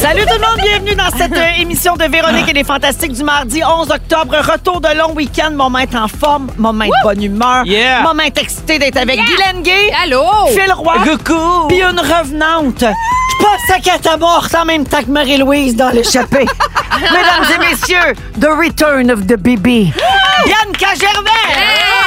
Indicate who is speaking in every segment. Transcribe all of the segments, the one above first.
Speaker 1: Salut tout le monde, bienvenue dans cette euh, émission de Véronique et les Fantastiques du mardi 11 octobre. Retour de long week-end, moment être en forme, moment de bonne humeur,
Speaker 2: Yeah.
Speaker 1: moment être excité d'être avec Guylaine Gay,
Speaker 3: Allô?
Speaker 1: Phil Roy, puis une revenante. Je passe à Catamorte en même temps que Marie-Louise dans l'échappée. Mesdames et messieurs, The Return of the Baby. Bianca Gervais! Oh,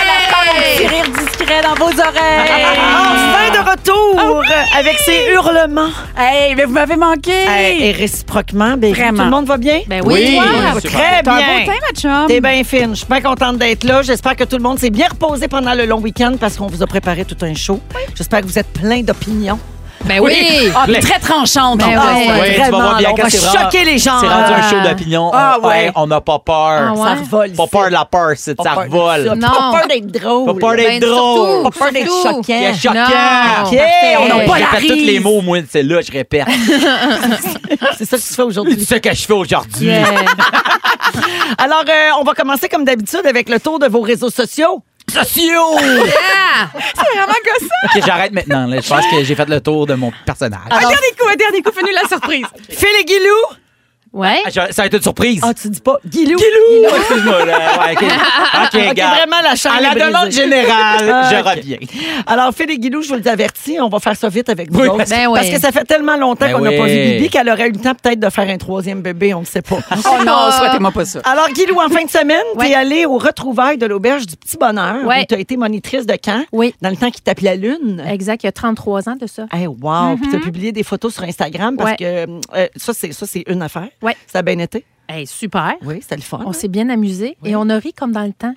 Speaker 3: Hey!
Speaker 4: rire discret dans vos oreilles.
Speaker 1: Enfin de retour euh, avec ses hurlements.
Speaker 4: hey, mais vous m'avez manqué.
Speaker 1: Euh, Et réciproquement, ben,
Speaker 4: Vraiment.
Speaker 1: tout le monde va bien? Ah,
Speaker 3: Ben
Speaker 2: Oui.
Speaker 3: toi.
Speaker 2: Wow,
Speaker 1: Très
Speaker 4: T'as un
Speaker 1: bien.
Speaker 4: beau teint, ma chum.
Speaker 1: T'es bien fine. Je suis bien contente d'être là. J'espère que tout le monde s'est bien reposé pendant le long week-end parce qu'on vous a préparé tout un show. J'espère que vous êtes plein d'opinions. Ah,
Speaker 3: Ben oui.
Speaker 4: Ah, mais très tranchante.
Speaker 3: Ben
Speaker 4: en
Speaker 3: ouais.
Speaker 4: plus.
Speaker 2: Ouais, tu vas voir,
Speaker 1: Vraiment, là,
Speaker 2: Bianca,
Speaker 1: on va
Speaker 2: c'est rare.
Speaker 1: choquer les gens.
Speaker 2: C'est rendu un
Speaker 4: Ah.
Speaker 2: show d'opinion.
Speaker 1: Ah,
Speaker 2: on,
Speaker 1: ouais.
Speaker 2: hey, on n'a pas
Speaker 3: Ah,
Speaker 2: peur.
Speaker 3: ouais.
Speaker 1: Ça revole.
Speaker 2: Pas
Speaker 1: ici.
Speaker 2: peur de la peur, c'est ça
Speaker 1: peur de ça.
Speaker 2: revole.
Speaker 3: Non.
Speaker 1: Pas peur d'être drôle.
Speaker 2: Pas peur d'être
Speaker 3: Ben,
Speaker 2: drôle.
Speaker 3: surtout,
Speaker 1: Pas peur d'être
Speaker 3: surtout.
Speaker 1: choquant.
Speaker 2: Il est choquant.
Speaker 3: Non.
Speaker 1: Ok.
Speaker 3: on n'a
Speaker 2: Hey,
Speaker 3: pas
Speaker 2: je
Speaker 3: la
Speaker 2: répète tous
Speaker 3: rise.
Speaker 2: les mots, moi, c'est là, je répète.
Speaker 1: C'est ça que tu fais
Speaker 2: c'est
Speaker 1: aujourd'hui.
Speaker 2: ce que je fais aujourd'hui.
Speaker 1: Alors, euh, on va commencer comme d'habitude avec le tour de vos réseaux sociaux.
Speaker 2: Sociaux!
Speaker 3: Ah!
Speaker 2: ok, j'arrête maintenant. là. Je pense que j'ai fait le tour de mon personnage.
Speaker 1: Ah,
Speaker 4: Un dernier coup, un dernier coup, fais-nous la surprise.
Speaker 1: Phil et Guilou.
Speaker 3: Ouais.
Speaker 2: Ah, je- ça va être une surprise.
Speaker 1: Ah, tu dis pas Guilou.
Speaker 2: Guilou! Excuse-moi. là. Ouais, ok, Ok,
Speaker 1: Ok,
Speaker 2: gars.
Speaker 1: vraiment, la chaîne
Speaker 2: À la
Speaker 1: est brisée.
Speaker 2: demande générale,
Speaker 1: Ah,
Speaker 2: je
Speaker 1: ok.
Speaker 2: reviens.
Speaker 1: Alors, Phil et Guilou, je vous le avertis, on va faire ça vite avec vous
Speaker 2: Oui,
Speaker 1: autres.
Speaker 2: parce
Speaker 3: que- Ben
Speaker 1: Parce
Speaker 3: oui.
Speaker 1: que ça fait tellement longtemps
Speaker 2: Ben
Speaker 1: qu'on n'a pas vu
Speaker 2: oui.
Speaker 1: Bibi qu'elle aurait eu le temps peut-être de faire un troisième bébé, on ne sait pas.
Speaker 4: Oh non,
Speaker 1: Ah.
Speaker 4: souhaitez-moi pas ça.
Speaker 1: Alors, Guilou, en fin de semaine,
Speaker 3: Ouais.
Speaker 1: t'es allée au retrouvailles de l'Auberge du Petit Bonheur,
Speaker 3: Ouais.
Speaker 1: où t'as été monitrice de camp,
Speaker 3: Oui.
Speaker 1: dans le temps qui tape la lune.
Speaker 3: Exact, il y a 33 ans de ça.
Speaker 1: Hey, wow! Puis t'as publié des photos sur Instagram parce
Speaker 3: Mm-hmm. Ouais.
Speaker 1: que euh, ça, c'est ça, c'est une affaire.
Speaker 3: Ouais.
Speaker 1: Ça a bien été.
Speaker 3: Hey, super.
Speaker 1: Oui, c'était le fun.
Speaker 3: On s'est bien amusés et on a ri comme dans le temps.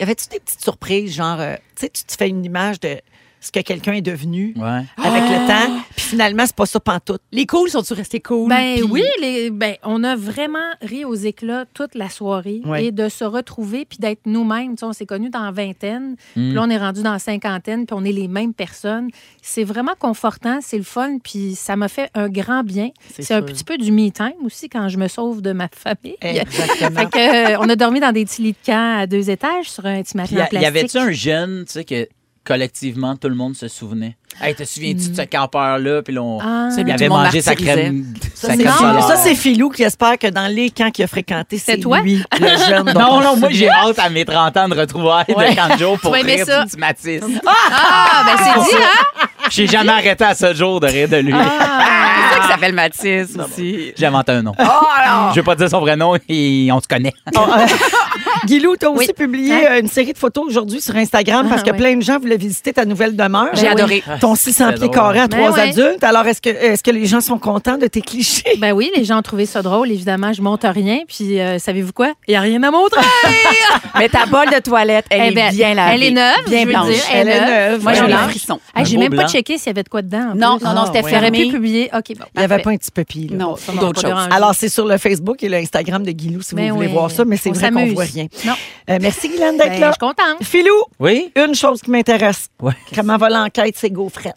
Speaker 1: Y avait-tu des petites surprises, genre, euh, tu sais, tu te fais une image de ce que quelqu'un est devenu
Speaker 2: Ouais.
Speaker 1: avec le
Speaker 3: Ah!
Speaker 1: temps, puis finalement, c'est pas ça pantoute.
Speaker 4: Les cools sont-tu restés cool?
Speaker 3: Ben
Speaker 4: Puis-
Speaker 3: oui, les- ben, on a vraiment ri aux éclats toute la soirée
Speaker 1: Ouais.
Speaker 3: et de se retrouver puis d'être nous-mêmes. Tu sais, on s'est connus dans la vingtaine,
Speaker 2: Hmm.
Speaker 3: puis là on est rendu dans la cinquantaine, puis on est les mêmes personnes. C'est vraiment confortant, c'est le fun, puis ça m'a fait un grand bien.
Speaker 1: C'est
Speaker 3: C'est un
Speaker 1: sûr.
Speaker 3: petit peu du me-time aussi quand je me sauve de ma famille.
Speaker 2: Eh.
Speaker 1: Exactement.
Speaker 3: Fait que, euh, on a dormi dans des petits lits de camp à deux étages sur un petit
Speaker 2: Puis
Speaker 3: matelas en
Speaker 2: Y, a- y
Speaker 3: plastique.
Speaker 2: avait-tu un jeune, tu sais, que collectivement, tout le monde se souvenait? Hey, te souviens-tu de ce campeur-là? Puis là, on...
Speaker 3: Ah.
Speaker 2: il
Speaker 4: Tout
Speaker 2: avait
Speaker 4: le monde
Speaker 2: mangé sa
Speaker 4: martyrisait.
Speaker 2: crème,
Speaker 1: Ça,
Speaker 2: sa
Speaker 1: c'est
Speaker 2: crème
Speaker 3: non,
Speaker 2: solaire.
Speaker 1: ça, c'est Philou qui espère que dans les camps qu'il a fréquentés,
Speaker 3: C'est
Speaker 1: c'est
Speaker 3: toi?
Speaker 1: lui, le jeune. dont
Speaker 2: Non,
Speaker 1: on
Speaker 2: non,
Speaker 1: se
Speaker 2: moi, j'ai
Speaker 1: souvient.
Speaker 2: hâte à mes 30 ans de retrouvailles
Speaker 3: Ouais.
Speaker 2: de Kanjo pour
Speaker 3: Tu vas aimer
Speaker 2: rire
Speaker 3: ça.
Speaker 2: du Matisse.
Speaker 3: Ah, ben c'est dit, hein?
Speaker 2: J'ai jamais arrêté à ce jour de rire de lui.
Speaker 4: C'est ça qui s'appelle Mathis aussi.
Speaker 2: J'ai inventé un nom.
Speaker 4: Ah. Oh,
Speaker 2: Je vais pas dire son vrai nom et on se connaît.
Speaker 1: Guilou, t'as aussi
Speaker 3: Oui. Hein? Ah,
Speaker 1: publié euh, une série de photos aujourd'hui sur Instagram parce que
Speaker 3: ouais.
Speaker 1: plein de gens voulaient visiter ta nouvelle demeure.
Speaker 4: J'ai
Speaker 3: Ben oui.
Speaker 4: adoré.
Speaker 1: Ton 600
Speaker 2: Ah, C'est
Speaker 1: pieds
Speaker 2: drôle.
Speaker 1: carrés à
Speaker 3: Ben
Speaker 1: trois
Speaker 3: ouais.
Speaker 1: adultes. Alors, est-ce que, est que les gens sont contents de tes clichés?
Speaker 3: Ben oui, les gens ont trouvé ça drôle, évidemment. Je monte rien, puis euh, savez-vous quoi? Il n'y a rien à montrer.
Speaker 4: Mais ta bolle de toilette, elle,
Speaker 3: Eh ben,
Speaker 4: est bien lavée.
Speaker 3: elle est neuve,
Speaker 4: bien
Speaker 3: je veux
Speaker 4: blanche.
Speaker 3: dire. Elle est neuve.
Speaker 4: Moi,
Speaker 3: Ouais,
Speaker 4: j'ai
Speaker 3: blanche.
Speaker 4: le frisson.
Speaker 3: Hey, J'ai
Speaker 2: beau
Speaker 3: même
Speaker 2: blanc.
Speaker 3: pas checké s'il y avait de quoi dedans. en
Speaker 4: Non,
Speaker 3: plus.
Speaker 4: non,
Speaker 1: Ah,
Speaker 4: non, c'était
Speaker 1: ouais.
Speaker 3: J'aurais pu
Speaker 4: fermé.
Speaker 3: publier. OK, bon.
Speaker 1: Il n'y avait
Speaker 3: parfait.
Speaker 1: pas un petit papier. là.
Speaker 4: Non,
Speaker 3: Bon, ça m'a
Speaker 4: d'autres
Speaker 3: pas
Speaker 4: choses.
Speaker 3: dérangé.
Speaker 1: Alors, c'est sur le Facebook et l'Instagram de Guilou si
Speaker 3: Ben
Speaker 1: vous voulez
Speaker 3: ouais.
Speaker 1: voir ça, mais c'est
Speaker 3: On
Speaker 1: vrai qu'on
Speaker 3: s'amuse.
Speaker 1: voit rien.
Speaker 3: Non.
Speaker 1: Euh, merci, Guylaine,
Speaker 3: Ben,
Speaker 1: d'être
Speaker 3: je
Speaker 1: là.
Speaker 3: suis contente.
Speaker 1: Philou,
Speaker 2: Oui?
Speaker 1: une chose qui m'intéresse.
Speaker 2: Ouais.
Speaker 1: Comment va l'enquête, c'est gaufrettes?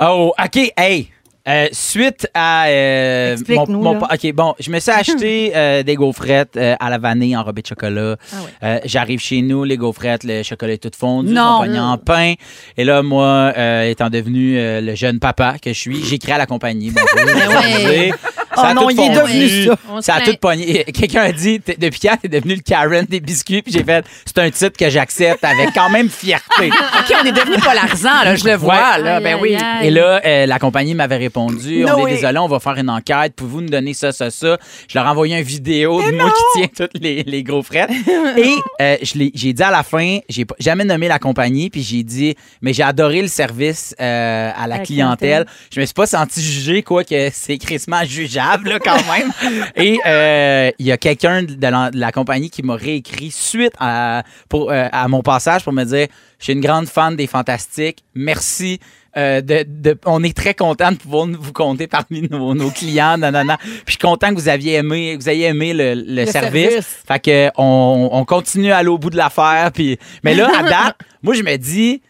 Speaker 2: Oh, OK. Hey! Euh, suite à euh,
Speaker 1: Explique-nous, là.
Speaker 2: pa- ok bon je me suis acheté euh, des gaufrettes euh, à la vanille enrobées de chocolat
Speaker 1: Ah
Speaker 2: Euh, j'arrive chez nous les gaufrettes le chocolat est tout fondu
Speaker 4: Non.
Speaker 2: on en pain et là moi euh, étant devenu euh, le jeune papa que je suis j'ai créé à la compagnie Bonjour, je
Speaker 3: ouais.
Speaker 2: vais vous dire. Ça a
Speaker 1: Ben Oh non,
Speaker 2: tout
Speaker 1: il est
Speaker 2: fondu.
Speaker 1: devenu ça.
Speaker 3: On se
Speaker 2: Ça a
Speaker 3: plaint.
Speaker 2: tout pogné. Quelqu'un a dit, T'es- depuis quand t'es devenu le Karen des biscuits? Puis j'ai fait, c'est un titre que j'accepte avec quand même fierté.
Speaker 4: OK, on est devenu polarisant, là, je le vois, là. Ben oui.
Speaker 3: Aïe, aïe, aïe.
Speaker 2: Et là, euh, la compagnie m'avait répondu
Speaker 1: No
Speaker 2: On est
Speaker 1: way.
Speaker 2: désolé, on va faire une enquête. Pouvez-vous nous donner ça, ça, ça Je leur ai envoyé une vidéo de moi qui tiens toutes les, les gros frettes. Et euh, je l'ai- j'ai dit à la fin J'ai pas- jamais nommé la compagnie, puis j'ai dit Mais j'ai adoré le service euh, à la,
Speaker 3: la
Speaker 2: clientèle.
Speaker 3: clientèle.
Speaker 2: Je me suis pas senti jugé, quoi, que c'est crissement jugeable, là, quand même. Et euh, il y a quelqu'un de la, de la compagnie qui m'a réécrit suite à, pour, euh, à mon passage pour me dire Je suis une grande fan des Fantastiques. Merci. euh, de, de- on est très content de pouvoir vous compter parmi nos, nos clients, nanana. Puis je suis content que vous aviez aimé, que vous ayez aimé le, le service.
Speaker 5: service.
Speaker 2: Fait que on, on continue à aller au bout de l'affaire. Puis, mais là, à date, moi je me dis,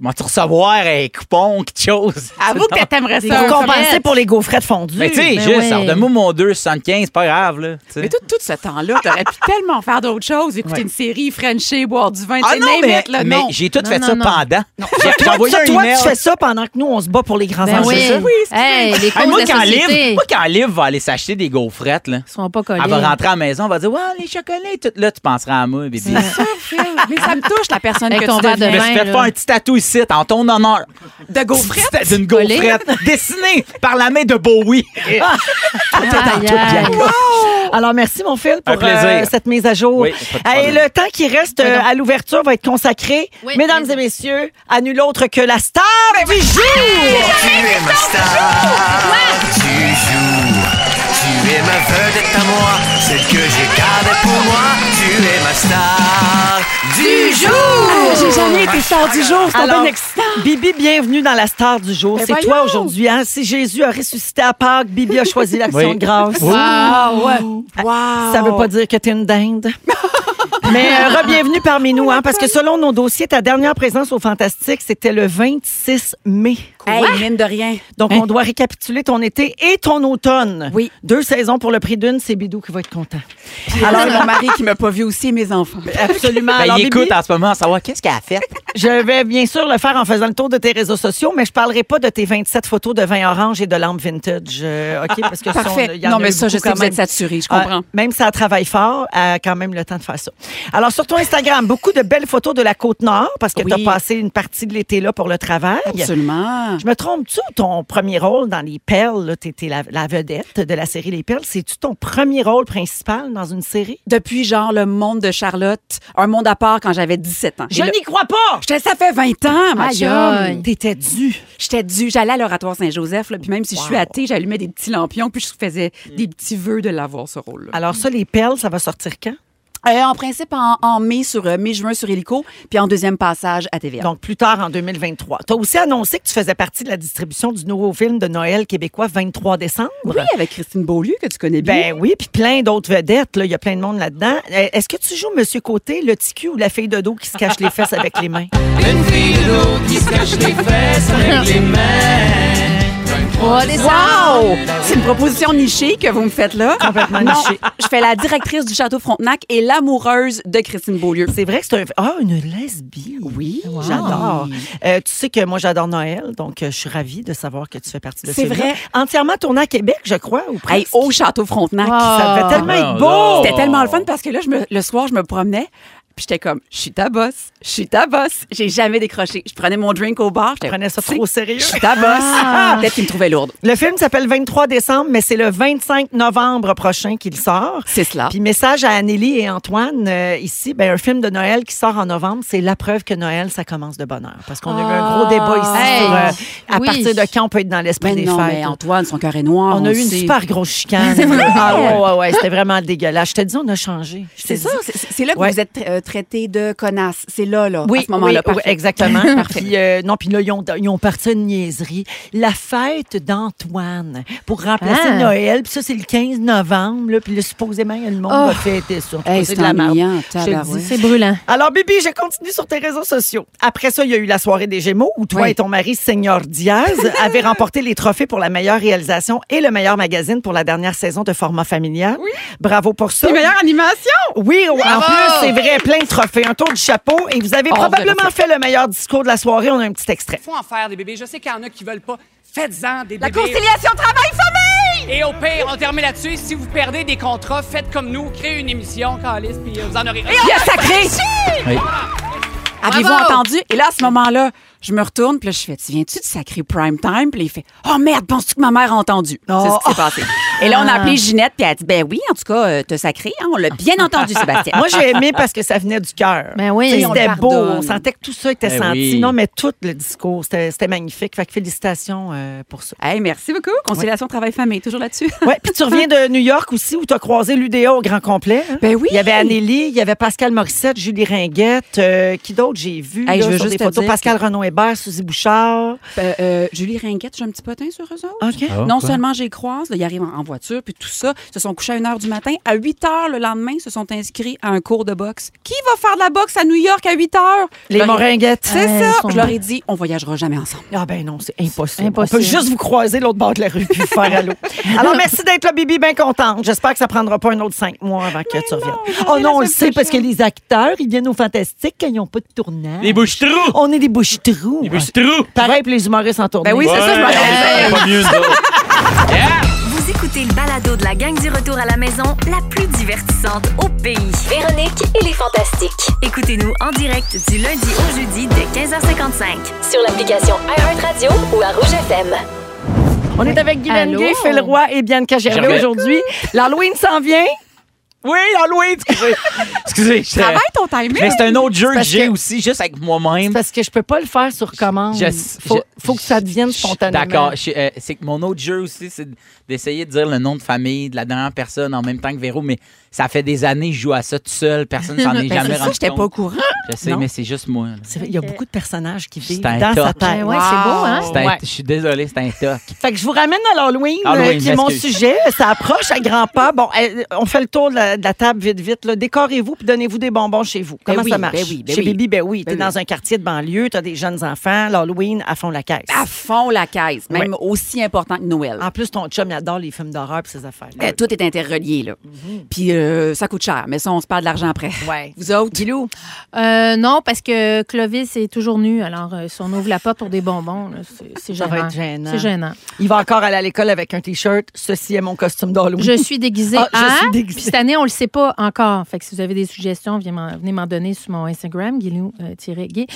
Speaker 2: moi tu recevoir un coupon, quelque chose.
Speaker 4: Avoue que t'aimerais ça.
Speaker 1: Pour
Speaker 4: un
Speaker 1: compenser
Speaker 4: frette.
Speaker 1: pour les gaufrettes fondues.
Speaker 2: Mais tu sais,
Speaker 3: Ben
Speaker 2: juste,
Speaker 3: ouais.
Speaker 2: redonne-moi mon 2,75, pas grave, là. tu sais.
Speaker 4: Mais tout, tout ce temps-là, t'aurais pu tellement faire d'autres choses, écouter une série, Frencher, boire du vin,
Speaker 2: Ah
Speaker 4: tu sais,
Speaker 2: non,
Speaker 4: name
Speaker 2: mais,
Speaker 4: it, là,
Speaker 2: mais
Speaker 4: non.
Speaker 2: j'ai tout
Speaker 3: Non,
Speaker 2: fait
Speaker 3: non,
Speaker 2: ça
Speaker 3: non.
Speaker 2: pendant. J'ai j'ai
Speaker 1: Toi,
Speaker 2: envoyé
Speaker 1: toi,
Speaker 2: un
Speaker 1: toi,
Speaker 2: email.
Speaker 1: tu fais ça pendant que nous, on se bat pour les grands
Speaker 3: Ben
Speaker 1: enjeux.
Speaker 3: oui.
Speaker 2: ça, oui, c'est
Speaker 3: Hey, les
Speaker 2: Hey,
Speaker 3: causes
Speaker 2: moi,
Speaker 3: de la
Speaker 2: quand Liv,
Speaker 3: société
Speaker 2: moi, quand Liv va aller s'acheter des gaufrettes, là,
Speaker 3: sont pas collés.
Speaker 2: elle va rentrer à la maison, elle va dire Ouais, les chocolats, et tout là, tu penseras à moi, bébé.
Speaker 4: Ça, Phil, mais ça me touche, la personne
Speaker 3: Avec
Speaker 4: que
Speaker 3: ton
Speaker 4: tu
Speaker 3: verre de
Speaker 4: deviens.
Speaker 2: Mais
Speaker 3: vin,
Speaker 2: je fais
Speaker 3: là.
Speaker 2: pas un petit tatou ici, en ton honneur.
Speaker 4: De gaufrette.
Speaker 2: C'était D'une gaufrette dessinée par la main de Bowie.
Speaker 3: Aïe, aïe.
Speaker 1: Alors, merci, mon Phil,
Speaker 2: Un
Speaker 1: pour
Speaker 2: plaisir.
Speaker 1: euh, cette mise à jour.
Speaker 2: Oui, pas de
Speaker 1: Euh, et
Speaker 2: problème.
Speaker 1: le temps qui reste euh, à l'ouverture va être consacré,
Speaker 5: Oui,
Speaker 1: mesdames
Speaker 5: mais-
Speaker 1: et messieurs, à nul autre que la star du jour!
Speaker 6: Tu es ma star, tu joues. Tu es ma vedette à moi, celle que j'ai gardée pour moi. Tu es ma star du jour.
Speaker 4: Ah, J'ai jamais été star du jour, c'est
Speaker 1: Alors,
Speaker 4: un excitant. Ben
Speaker 1: Bibi, bienvenue dans la star du jour. C'est toi aujourd'hui. Hein? Si Jésus a ressuscité à Pâques, Bibi a choisi l'action
Speaker 2: Oui.
Speaker 1: de grâce. ah,
Speaker 4: Ah, ouais. Wow.
Speaker 1: Ça veut pas dire que t'es une dinde. Mais euh, re-bienvenue parmi nous, hein, parce que selon nos dossiers, ta dernière présence au Fantastique, c'était le 26 mai.
Speaker 4: Hey, mine de rien.
Speaker 1: Donc,
Speaker 2: Hein?
Speaker 1: on doit récapituler ton été et ton automne.
Speaker 4: Oui.
Speaker 1: Deux saisons pour le prix d'une, c'est Bidou qui va être content.
Speaker 4: Alors, mon mari qui m'a pas vu aussi et mes enfants.
Speaker 1: Absolument.
Speaker 2: Ben,
Speaker 1: Ah, Alors,
Speaker 2: il écoute
Speaker 1: Bibi,
Speaker 2: en ce moment à savoir qu'est-ce qu'elle a fait.
Speaker 1: je vais bien sûr le faire en faisant le tour de tes réseaux sociaux, mais je parlerai pas de tes 27 photos de vin orange et de lampes vintage. euh, OK? Parce que ça, on-
Speaker 4: Ah, Parfait.
Speaker 1: il y en
Speaker 4: Non,
Speaker 1: a
Speaker 4: mais
Speaker 1: eu
Speaker 4: ça, je
Speaker 1: beaucoup
Speaker 4: sais que
Speaker 1: quand
Speaker 4: vous êtes
Speaker 1: même.
Speaker 4: saturé, je
Speaker 1: Ah,
Speaker 4: comprends.
Speaker 1: même si elle travaille fort, elle a quand même le temps de faire ça. Alors, sur ton Instagram, beaucoup de belles photos de la Côte-Nord parce que
Speaker 4: Oui.
Speaker 1: tu as passé une partie de l'été là pour le travail.
Speaker 4: Absolument.
Speaker 1: Je me trompe-tu, ton premier rôle dans Les Perles, tu étais la, la vedette de la série Les Perles, c'est-tu ton premier rôle principal dans une série?
Speaker 4: Depuis, genre, le monde de Charlotte, un monde à part quand j'avais 17 ans. Et
Speaker 1: Je
Speaker 4: là-
Speaker 1: n'y crois pas!
Speaker 4: J'étais- ça fait 20 ans, ma
Speaker 3: Aïe,
Speaker 4: chum.
Speaker 3: aïe.
Speaker 1: T'étais dû.
Speaker 4: J'étais due, j'allais à l'oratoire Saint-Joseph, là, puis même si je suis athée, j'allumais des petits lampions, puis je faisais des petits vœux de l'avoir, ce rôle-là.
Speaker 1: Alors ça, Les Perles, ça va sortir quand?
Speaker 4: Euh, en principe, en, en mai sur euh, mai-juin sur Hélico, puis en deuxième passage à TVA.
Speaker 1: Donc plus tard en 2023. Tu as aussi annoncé que tu faisais partie de la distribution du nouveau film de Noël québécois 23 décembre.
Speaker 4: oui, avec Christine Beaulieu, que tu connais bien.
Speaker 1: Ben oui, puis plein d'autres vedettes. là. Il y a plein de monde là-dedans. Euh, Est-ce que tu joues Monsieur Côté, le ticu ou la fille de dos qui se cache les fesses avec les mains?
Speaker 3: Oh, les
Speaker 4: Wow! C'est une proposition nichée que vous me faites là. Complètement
Speaker 1: nichée.
Speaker 4: Je fais la directrice du Château Frontenac et l'amoureuse de Christine Beaulieu.
Speaker 1: C'est vrai que c'est un... Ah, une lesbienne. Oui, j'adore. Euh, tu sais que moi, j'adore Noël, donc euh, je suis ravie de savoir que tu fais partie de
Speaker 4: C'est
Speaker 1: ce film-là.
Speaker 4: vrai.
Speaker 1: Entièrement tourné à Québec, je crois, ou
Speaker 4: Hey, oh,
Speaker 1: presque.
Speaker 4: au Château Frontenac.
Speaker 1: Ça devait tellement être
Speaker 2: Oh,
Speaker 1: beau!
Speaker 2: non.
Speaker 4: C'était tellement le fun parce que là, je me- le soir, je me promenais. Puis j'étais comme, je suis ta boss, je suis ta boss. J'ai jamais décroché. Je prenais mon drink au bar. Je
Speaker 1: prenais ça trop au sérieux.
Speaker 4: Je suis ta boss. Peut-être qu'il me trouvait lourde.
Speaker 1: Le film s'appelle 23 décembre, mais c'est le 25 novembre prochain qu'il sort.
Speaker 4: C'est cela.
Speaker 1: Puis message à Anneli et Antoine euh, ici, ben un film de Noël qui sort en novembre, c'est la preuve que Noël ça commence de bonheur parce qu'on a eu un gros débat ici
Speaker 3: Hey.
Speaker 1: sur, euh, à
Speaker 3: Oui.
Speaker 1: partir de quand on peut être dans l'esprit
Speaker 4: Ah! Mais
Speaker 1: des
Speaker 4: Ben non,
Speaker 1: fêtes.
Speaker 4: mais Antoine, son cœur est noir.
Speaker 1: on a
Speaker 4: le
Speaker 1: eu une
Speaker 4: sait.
Speaker 1: super grosse chicane. ah ouais, ouais, ouais, c'était vraiment dégueulasse. Je te dis, on a changé. Je te
Speaker 4: C'est
Speaker 1: dis.
Speaker 4: ça, c'est- c'est là que
Speaker 1: Ouais.
Speaker 4: vous êtes euh, traité de connasse. C'est là, là, à ce moment-là.
Speaker 1: oui, oui,
Speaker 4: parfait.
Speaker 1: exactement. Puis, euh, non, puis là, ils ont, ils ont parti une niaiserie. La fête d'Antoine pour remplacer
Speaker 3: Ah.
Speaker 1: Noël. Puis ça, c'est le 15 novembre. Là, puis là, supposément, le monde
Speaker 3: Oh.
Speaker 1: va fêter ça. En tout cas,
Speaker 4: Hey,
Speaker 1: c'est
Speaker 4: c'est
Speaker 1: de la merde.
Speaker 4: ennuyant,
Speaker 1: Je te le dis.
Speaker 4: tabarouette.
Speaker 3: C'est brûlant.
Speaker 1: Alors, Bibi, je continue sur tes réseaux sociaux. Après ça, il y a eu la soirée des Gémeaux où toi
Speaker 4: Oui.
Speaker 1: et ton mari, Seigneur Diaz, avez remporté les trophées pour la meilleure réalisation et le meilleur magazine pour la dernière saison de format familial. Bravo pour ça.
Speaker 4: animation.
Speaker 1: Oui, en plus, c'est vrai, plein de trophées, un tour du chapeau. Et vous avez
Speaker 2: ben,
Speaker 4: Oh,
Speaker 1: probablement
Speaker 4: zéro.
Speaker 1: fait le meilleur discours de la soirée. On a un petit extrait.
Speaker 7: faut en faire des bébés. Je sais qu'il y en a qui veulent pas. Faites-en des
Speaker 4: La
Speaker 7: bébés.
Speaker 4: conciliation travail-famille.
Speaker 7: Et au pire, on termine là-dessus. Si vous perdez des contrats, faites comme nous. Créez une émission, Calis, puis euh, vous en aurez.
Speaker 4: Il a sacré.
Speaker 2: Oui.
Speaker 4: Avez-vous entendu? Et là, à ce moment-là, je me retourne, puis là, je fais, tu viens-tu de sacré prime time? Puis là, il fait, oh merde, penses-tu que ma mère a entendu? C'est ce qui s'est passé. Et là, on a appelé Ginette, puis elle a dit, ben oui, en tout cas, euh, t'as sacré, hein, on l'a bien entendu, Sébastien.
Speaker 1: Moi, j'ai aimé parce que ça venait du cœur.
Speaker 3: Ben oui,
Speaker 1: Tu sais,
Speaker 3: on
Speaker 1: c'était
Speaker 3: le
Speaker 1: beau.
Speaker 3: pardonne.
Speaker 1: On sentait que tout ça était
Speaker 2: Ben
Speaker 1: senti.
Speaker 2: oui.
Speaker 1: Non, mais tout le discours, c'était c'était magnifique. Fait que félicitations euh, pour ça.
Speaker 4: Hey, merci beaucoup. Conciliation travail-famille, toujours là-dessus.
Speaker 1: Ouais, puis tu reviens de New York aussi où tu as croisé l'UDA au grand complet. hein?
Speaker 4: Ben oui.
Speaker 1: Il y avait Anneli, il y avait Pascal Morissette, Julie Ringuette, euh, qui d'autre j'ai vu
Speaker 4: Hey,
Speaker 1: là,
Speaker 4: je veux
Speaker 1: sur
Speaker 4: juste
Speaker 1: des
Speaker 4: te
Speaker 1: photos
Speaker 4: dire
Speaker 1: Pascal Renaud Hébert, Suzy Bouchard.
Speaker 4: Euh, euh, Julie Ringuette, j'ai un petit potin sur eux autres.
Speaker 1: OK.
Speaker 2: Ah,
Speaker 4: non
Speaker 2: quoi?
Speaker 4: seulement j'ai croise, là, ils arrivent en en voiture, puis tout ça, se sont couchés à 1 h du matin. À 8 h le lendemain, se sont inscrits à un cours de boxe. Qui va faire de la boxe à New York à 8 h?
Speaker 1: Les Moringuettes.
Speaker 4: C'est
Speaker 3: Ouais,
Speaker 4: ça.
Speaker 3: ils sont
Speaker 4: Je leur
Speaker 3: bien.
Speaker 4: ai dit, on voyagera jamais ensemble.
Speaker 1: Ah ben non, c'est impossible.
Speaker 3: Impossible.
Speaker 1: On peut juste vous croiser l'autre bord de la rue puis vous faire allô. Alors merci d'être là, Bibi, bien contente. J'espère que ça prendra pas un autre cinq mois avant que tu reviennes. Oh non, on le sait parce que les acteurs, ils viennent au Fantastique quand ils n'ont pas de tournage.
Speaker 8: Les bouches
Speaker 2: Oh,
Speaker 8: trous!
Speaker 1: On est des bouches-trous.
Speaker 8: Les bouches trous!
Speaker 1: Pareil pour les humoristes en tournée.
Speaker 4: Ben oui, c'est ça, je me
Speaker 8: Pas mieux, ça.
Speaker 9: Vous écoutez le balado de la gang du retour à la maison, la plus divertissante au pays.
Speaker 10: Véronique et les Fantastiques.
Speaker 9: Écoutez-nous en direct du lundi au jeudi dès 15h55.
Speaker 10: Sur l'application iHeartRadio ou à Rouge FM.
Speaker 1: On est avec Guy
Speaker 3: Allô?
Speaker 1: Lenguet, Phil Roy et Bianca Gervais
Speaker 2: Gervais.
Speaker 1: aujourd'hui. L'Halloween s'en vient.
Speaker 2: Oui, Halloween! Excusez. excusez. j'étais-
Speaker 4: Travaille ton timing.
Speaker 2: Mais c'est un autre jeu que
Speaker 1: parce
Speaker 2: j'ai
Speaker 1: que-
Speaker 2: aussi, juste avec
Speaker 1: C'est
Speaker 2: moi-même.
Speaker 1: parce que je peux pas le faire sur commande.
Speaker 2: Je-
Speaker 1: faut,
Speaker 2: je-
Speaker 1: faut que ça devienne
Speaker 2: je-
Speaker 1: spontanément.
Speaker 2: D'accord. Je- euh, C'est que mon autre jeu aussi, c'est d'essayer de dire le nom de famille de la dernière personne en même temps que Véro, mais ça fait des années que je joue à ça tout seul. Personne s'en est
Speaker 4: Ben,
Speaker 2: jamais
Speaker 4: c'est ça,
Speaker 2: rendu
Speaker 4: j'étais pas au
Speaker 2: compte.
Speaker 4: courant.
Speaker 2: Je sais,
Speaker 1: Non.
Speaker 2: mais c'est juste moi. là.
Speaker 1: C'est vrai, Il y a beaucoup de personnages qui vivent
Speaker 2: C'est un
Speaker 1: dans
Speaker 2: top.
Speaker 1: sa tête.
Speaker 3: Ben ouais, c'est beau, hein?
Speaker 2: C'est un-
Speaker 1: Ouais.
Speaker 2: Je suis désolé, c'est un toc.
Speaker 1: Fait que je vous ramène à l'Halloween,
Speaker 2: Halloween,
Speaker 1: euh, qui est mon
Speaker 2: excuse.
Speaker 1: sujet. Ça approche à grands pas. Bon, euh, on fait le tour de la, de la table vite, vite. là. Décorez-vous puis donnez-vous des bonbons chez vous. Comment
Speaker 4: oui,
Speaker 1: ça marche?
Speaker 4: ben oui, ben
Speaker 1: chez
Speaker 4: oui.
Speaker 1: Bibi, ben oui. T'es
Speaker 4: Ben oui.
Speaker 1: dans un quartier de banlieue, t'as des jeunes enfants. L'Halloween, à fond la caisse.
Speaker 4: À fond la caisse, même aussi important que Noël.
Speaker 1: En plus, ton chum, il adore les films d'horreur et ses affaires.
Speaker 4: Euh, Tout est interrelié, là. Puis euh, ça coûte cher, mais ça, on se parle de l'argent après.
Speaker 1: Ouais.
Speaker 4: Vous autres? Guilou?
Speaker 3: Euh, non, parce que Clovis est toujours nu. Alors, euh, si on ouvre la porte pour des bonbons, là, c'est- c'est
Speaker 1: Ça
Speaker 3: gênant.
Speaker 1: va être gênant.
Speaker 3: C'est gênant.
Speaker 1: Il va encore aller à l'école avec un T-shirt. Ceci est mon costume d'Halloween.
Speaker 3: Je suis déguisée
Speaker 1: Ah, je
Speaker 3: à-
Speaker 1: suis déguisée.
Speaker 3: Puis cette année, on le sait pas encore. Fait que si vous avez des suggestions, venez m'en, venez m'en donner sur mon Instagram, guilou euh, tiré gay.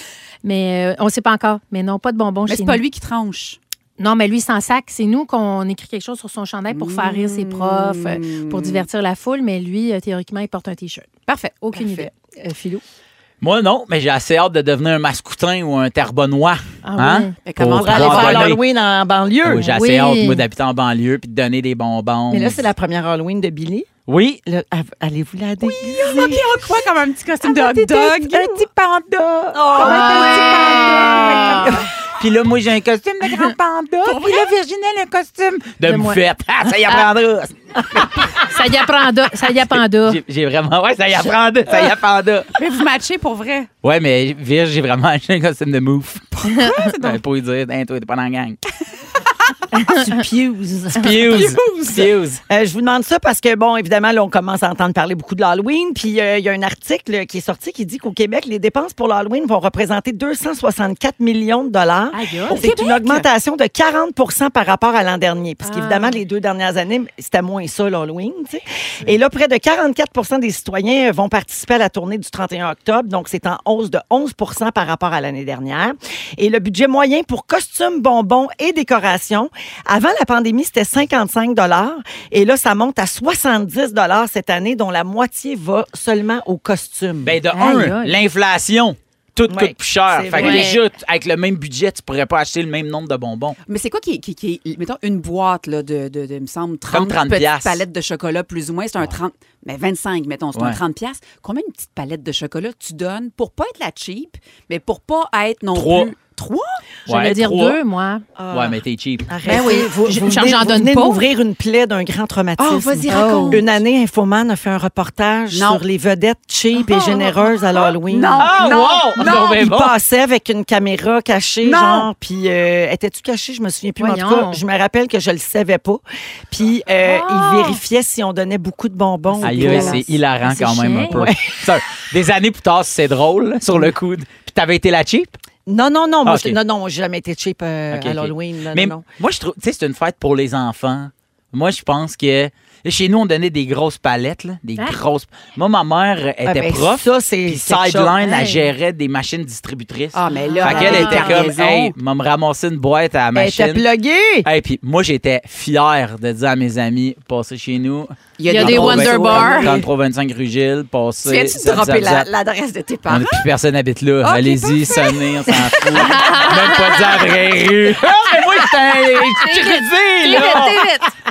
Speaker 3: Mais euh, on sait pas encore. Mais non, pas de bonbons
Speaker 4: Mais
Speaker 3: chez
Speaker 4: c'est pas
Speaker 3: nous.
Speaker 4: lui qui tranche.
Speaker 3: Non, mais lui, sans sac, c'est nous qu'on écrit quelque chose sur son chandail pour faire rire ses profs, euh, pour divertir la foule. Mais lui, euh, théoriquement, il porte un T-shirt.
Speaker 4: Parfait.
Speaker 3: Aucune idée.
Speaker 1: Euh, Philou.
Speaker 2: Moi, non, mais j'ai assez hâte de devenir un mascoutin ou un terrebonnois.
Speaker 3: Ah ouais.
Speaker 2: hein?
Speaker 4: Mais comment
Speaker 2: Pour
Speaker 1: On va aller
Speaker 4: Ah,
Speaker 1: faire
Speaker 2: pouvoir donner.
Speaker 1: l'Halloween en banlieue.
Speaker 2: Ah Oui, j'ai assez
Speaker 3: Oui.
Speaker 2: hâte, moi, d'habiter en banlieue puis de donner des bonbons.
Speaker 1: Mais là, c'est la première Halloween de Billy.
Speaker 2: Oui,
Speaker 1: Là, av- Allez-vous la déguiser?
Speaker 4: On croit comme un petit costume de
Speaker 1: Ah,
Speaker 4: hot
Speaker 1: t'es un
Speaker 4: dog.
Speaker 1: petit panda.
Speaker 4: Oh,
Speaker 2: Ah! Puis là, moi, j'ai un costume de grand panda. Puis là, Virginie, elle a un costume de,
Speaker 3: De moi.
Speaker 2: moufette. Ah, ça y apprendra.
Speaker 3: Ça y apprendra. Ça y apprendra.
Speaker 2: J'ai- J'ai vraiment... Ouais, ça y apprendra. Ça y apprendra.
Speaker 4: Mais vous matchez pour vrai.
Speaker 2: Ouais, mais Virg, j'ai vraiment acheté un costume de mouf. Pourquoi? Pour lui dire, Hey, Ben, toi, t'es pas dans la gang.
Speaker 1: Tu piuses.
Speaker 2: Fuse. Fuse.
Speaker 1: Euh, je vous demande ça parce que, bon, évidemment, là, on commence à entendre parler beaucoup de l'Halloween. Puis, euh, il y a un article qui est sorti qui dit qu'au Québec, les dépenses pour l'Halloween vont représenter 264 millions de dollars. C'est une augmentation de 40 par rapport à l'an dernier. Parce qu'évidemment, les deux dernières années, c'était moins ça, l'Halloween. tu sais. Et là, près de 44 des citoyens vont participer à la tournée du 31 octobre. Donc, c'est en hausse de 11 par rapport à l'année dernière. Et le budget moyen pour costumes, bonbons et décorations, avant la pandémie, c'était 55 Et là, ça monte à 70 cette année, dont la moitié va seulement aux costumes.
Speaker 2: Ben, de
Speaker 3: Aïe,
Speaker 2: un,
Speaker 3: aïe.
Speaker 2: l'inflation. Tout
Speaker 1: Ouais,
Speaker 2: coûte plus cher.
Speaker 1: c'est
Speaker 2: Fait que
Speaker 1: vrai.
Speaker 2: déjà, t- avec le même budget, tu pourrais pas acheter le même nombre de bonbons.
Speaker 4: Mais c'est quoi qui, qui, qui mettons, une boîte là, de, de, de, il me semble, 30,
Speaker 2: Comme 30
Speaker 4: petites
Speaker 2: piastres.
Speaker 4: palettes de chocolat, plus ou moins. C'est un 30, mais 25, mettons, c'est un
Speaker 2: Ouais.
Speaker 4: 30 piastres. Combien une petite palette de chocolat tu donnes pour pas être la cheap, mais pour pas être non
Speaker 2: Trois.
Speaker 4: plus... Trois?
Speaker 3: J'allais dire
Speaker 2: trois.
Speaker 3: deux, moi.
Speaker 2: Ouais, mais t'es cheap.
Speaker 1: Arrêtez.
Speaker 3: Ben oui,
Speaker 1: vous,
Speaker 3: je-
Speaker 1: vous
Speaker 3: j'en-
Speaker 1: venez-
Speaker 3: j'en
Speaker 1: vous
Speaker 3: donne
Speaker 1: venez
Speaker 3: pas.
Speaker 1: d'ouvrir une plaie d'un grand traumatisme.
Speaker 4: Oh, vas-y, raconte.
Speaker 1: Une année, Infoman a fait un reportage
Speaker 4: Non.
Speaker 1: sur les vedettes cheap et généreuses à l'Halloween.
Speaker 4: Oh. Non,
Speaker 2: Ah,
Speaker 4: non,
Speaker 2: wow!
Speaker 4: non.
Speaker 2: Bon, ben,
Speaker 1: Il
Speaker 2: bon.
Speaker 1: passait avec une caméra cachée,
Speaker 4: Non.
Speaker 1: genre, puis euh, étais-tu caché? Je me souviens plus, mais en tout
Speaker 3: Voyons.
Speaker 1: cas, je me rappelle que je le savais pas. Puis euh,
Speaker 4: Ah.
Speaker 1: il vérifiait si on donnait beaucoup de bonbons. ou
Speaker 2: Aïe,
Speaker 1: pas.
Speaker 2: aïe, c'est hilarant
Speaker 3: C'est
Speaker 2: quand même un
Speaker 3: chiant.
Speaker 2: peu. Ça, des années plus tard, c'est drôle, là, sur le coude. Puis t'avais été la cheap.
Speaker 1: Non, non, non, moi,
Speaker 2: Ah, ok.
Speaker 1: j'ai- non, non, j'ai jamais été cheap euh,
Speaker 2: Ok,
Speaker 1: à
Speaker 2: ok.
Speaker 1: l'Halloween. non,
Speaker 2: Mais
Speaker 1: non, non.
Speaker 2: moi, je trouve, tu sais, c'est une fête pour les enfants. Moi, je pense que Là, chez nous, on donnait des grosses palettes, là, des
Speaker 3: Hein?
Speaker 2: grosses. Moi, ma mère était
Speaker 1: Ah, ben,
Speaker 2: prof.
Speaker 1: ça, c'est
Speaker 2: Puis
Speaker 1: quelque chose.
Speaker 2: Sideline,
Speaker 3: Hey.
Speaker 2: elle gérait des machines distributrices.
Speaker 1: Ah, mais là,
Speaker 2: fait qu'elle
Speaker 1: elle
Speaker 2: était
Speaker 1: était
Speaker 2: comme,
Speaker 1: raison.
Speaker 2: hey, m'a me ramasser une boîte à la
Speaker 1: Elle était
Speaker 2: machine.
Speaker 1: pluguée.
Speaker 2: Hey, puis moi, j'étais fier de dire à mes amis, passez chez nous.
Speaker 3: Il y a des
Speaker 2: Dans le
Speaker 3: Wonder
Speaker 2: Pro-
Speaker 3: Bar.
Speaker 2: Dans le Pro 25 Rugile, passez.
Speaker 1: Viens-tu de
Speaker 2: zap,
Speaker 1: dropper
Speaker 2: zap,
Speaker 1: la-
Speaker 2: zap.
Speaker 1: l'adresse de tes
Speaker 2: On
Speaker 1: parents?
Speaker 2: est plus personne habite là.
Speaker 4: Ok,
Speaker 2: Allez-y, sonnez, on s'en fout. Même pas dire la vraie rue. Ah, mais moi, j'étais un crédit, là.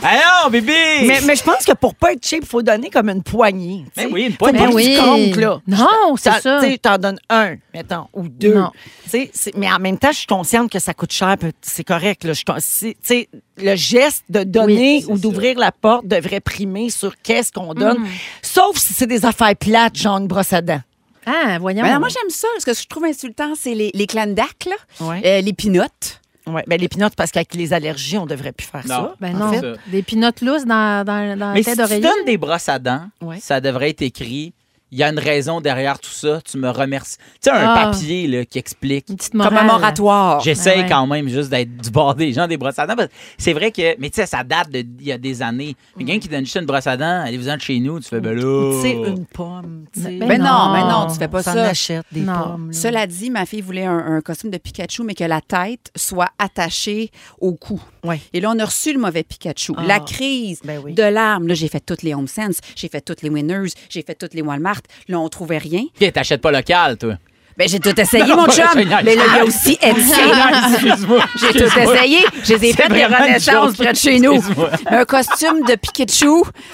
Speaker 2: Allons, bébé!
Speaker 1: Mais, mais je pense que pour pas être cheap, il faut donner comme une poignée. tu
Speaker 2: Mais
Speaker 1: sais.
Speaker 2: oui, une
Speaker 1: Faut
Speaker 2: poignée.
Speaker 1: pas
Speaker 3: Ben
Speaker 1: que
Speaker 3: oui.
Speaker 1: tu comptes, là.
Speaker 3: Non,
Speaker 1: T'as-
Speaker 3: c'est ça.
Speaker 1: Tu sais, t'en donnes un, mettons, ou deux.
Speaker 3: Non.
Speaker 1: Tu sais, c'est- Mais en même temps, je suis consciente que ça coûte cher, puis c'est correct. Là, Je suis con- si- tu sais, le geste de donner ou d'ouvrir la porte devrait primer sur qu'est-ce
Speaker 3: Mm.
Speaker 1: qu'on donne, sauf si c'est des affaires plates, genre une brosse à dents.
Speaker 3: Ah, voyons.
Speaker 4: Mais Ben non, moi, j'aime ça. Ce que je trouve insultant, c'est les, les clandacs, là.
Speaker 1: Ouais.
Speaker 4: Euh, les pinottes.
Speaker 1: Ouais, ben les pinottes, parce qu'avec les allergies, on devrait plus faire
Speaker 2: Non.
Speaker 1: ça.
Speaker 3: ben
Speaker 2: en
Speaker 3: non,
Speaker 2: fait.
Speaker 3: des pinottes lousses dans, dans, dans
Speaker 2: Mais
Speaker 3: la
Speaker 2: si
Speaker 3: tête
Speaker 2: tu
Speaker 3: d'oreiller.
Speaker 2: donnes des brosses à dents,
Speaker 1: Ouais.
Speaker 2: ça devrait être écrit. Il y a une raison derrière tout ça. Tu me remercies. Tu sais, un
Speaker 3: Ah.
Speaker 2: papier là, qui explique.
Speaker 3: Une petite
Speaker 4: Comme
Speaker 3: morale.
Speaker 2: Euh,
Speaker 4: Commémoratoire.
Speaker 2: J'essaye
Speaker 3: Ah ouais.
Speaker 2: quand même juste d'être du bord des gens des brosses à dents. parce que C'est vrai que, mais tu sais, ça date de- d'il y a des années. Mais quelqu'un qui donne juste une brosse à dents, allez-vous-en de chez nous, tu fais ben là.
Speaker 1: Tu sais, une pomme, tu sais.
Speaker 3: Ben
Speaker 4: Mais non,
Speaker 3: Non.
Speaker 4: mais non, tu fais pas
Speaker 1: T'en
Speaker 4: ça.
Speaker 1: achètes des
Speaker 3: Non.
Speaker 1: pommes. là.
Speaker 4: Cela dit, ma fille voulait un, un costume de Pikachu, mais que la tête soit attachée au cou.
Speaker 1: Ouais.
Speaker 4: Et là, on a reçu le mauvais Pikachu.
Speaker 1: Ah.
Speaker 4: La crise
Speaker 1: Ben oui.
Speaker 4: de l'arme. Là, j'ai fait toutes les Home Sense, j'ai fait toutes les Winners, j'ai fait toutes les Walmart. Là, on trouvait rien.
Speaker 2: Ok, t'achètes pas local, toi.
Speaker 4: Ben, j'ai tout essayé, mon chum.
Speaker 2: je niaise.
Speaker 4: Mais là, il y a aussi Etsy.
Speaker 2: Excuse-moi.
Speaker 4: J'ai tout essayé. Je les ai
Speaker 2: C'est
Speaker 4: faites des
Speaker 2: vraiment une
Speaker 4: renaissances
Speaker 2: joke.
Speaker 4: près de chez nous.
Speaker 2: Excuse-moi.
Speaker 4: Un costume de Pikachu.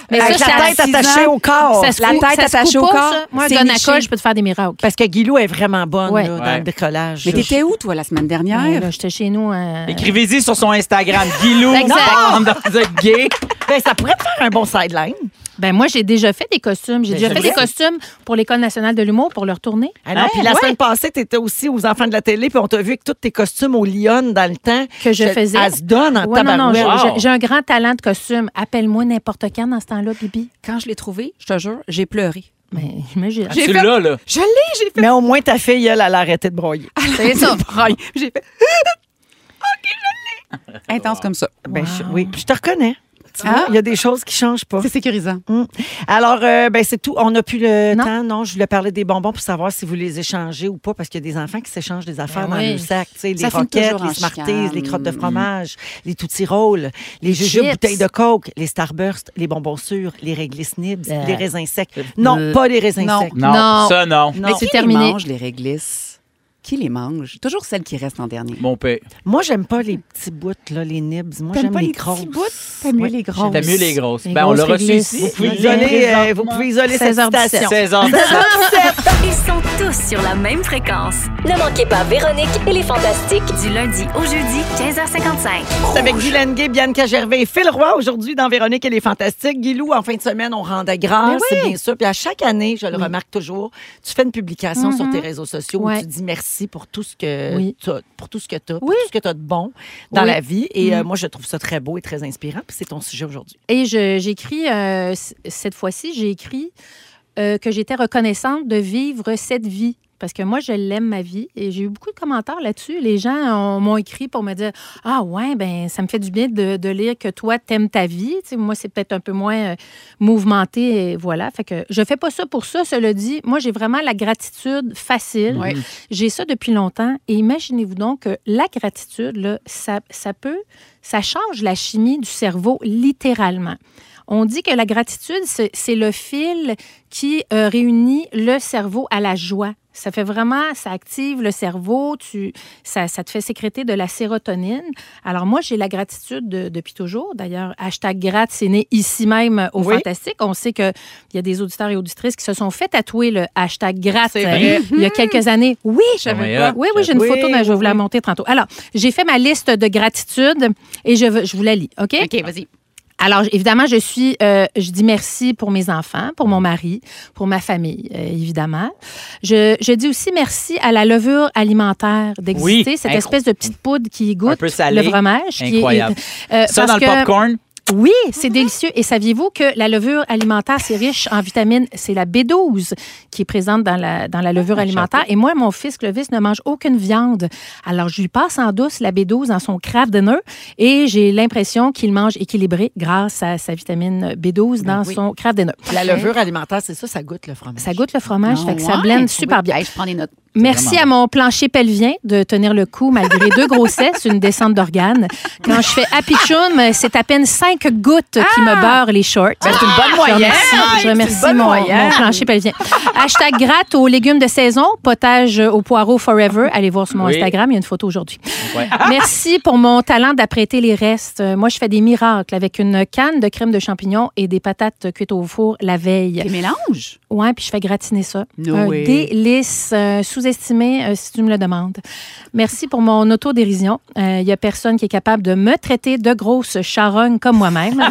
Speaker 3: Mais
Speaker 4: avec
Speaker 3: ça,
Speaker 4: la
Speaker 3: ça-
Speaker 4: tête
Speaker 3: ça-
Speaker 4: attachée au corps.
Speaker 3: Ça se
Speaker 4: la
Speaker 3: coupe-
Speaker 4: tête
Speaker 3: ça se
Speaker 4: attachée
Speaker 3: coupe
Speaker 4: au
Speaker 3: pas,
Speaker 4: corps.
Speaker 3: ça? Moi,
Speaker 4: c'est
Speaker 3: Gonacol,
Speaker 4: niché.
Speaker 3: je peux te faire des miracles.
Speaker 1: Parce que Guilou est vraiment bonne
Speaker 3: Ouais.
Speaker 1: là, dans
Speaker 2: Ouais.
Speaker 1: le bricolage.
Speaker 4: Mais
Speaker 1: là.
Speaker 4: t'étais où, toi, la semaine dernière?
Speaker 3: Ouais, Ben, là, J'étais chez nous. euh,
Speaker 2: Écrivez-y sur son Instagram, Guilou,
Speaker 3: Exact.
Speaker 2: on est gay.
Speaker 1: Ben, ça pourrait te faire un bon sideline.
Speaker 3: Ben moi, j'ai déjà fait des costumes. J'ai déjà fait des costumes pour l'École nationale de l'humour pour leur tournée.
Speaker 1: Ah non, puis la semaine passée, tu étais aussi aux enfants de la télé, puis on t'a vu avec tous tes costumes au Lyon dans le temps.
Speaker 3: Que je
Speaker 1: Elle-
Speaker 3: faisais.
Speaker 1: Elle se donne en
Speaker 3: Ouais, non, non, j'ai-
Speaker 1: tabarouette.
Speaker 2: Wow.
Speaker 3: j'ai- j'ai un grand talent de costume. Appelle-moi n'importe quand dans ce temps-là, Bibi.
Speaker 4: Quand je l'ai trouvé, je te jure, j'ai pleuré.
Speaker 3: Mais j'imagine.
Speaker 2: Tu l'as, là.
Speaker 4: Je l'ai, j'ai
Speaker 1: Mais au moins, ta fille, elle, elle a arrêté de broyer.
Speaker 4: C'est ça. Ah, J'ai fait. OK, je l'ai. Ah. Intense comme ça.
Speaker 1: Ben, je- oui, puis je te reconnais. Tu vois,
Speaker 4: Ah.
Speaker 1: Il y a des choses qui changent pas.
Speaker 4: C'est sécurisant.
Speaker 1: Mm. Alors, euh, ben, c'est tout. On n'a plus le
Speaker 3: Non.
Speaker 1: temps. Non, je voulais parler des bonbons pour savoir si vous les échangez ou pas, parce qu'il y a des enfants qui s'échangent des affaires
Speaker 3: Ben
Speaker 1: dans
Speaker 3: oui.
Speaker 1: le sac. Tu sais, les
Speaker 4: finit
Speaker 1: roquettes,
Speaker 4: toujours
Speaker 1: les
Speaker 4: en
Speaker 1: Smarties,
Speaker 4: chicane.
Speaker 1: les crottes de fromage, les tootsie rolls, les jujubes
Speaker 3: chips.
Speaker 1: bouteilles de coke, les starbursts, les bonbons sûrs, les réglisses nibs,
Speaker 3: Euh.
Speaker 1: les raisins secs. Non, pas les raisins
Speaker 4: Ben, Non.
Speaker 1: secs.
Speaker 2: Non,
Speaker 3: Non.
Speaker 2: ça, non.
Speaker 1: Non.
Speaker 3: Mais
Speaker 4: Qui
Speaker 3: c'est terminé.
Speaker 4: les mange, les réglisses? Qui les mange? Toujours celles qui restent en dernier.
Speaker 2: Mon père.
Speaker 1: Moi, j'aime pas les petits bouts, là, les nibs. Moi, j'aime les, grosses.
Speaker 4: T'aimes mieux
Speaker 1: Ouais.
Speaker 4: Oh, les grosses.
Speaker 2: T'as mieux les grosses.
Speaker 3: Les
Speaker 2: Ben, on
Speaker 3: grosses
Speaker 2: l'a reçu
Speaker 3: réglisses.
Speaker 2: ici.
Speaker 1: Vous pouvez
Speaker 3: Oui.
Speaker 1: isoler, euh, vous pouvez isoler cette
Speaker 3: 16h17.
Speaker 1: citation.
Speaker 2: 16 ans.
Speaker 9: Ils sont tous sur la même fréquence.
Speaker 11: Ne manquez pas Véronique et les Fantastiques.
Speaker 9: Du lundi au jeudi, 15h55.
Speaker 1: C'est avec Guylaine Gay, Bianca Gervais et Phil Roy aujourd'hui dans Véronique et les Fantastiques. Guilou, en fin de semaine, on rendait grâce,
Speaker 3: Ben
Speaker 1: bien sûr. Puis à chaque année, je le remarque toujours, tu fais une publication sur tes réseaux sociaux où
Speaker 3: Mm-hmm. Ouais.
Speaker 1: tu dis merci pour tout ce que
Speaker 3: Oui.
Speaker 1: tu as, pour tout ce que tu
Speaker 3: Oui.
Speaker 1: tout ce que tu de bon dans
Speaker 3: Oui. Mm-hmm.
Speaker 1: la vie. Et euh, moi, je trouve ça très beau et très inspirant. Puis c'est ton sujet aujourd'hui.
Speaker 3: Et je- j'écris, euh, c- cette fois-ci, j'ai écrit euh, que j'étais reconnaissante de vivre cette vie. Parce que moi, je l'aime, ma vie. Et j'ai eu beaucoup de commentaires là-dessus. Les gens ont- m'ont écrit pour me dire Ah, ouais, ben ça me fait du bien de, de lire que toi, t'aimes ta vie. Tu sais, moi, c'est peut-être un peu moins euh, mouvementé. Et voilà. Fait que je fais pas ça pour ça, cela dit. Moi, j'ai vraiment la gratitude facile.
Speaker 4: Ouais.
Speaker 3: J'ai ça depuis longtemps. Et imaginez-vous donc que la gratitude, là, ça, ça peut, ça change la chimie du cerveau littéralement. On dit que la gratitude, c'est c'est le fil qui euh, réunit le cerveau à la joie. Ça fait vraiment, ça active le cerveau, tu, ça, ça te fait sécréter de la sérotonine. Alors moi, j'ai la gratitude de- depuis toujours. D'ailleurs, hashtag gratte, c'est né ici même au
Speaker 1: Oui.
Speaker 3: Fantastique. On sait qu'il y a des auditeurs et auditrices qui se sont fait tatouer le hashtag gratte
Speaker 1: C'est
Speaker 3: euh,
Speaker 1: vrai.
Speaker 3: il y a quelques années. Oui,
Speaker 2: mais
Speaker 3: j'avais
Speaker 2: là,
Speaker 3: pas. Oui, oui, j'ai une
Speaker 1: Oui,
Speaker 3: photo, mais je vais vous la
Speaker 1: oui.
Speaker 3: monter tantôt. Alors, j'ai fait ma liste de gratitude et je, veux- je vous la lis, OK?
Speaker 1: vas-y.
Speaker 3: Alors, évidemment, je suis, euh, je dis merci pour mes enfants, pour mon mari, pour ma famille, euh, évidemment. Je, je dis aussi merci à la levure alimentaire d'exister,
Speaker 2: Oui,
Speaker 3: cette
Speaker 2: incro-
Speaker 3: espèce de petite poudre qui goûte
Speaker 2: peu salée.
Speaker 3: le fromage. qui est-
Speaker 2: Incroyable.
Speaker 3: euh,
Speaker 2: Ça,
Speaker 3: parce
Speaker 2: dans le
Speaker 3: que-
Speaker 2: popcorn,
Speaker 3: Oui, c'est délicieux. Et saviez-vous que la levure alimentaire, c'est riche en vitamine, c'est la B12 qui est présente dans la, dans la levure alimentaire. Et moi, mon fils Clovis ne mange aucune viande. Alors, je lui passe en douce la B12 dans son craft dinner et j'ai l'impression qu'il mange équilibré grâce à sa vitamine B12 dans
Speaker 1: oui.
Speaker 3: son craft dinner.
Speaker 1: La levure alimentaire, c'est ça, ça goûte le fromage.
Speaker 3: Ça goûte le fromage, fait que ça
Speaker 4: Ah, Ouais,
Speaker 3: blende
Speaker 4: oui.
Speaker 3: super bien.
Speaker 4: Hey, je prends des notes.
Speaker 3: Merci à mon plancher pelvien de tenir le coup malgré deux grossesses, une descente d'organes. Quand je fais happy chum, c'est à peine cinq gouttes qui me beurrent les shorts. c'est une bonne
Speaker 1: moyenne.
Speaker 3: Je
Speaker 1: C'est
Speaker 3: remercie
Speaker 1: une bonne
Speaker 3: mon,
Speaker 1: moyenne.
Speaker 3: mon plancher pelvien. Hashtag gratte aux légumes de saison, potage aux poireaux forever. Allez voir sur mon
Speaker 2: Oui.
Speaker 3: Instagram, il y a une photo aujourd'hui.
Speaker 2: Ouais.
Speaker 3: Merci pour mon talent d'apprêter les restes. Euh, Moi, je fais des miracles avec une canne de crème de champignons et des patates cuites au four la veille.
Speaker 4: Des mélanges.
Speaker 3: Ouais, puis je fais gratiner ça.
Speaker 1: No
Speaker 3: un
Speaker 1: way.
Speaker 3: délice euh, sous-estimé euh, si tu me le demandes. Merci pour mon autodérision. Il n'y a personne qui est capable de me traiter de grosse charogne comme moi-même.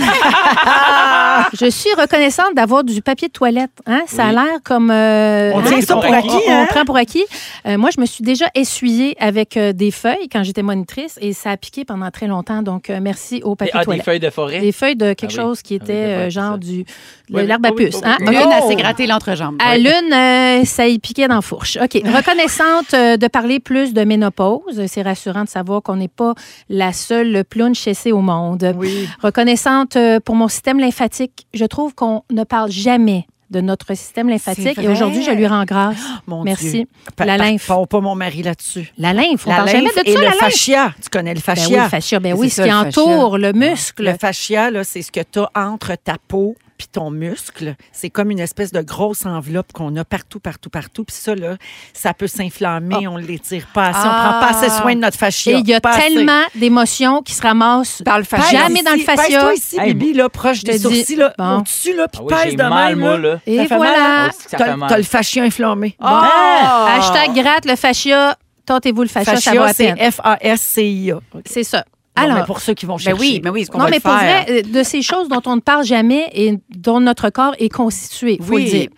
Speaker 3: je suis reconnaissante d'avoir du papier de toilette. Hein? Ça a l'air comme... euh,
Speaker 12: On
Speaker 3: hein?
Speaker 12: tient ça pour
Speaker 3: on-
Speaker 12: acquis,
Speaker 3: on-
Speaker 12: hein?
Speaker 3: on prend pour acquis. Euh, moi, je me suis déjà essuyée avec euh, des feuilles quand j'étais monitrice et ça a piqué pendant très longtemps. Donc, euh, merci au papier
Speaker 2: Ah,
Speaker 3: de
Speaker 2: des
Speaker 3: toilette.
Speaker 2: feuilles de forêt.
Speaker 3: Des feuilles de quelque
Speaker 2: Ah oui.
Speaker 3: chose qui
Speaker 2: Ah oui,
Speaker 3: était
Speaker 2: des
Speaker 3: euh,
Speaker 2: feuilles,
Speaker 3: genre
Speaker 2: c'est ça.
Speaker 3: du de
Speaker 2: Oui, oui.
Speaker 3: l'herbe à
Speaker 2: Oh oui,
Speaker 3: puce.
Speaker 2: oh oui,
Speaker 3: hein?
Speaker 2: oh
Speaker 4: Une
Speaker 3: Une
Speaker 4: à s'est gratter l'entrejambe.
Speaker 3: à
Speaker 4: Ouais.
Speaker 3: l'une, euh, ça y piquait dans la fourche. OK. Reconnaissante euh, de parler plus de ménopause. C'est rassurant de savoir qu'on n'est pas la seule ploune chassée au monde.
Speaker 1: Oui.
Speaker 3: Reconnaissante euh, pour mon système lymphatique. Je trouve qu'on ne parle jamais de notre système lymphatique.
Speaker 1: C'est vrai.
Speaker 3: Et
Speaker 1: Oh,
Speaker 3: aujourd'hui, je lui rends grâce.
Speaker 1: Mon
Speaker 3: Merci.
Speaker 1: Dieu.
Speaker 12: Pa-
Speaker 3: La
Speaker 12: par-
Speaker 3: lymphe.
Speaker 12: Parle pas mon mari là-dessus.
Speaker 3: La lymphe, on
Speaker 12: La
Speaker 3: parle
Speaker 12: lymphe
Speaker 3: jamais de
Speaker 12: et
Speaker 3: ça, la
Speaker 12: le
Speaker 3: lymphe.
Speaker 12: fascia. Tu connais le
Speaker 3: Ben oui, le
Speaker 12: fascia.
Speaker 3: fascia. Ben
Speaker 1: C'est
Speaker 3: oui,
Speaker 1: ça,
Speaker 3: ce qui
Speaker 1: le fascia. Ah,
Speaker 3: entoure le muscle.
Speaker 1: Le fascia, là, c'est ce que tu as entre ta peau puis ton muscle. C'est comme une espèce de grosse enveloppe qu'on a partout, partout, partout. Puis ça, là, ça peut s'inflammer. On ne l'étire pas assez. On prend pas assez soin de notre fascia.
Speaker 3: Et il y a
Speaker 1: Pas assez.
Speaker 3: tellement d'émotions qui se ramassent
Speaker 4: Dans le
Speaker 1: Pèse
Speaker 4: fascia.
Speaker 3: Jamais dans le
Speaker 1: ici.
Speaker 3: fascia.
Speaker 1: Pèse-toi ici,
Speaker 2: Hey,
Speaker 1: Bibi, là, proche
Speaker 3: te
Speaker 1: des
Speaker 3: dis-
Speaker 1: sourcils, là,
Speaker 3: Bon.
Speaker 1: au-dessus, là, puis
Speaker 2: Ah oui,
Speaker 1: pèse
Speaker 2: j'ai
Speaker 1: de
Speaker 2: mal,
Speaker 1: même,
Speaker 2: moi,
Speaker 1: là.
Speaker 2: là.
Speaker 3: Et
Speaker 1: fait
Speaker 3: voilà.
Speaker 1: mal. hein?
Speaker 2: Oh, c'est que ça fait
Speaker 1: T'as
Speaker 2: mal.
Speaker 1: t'as le fascia inflammé.
Speaker 3: Ah! Hashtag gratte le fascia. Tentez-vous le fascia, ça vaut
Speaker 1: Fascia,
Speaker 3: la peine.
Speaker 1: c'est F-A-S-C-I-A.
Speaker 3: C'est ça.
Speaker 1: Alors,
Speaker 3: Alors,
Speaker 1: pour ceux qui vont
Speaker 4: Ben
Speaker 1: chercher.
Speaker 4: oui, mais oui, ce qu'on
Speaker 3: non,
Speaker 4: va
Speaker 3: mais
Speaker 4: le
Speaker 3: pour
Speaker 4: faire.
Speaker 3: vrai, euh, de ces choses dont on ne parle jamais et dont notre corps est constitué, faut
Speaker 1: Oui.
Speaker 3: le dire.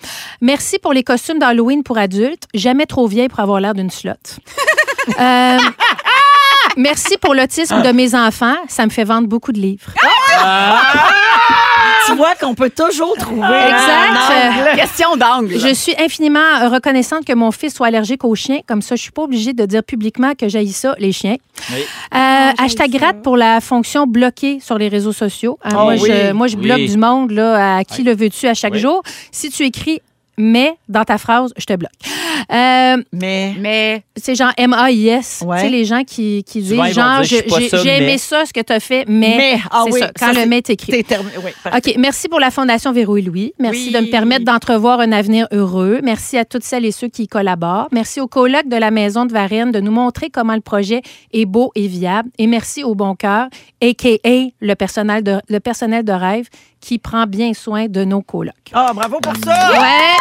Speaker 3: Merci pour les costumes d'Halloween pour adultes. Jamais trop vieille pour avoir l'air d'une slotte. Euh, merci pour l'autisme de mes enfants. Ça me fait vendre beaucoup de livres.
Speaker 1: Tu vois qu'on peut toujours trouver.
Speaker 4: Ah, hein.
Speaker 3: exact. Euh,
Speaker 4: Question d'angle.
Speaker 3: Je suis infiniment euh, reconnaissante que mon fils soit allergique aux chiens. Comme ça, je suis pas obligée de dire publiquement que j'haïs ça, les chiens.
Speaker 2: Oui.
Speaker 3: Euh, hashtag gratte pour la fonction bloquée sur les réseaux sociaux. Euh,
Speaker 1: Oh
Speaker 3: moi,
Speaker 1: oui.
Speaker 3: je, moi, je
Speaker 2: Ah Oui.
Speaker 3: bloque du monde là, à qui le veux-tu à chaque
Speaker 2: Oui.
Speaker 3: jour. Si tu écris mais dans ta phrase, je te bloque. Euh,
Speaker 1: Mais.
Speaker 4: Mais
Speaker 3: c'est genre M-A-I-S.
Speaker 1: Ouais.
Speaker 3: Tu sais, les gens qui, qui disent
Speaker 2: Souvent, ils vont
Speaker 3: genre,
Speaker 2: dire, Je suis
Speaker 3: j'ai
Speaker 2: pas ça,
Speaker 3: j'ai aimé
Speaker 2: mais.
Speaker 3: ça, ce que tu as fait, mais.
Speaker 1: Mais, ah
Speaker 3: C'est
Speaker 1: oui,
Speaker 3: ça, quand
Speaker 1: ça,
Speaker 3: le
Speaker 1: c'est-
Speaker 3: mais est écrit.
Speaker 1: T'es terminé. Oui, parfait.
Speaker 3: OK, merci pour la Fondation Véro et Louis. Merci
Speaker 1: Oui.
Speaker 3: de me permettre d'entrevoir un avenir heureux. Merci à toutes celles et ceux qui y collaborent. Merci aux colocs de la Maison de Varennes de nous montrer comment le projet est beau et viable. Et merci au Bon Cœur, a.k.a. Le personnel, de, le personnel de rêve qui prend bien soin de nos colocs.
Speaker 1: Ah, bravo pour ça!
Speaker 3: Ouais,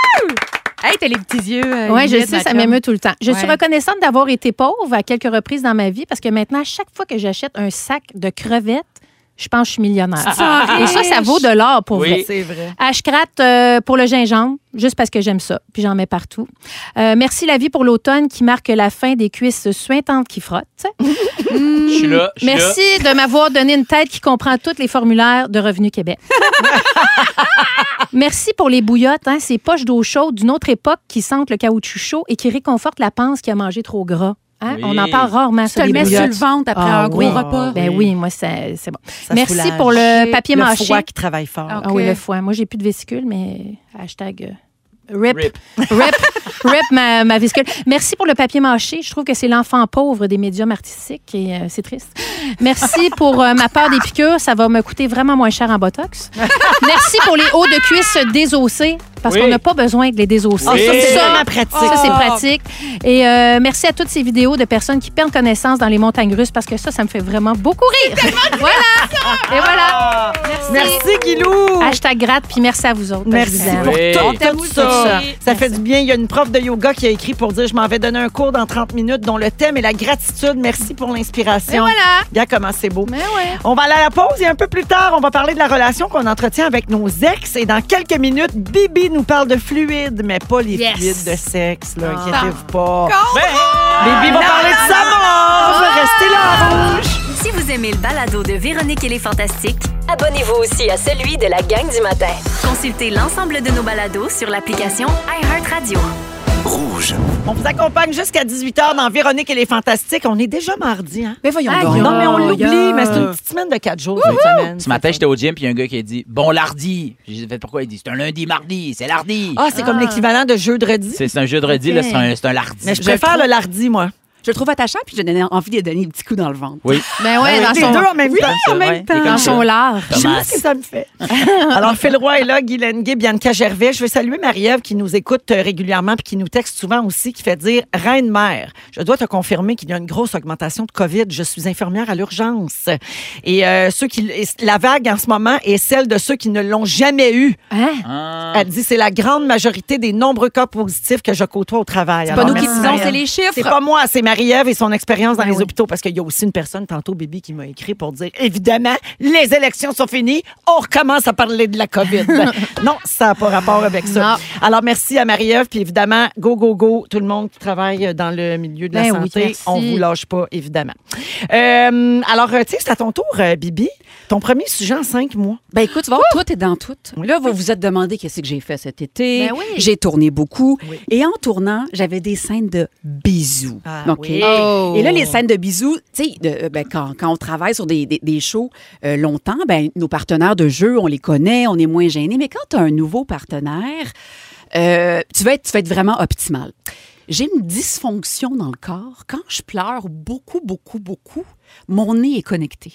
Speaker 4: hey, t'as les petits yeux. euh,
Speaker 3: ouais, je
Speaker 4: humides,
Speaker 3: sais,
Speaker 4: ma
Speaker 3: ça
Speaker 4: chum.
Speaker 3: m'émeut tout le temps. Je suis
Speaker 4: Ouais.
Speaker 3: reconnaissante d'avoir été pauvre à quelques reprises dans ma vie parce que maintenant, à chaque fois que j'achète un sac de crevettes, je pense que je suis millionnaire. Et ça, ça vaut de l'or pour
Speaker 2: Oui.
Speaker 3: vrai.
Speaker 1: C'est vrai.
Speaker 3: Ashcratte euh, pour le gingembre, juste parce que j'aime ça, puis j'en mets partout. Euh, merci la vie pour l'automne qui marque la fin des cuisses suintantes qui frottent.
Speaker 2: Je suis là. je suis là.
Speaker 3: Merci de m'avoir donné une tête qui comprend tous les formulaires de Revenu Québec. merci pour les bouillottes, hein, ces poches d'eau chaude d'une autre époque qui sentent le caoutchouc chaud et qui réconfortent la panse qui a mangé trop gras. Hein?
Speaker 2: Oui.
Speaker 3: On en parle rarement,
Speaker 4: Tu te
Speaker 3: ça,
Speaker 4: le
Speaker 3: des
Speaker 4: mets sur le
Speaker 3: bouillottes.
Speaker 4: ventre après
Speaker 3: Ah
Speaker 4: un gros
Speaker 3: oui.
Speaker 4: repas.
Speaker 3: Ben oui, moi, ça- c'est bon.
Speaker 1: Ça
Speaker 3: Merci
Speaker 1: soulage.
Speaker 3: pour le papier
Speaker 1: le
Speaker 3: mâché.
Speaker 1: foie qui travaille fort.
Speaker 4: Ah,
Speaker 3: Ah oui,
Speaker 4: Ok.
Speaker 3: le foie. Moi, j'ai plus de vésicule, mais hashtag euh, rip. Rip.
Speaker 2: Rip.
Speaker 3: Rip, ma, ma vésicule. Merci pour le papier mâché. Je trouve que c'est l'enfant pauvre des médiums artistiques et euh, c'est triste. Merci pour euh, ma part des piqûres. Ça va me coûter vraiment moins cher en Botox. Merci pour les hauts de cuisse désossés parce
Speaker 2: Oui.
Speaker 3: qu'on n'a pas besoin de les désosser.
Speaker 1: Ah, ça, c'est
Speaker 3: Ça,
Speaker 1: vraiment pratique. Ah,
Speaker 3: ça, c'est pratique. Et euh, merci à toutes ces vidéos de personnes qui perdent connaissance dans les montagnes russes parce que ça, ça me fait vraiment beaucoup rire. Voilà. Et
Speaker 1: Ah.
Speaker 3: voilà.
Speaker 1: Merci, Guilou!
Speaker 3: Hashtag gratte, puis Ah, merci à vous autres.
Speaker 1: Merci
Speaker 3: Je vous aime.
Speaker 1: pour
Speaker 2: Oui.
Speaker 1: tout,
Speaker 4: t'aime
Speaker 1: tout
Speaker 4: aussi.
Speaker 1: ça.
Speaker 4: Merci.
Speaker 1: Ça fait du bien. Il y a une prof de yoga qui a écrit pour dire Je m'en vais donner un cours dans 30 minutes dont le thème est la gratitude. Merci pour l'inspiration.
Speaker 3: Et voilà.
Speaker 1: Regarde comment c'est beau.
Speaker 3: Mais ouais.
Speaker 1: On va aller à la pause et un peu plus tard, on va parler de la relation qu'on entretient avec nos ex. Et dans quelques minutes, Bibi nous parle de fluides, mais pas les
Speaker 3: Yes.
Speaker 1: fluides de sexe. là. Inquiétez-vous pas. Ben, Bibi
Speaker 12: Non,
Speaker 1: va parler de sa mort. Restez là en rouge.
Speaker 9: Si vous aimez le balado de Véronique et les Fantastiques,
Speaker 13: Abonnez-vous aussi à celui de la gang du matin.
Speaker 9: Consultez l'ensemble de nos balados sur l'application iHeartRadio.
Speaker 14: Rouge.
Speaker 1: On vous accompagne jusqu'à 18h dans Véronique et les Fantastiques. On est déjà mardi, hein?
Speaker 4: Mais voyons
Speaker 3: Aïe,
Speaker 4: donc. Ah.
Speaker 3: aïe.
Speaker 1: Non, mais on l'oublie,
Speaker 3: yeah.
Speaker 1: mais c'est une petite semaine de quatre jours cette semaine.
Speaker 2: Ce matin, j'étais au gym, puis il y a un gars qui a dit Bon lardi. J'ai fait pourquoi il dit C'est un lundi, mardi, c'est lardi.
Speaker 1: Ah, c'est comme l'équivalent de jeudi.
Speaker 2: C'est c'est un jeu de redis, là, c'est un, c'est un lardi.
Speaker 1: Mais je préfère le lardi, moi.
Speaker 4: Je le trouve attachant, puis j'ai donné- envie de lui donner des petits coups dans le ventre.
Speaker 2: Oui.
Speaker 3: Ben ouais, dans
Speaker 1: les
Speaker 3: son,
Speaker 1: deux en même temps.
Speaker 2: en même temps.
Speaker 3: dans son lard.
Speaker 1: Je sais pas ce que ça me fait. Alors, Phil Roy est là, Guy Lenguet, Bianca Gervais. Je veux saluer Marie-Ève qui nous écoute euh, régulièrement puis qui nous texte souvent aussi, qui fait dire « Reine-mère, je dois te confirmer qu'il y a une grosse augmentation de COVID. Je suis infirmière à l'urgence. » Et euh, ceux qui et la vague en ce moment est celle de ceux qui ne l'ont jamais eu.
Speaker 3: Hein?
Speaker 2: Ah.
Speaker 1: Elle dit « C'est la grande majorité des nombreux cas positifs que je côtoie au travail. »
Speaker 4: C'est pas
Speaker 1: Alors,
Speaker 4: nous qui
Speaker 1: merci,
Speaker 4: disons, c'est
Speaker 1: Marie-Ève.
Speaker 4: les
Speaker 1: Ah, ben C'est
Speaker 4: chiffres.
Speaker 1: pas moi, c'est Marie-Ève et son expérience dans les hôpitaux. Parce qu'il y a aussi une personne, tantôt, Bibi, qui m'a écrit pour dire évidemment, les élections sont finies, on recommence à parler de la COVID. Ben, non, ça n'a pas rapport avec ça. Alors, merci à Marie-Ève. Puis évidemment, go, go, go, tout le monde qui travaille dans le milieu de la
Speaker 3: Ben oui,
Speaker 1: santé,
Speaker 3: merci.
Speaker 1: on vous lâche pas, évidemment. Euh, alors, euh, tu sais, c'est à ton tour, euh, Bibi. Ton premier sujet en cinq mois.
Speaker 4: Ben écoute, tu vas voir, tout est dans tout. Là, vous vous êtes demandé qu'est-ce que j'ai fait cet été.
Speaker 3: Ben oui.
Speaker 4: J'ai tourné beaucoup. Et en tournant, j'avais des scènes de bisous.
Speaker 1: Ah
Speaker 4: OK?
Speaker 1: oui.
Speaker 3: Oh.
Speaker 4: Et là, les scènes de bisous, tu sais, de- euh, ben, quand, quand on travaille sur des, des- des shows euh, longtemps, ben, nos partenaires de jeu, on les connaît, on est moins gênés. Mais quand tu as un nouveau partenaire, euh, tu, vas être, tu vas être vraiment optimal. J'ai une dysfonction dans le corps. Quand je pleure beaucoup, beaucoup, beaucoup, mon nez est connecté.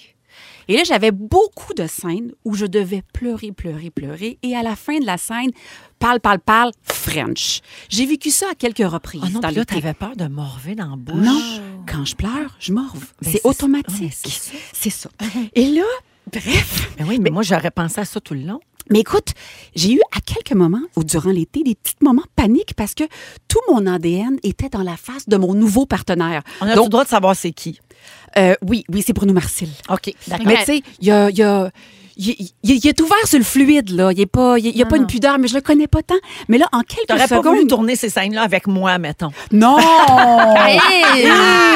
Speaker 4: Et là, j'avais beaucoup de scènes où je devais pleurer, pleurer, pleurer. Et à la fin de la scène, parle, parle, parle, French. J'ai vécu ça à quelques reprises
Speaker 1: Ah non,
Speaker 4: dans
Speaker 1: puis là,
Speaker 4: l'été.
Speaker 1: t'avais peur de morver dans la bouche.
Speaker 4: Non, quand je pleure, je morve.
Speaker 1: Ben,
Speaker 4: c'est
Speaker 1: ça.
Speaker 4: automatique.
Speaker 1: Ah, mais c'est ça.
Speaker 4: c'est ça. Et là, bref.
Speaker 1: Ben oui, mais moi, j'aurais pensé à ça tout le long.
Speaker 4: Mais écoute, j'ai eu à quelques moments, ou durant l'été, des petits moments de panique parce que tout mon ADN était dans la face de mon nouveau partenaire.
Speaker 1: On a
Speaker 4: Donc,
Speaker 1: le droit de savoir c'est qui.
Speaker 4: euh, oui, oui, c'est Bruno Marcil.
Speaker 1: OK, d'accord.
Speaker 4: Mais tu sais, il y a. il y a- il, il- il est ouvert sur le fluide, là. Il n'y a pas, il, il y a pas une pudeur, mais je le connais pas tant. Mais là, en quelques
Speaker 1: T'aurais pas voulu
Speaker 4: secondes.
Speaker 1: tourner ces scènes-là avec moi, mettons.
Speaker 4: Non!
Speaker 3: Hey!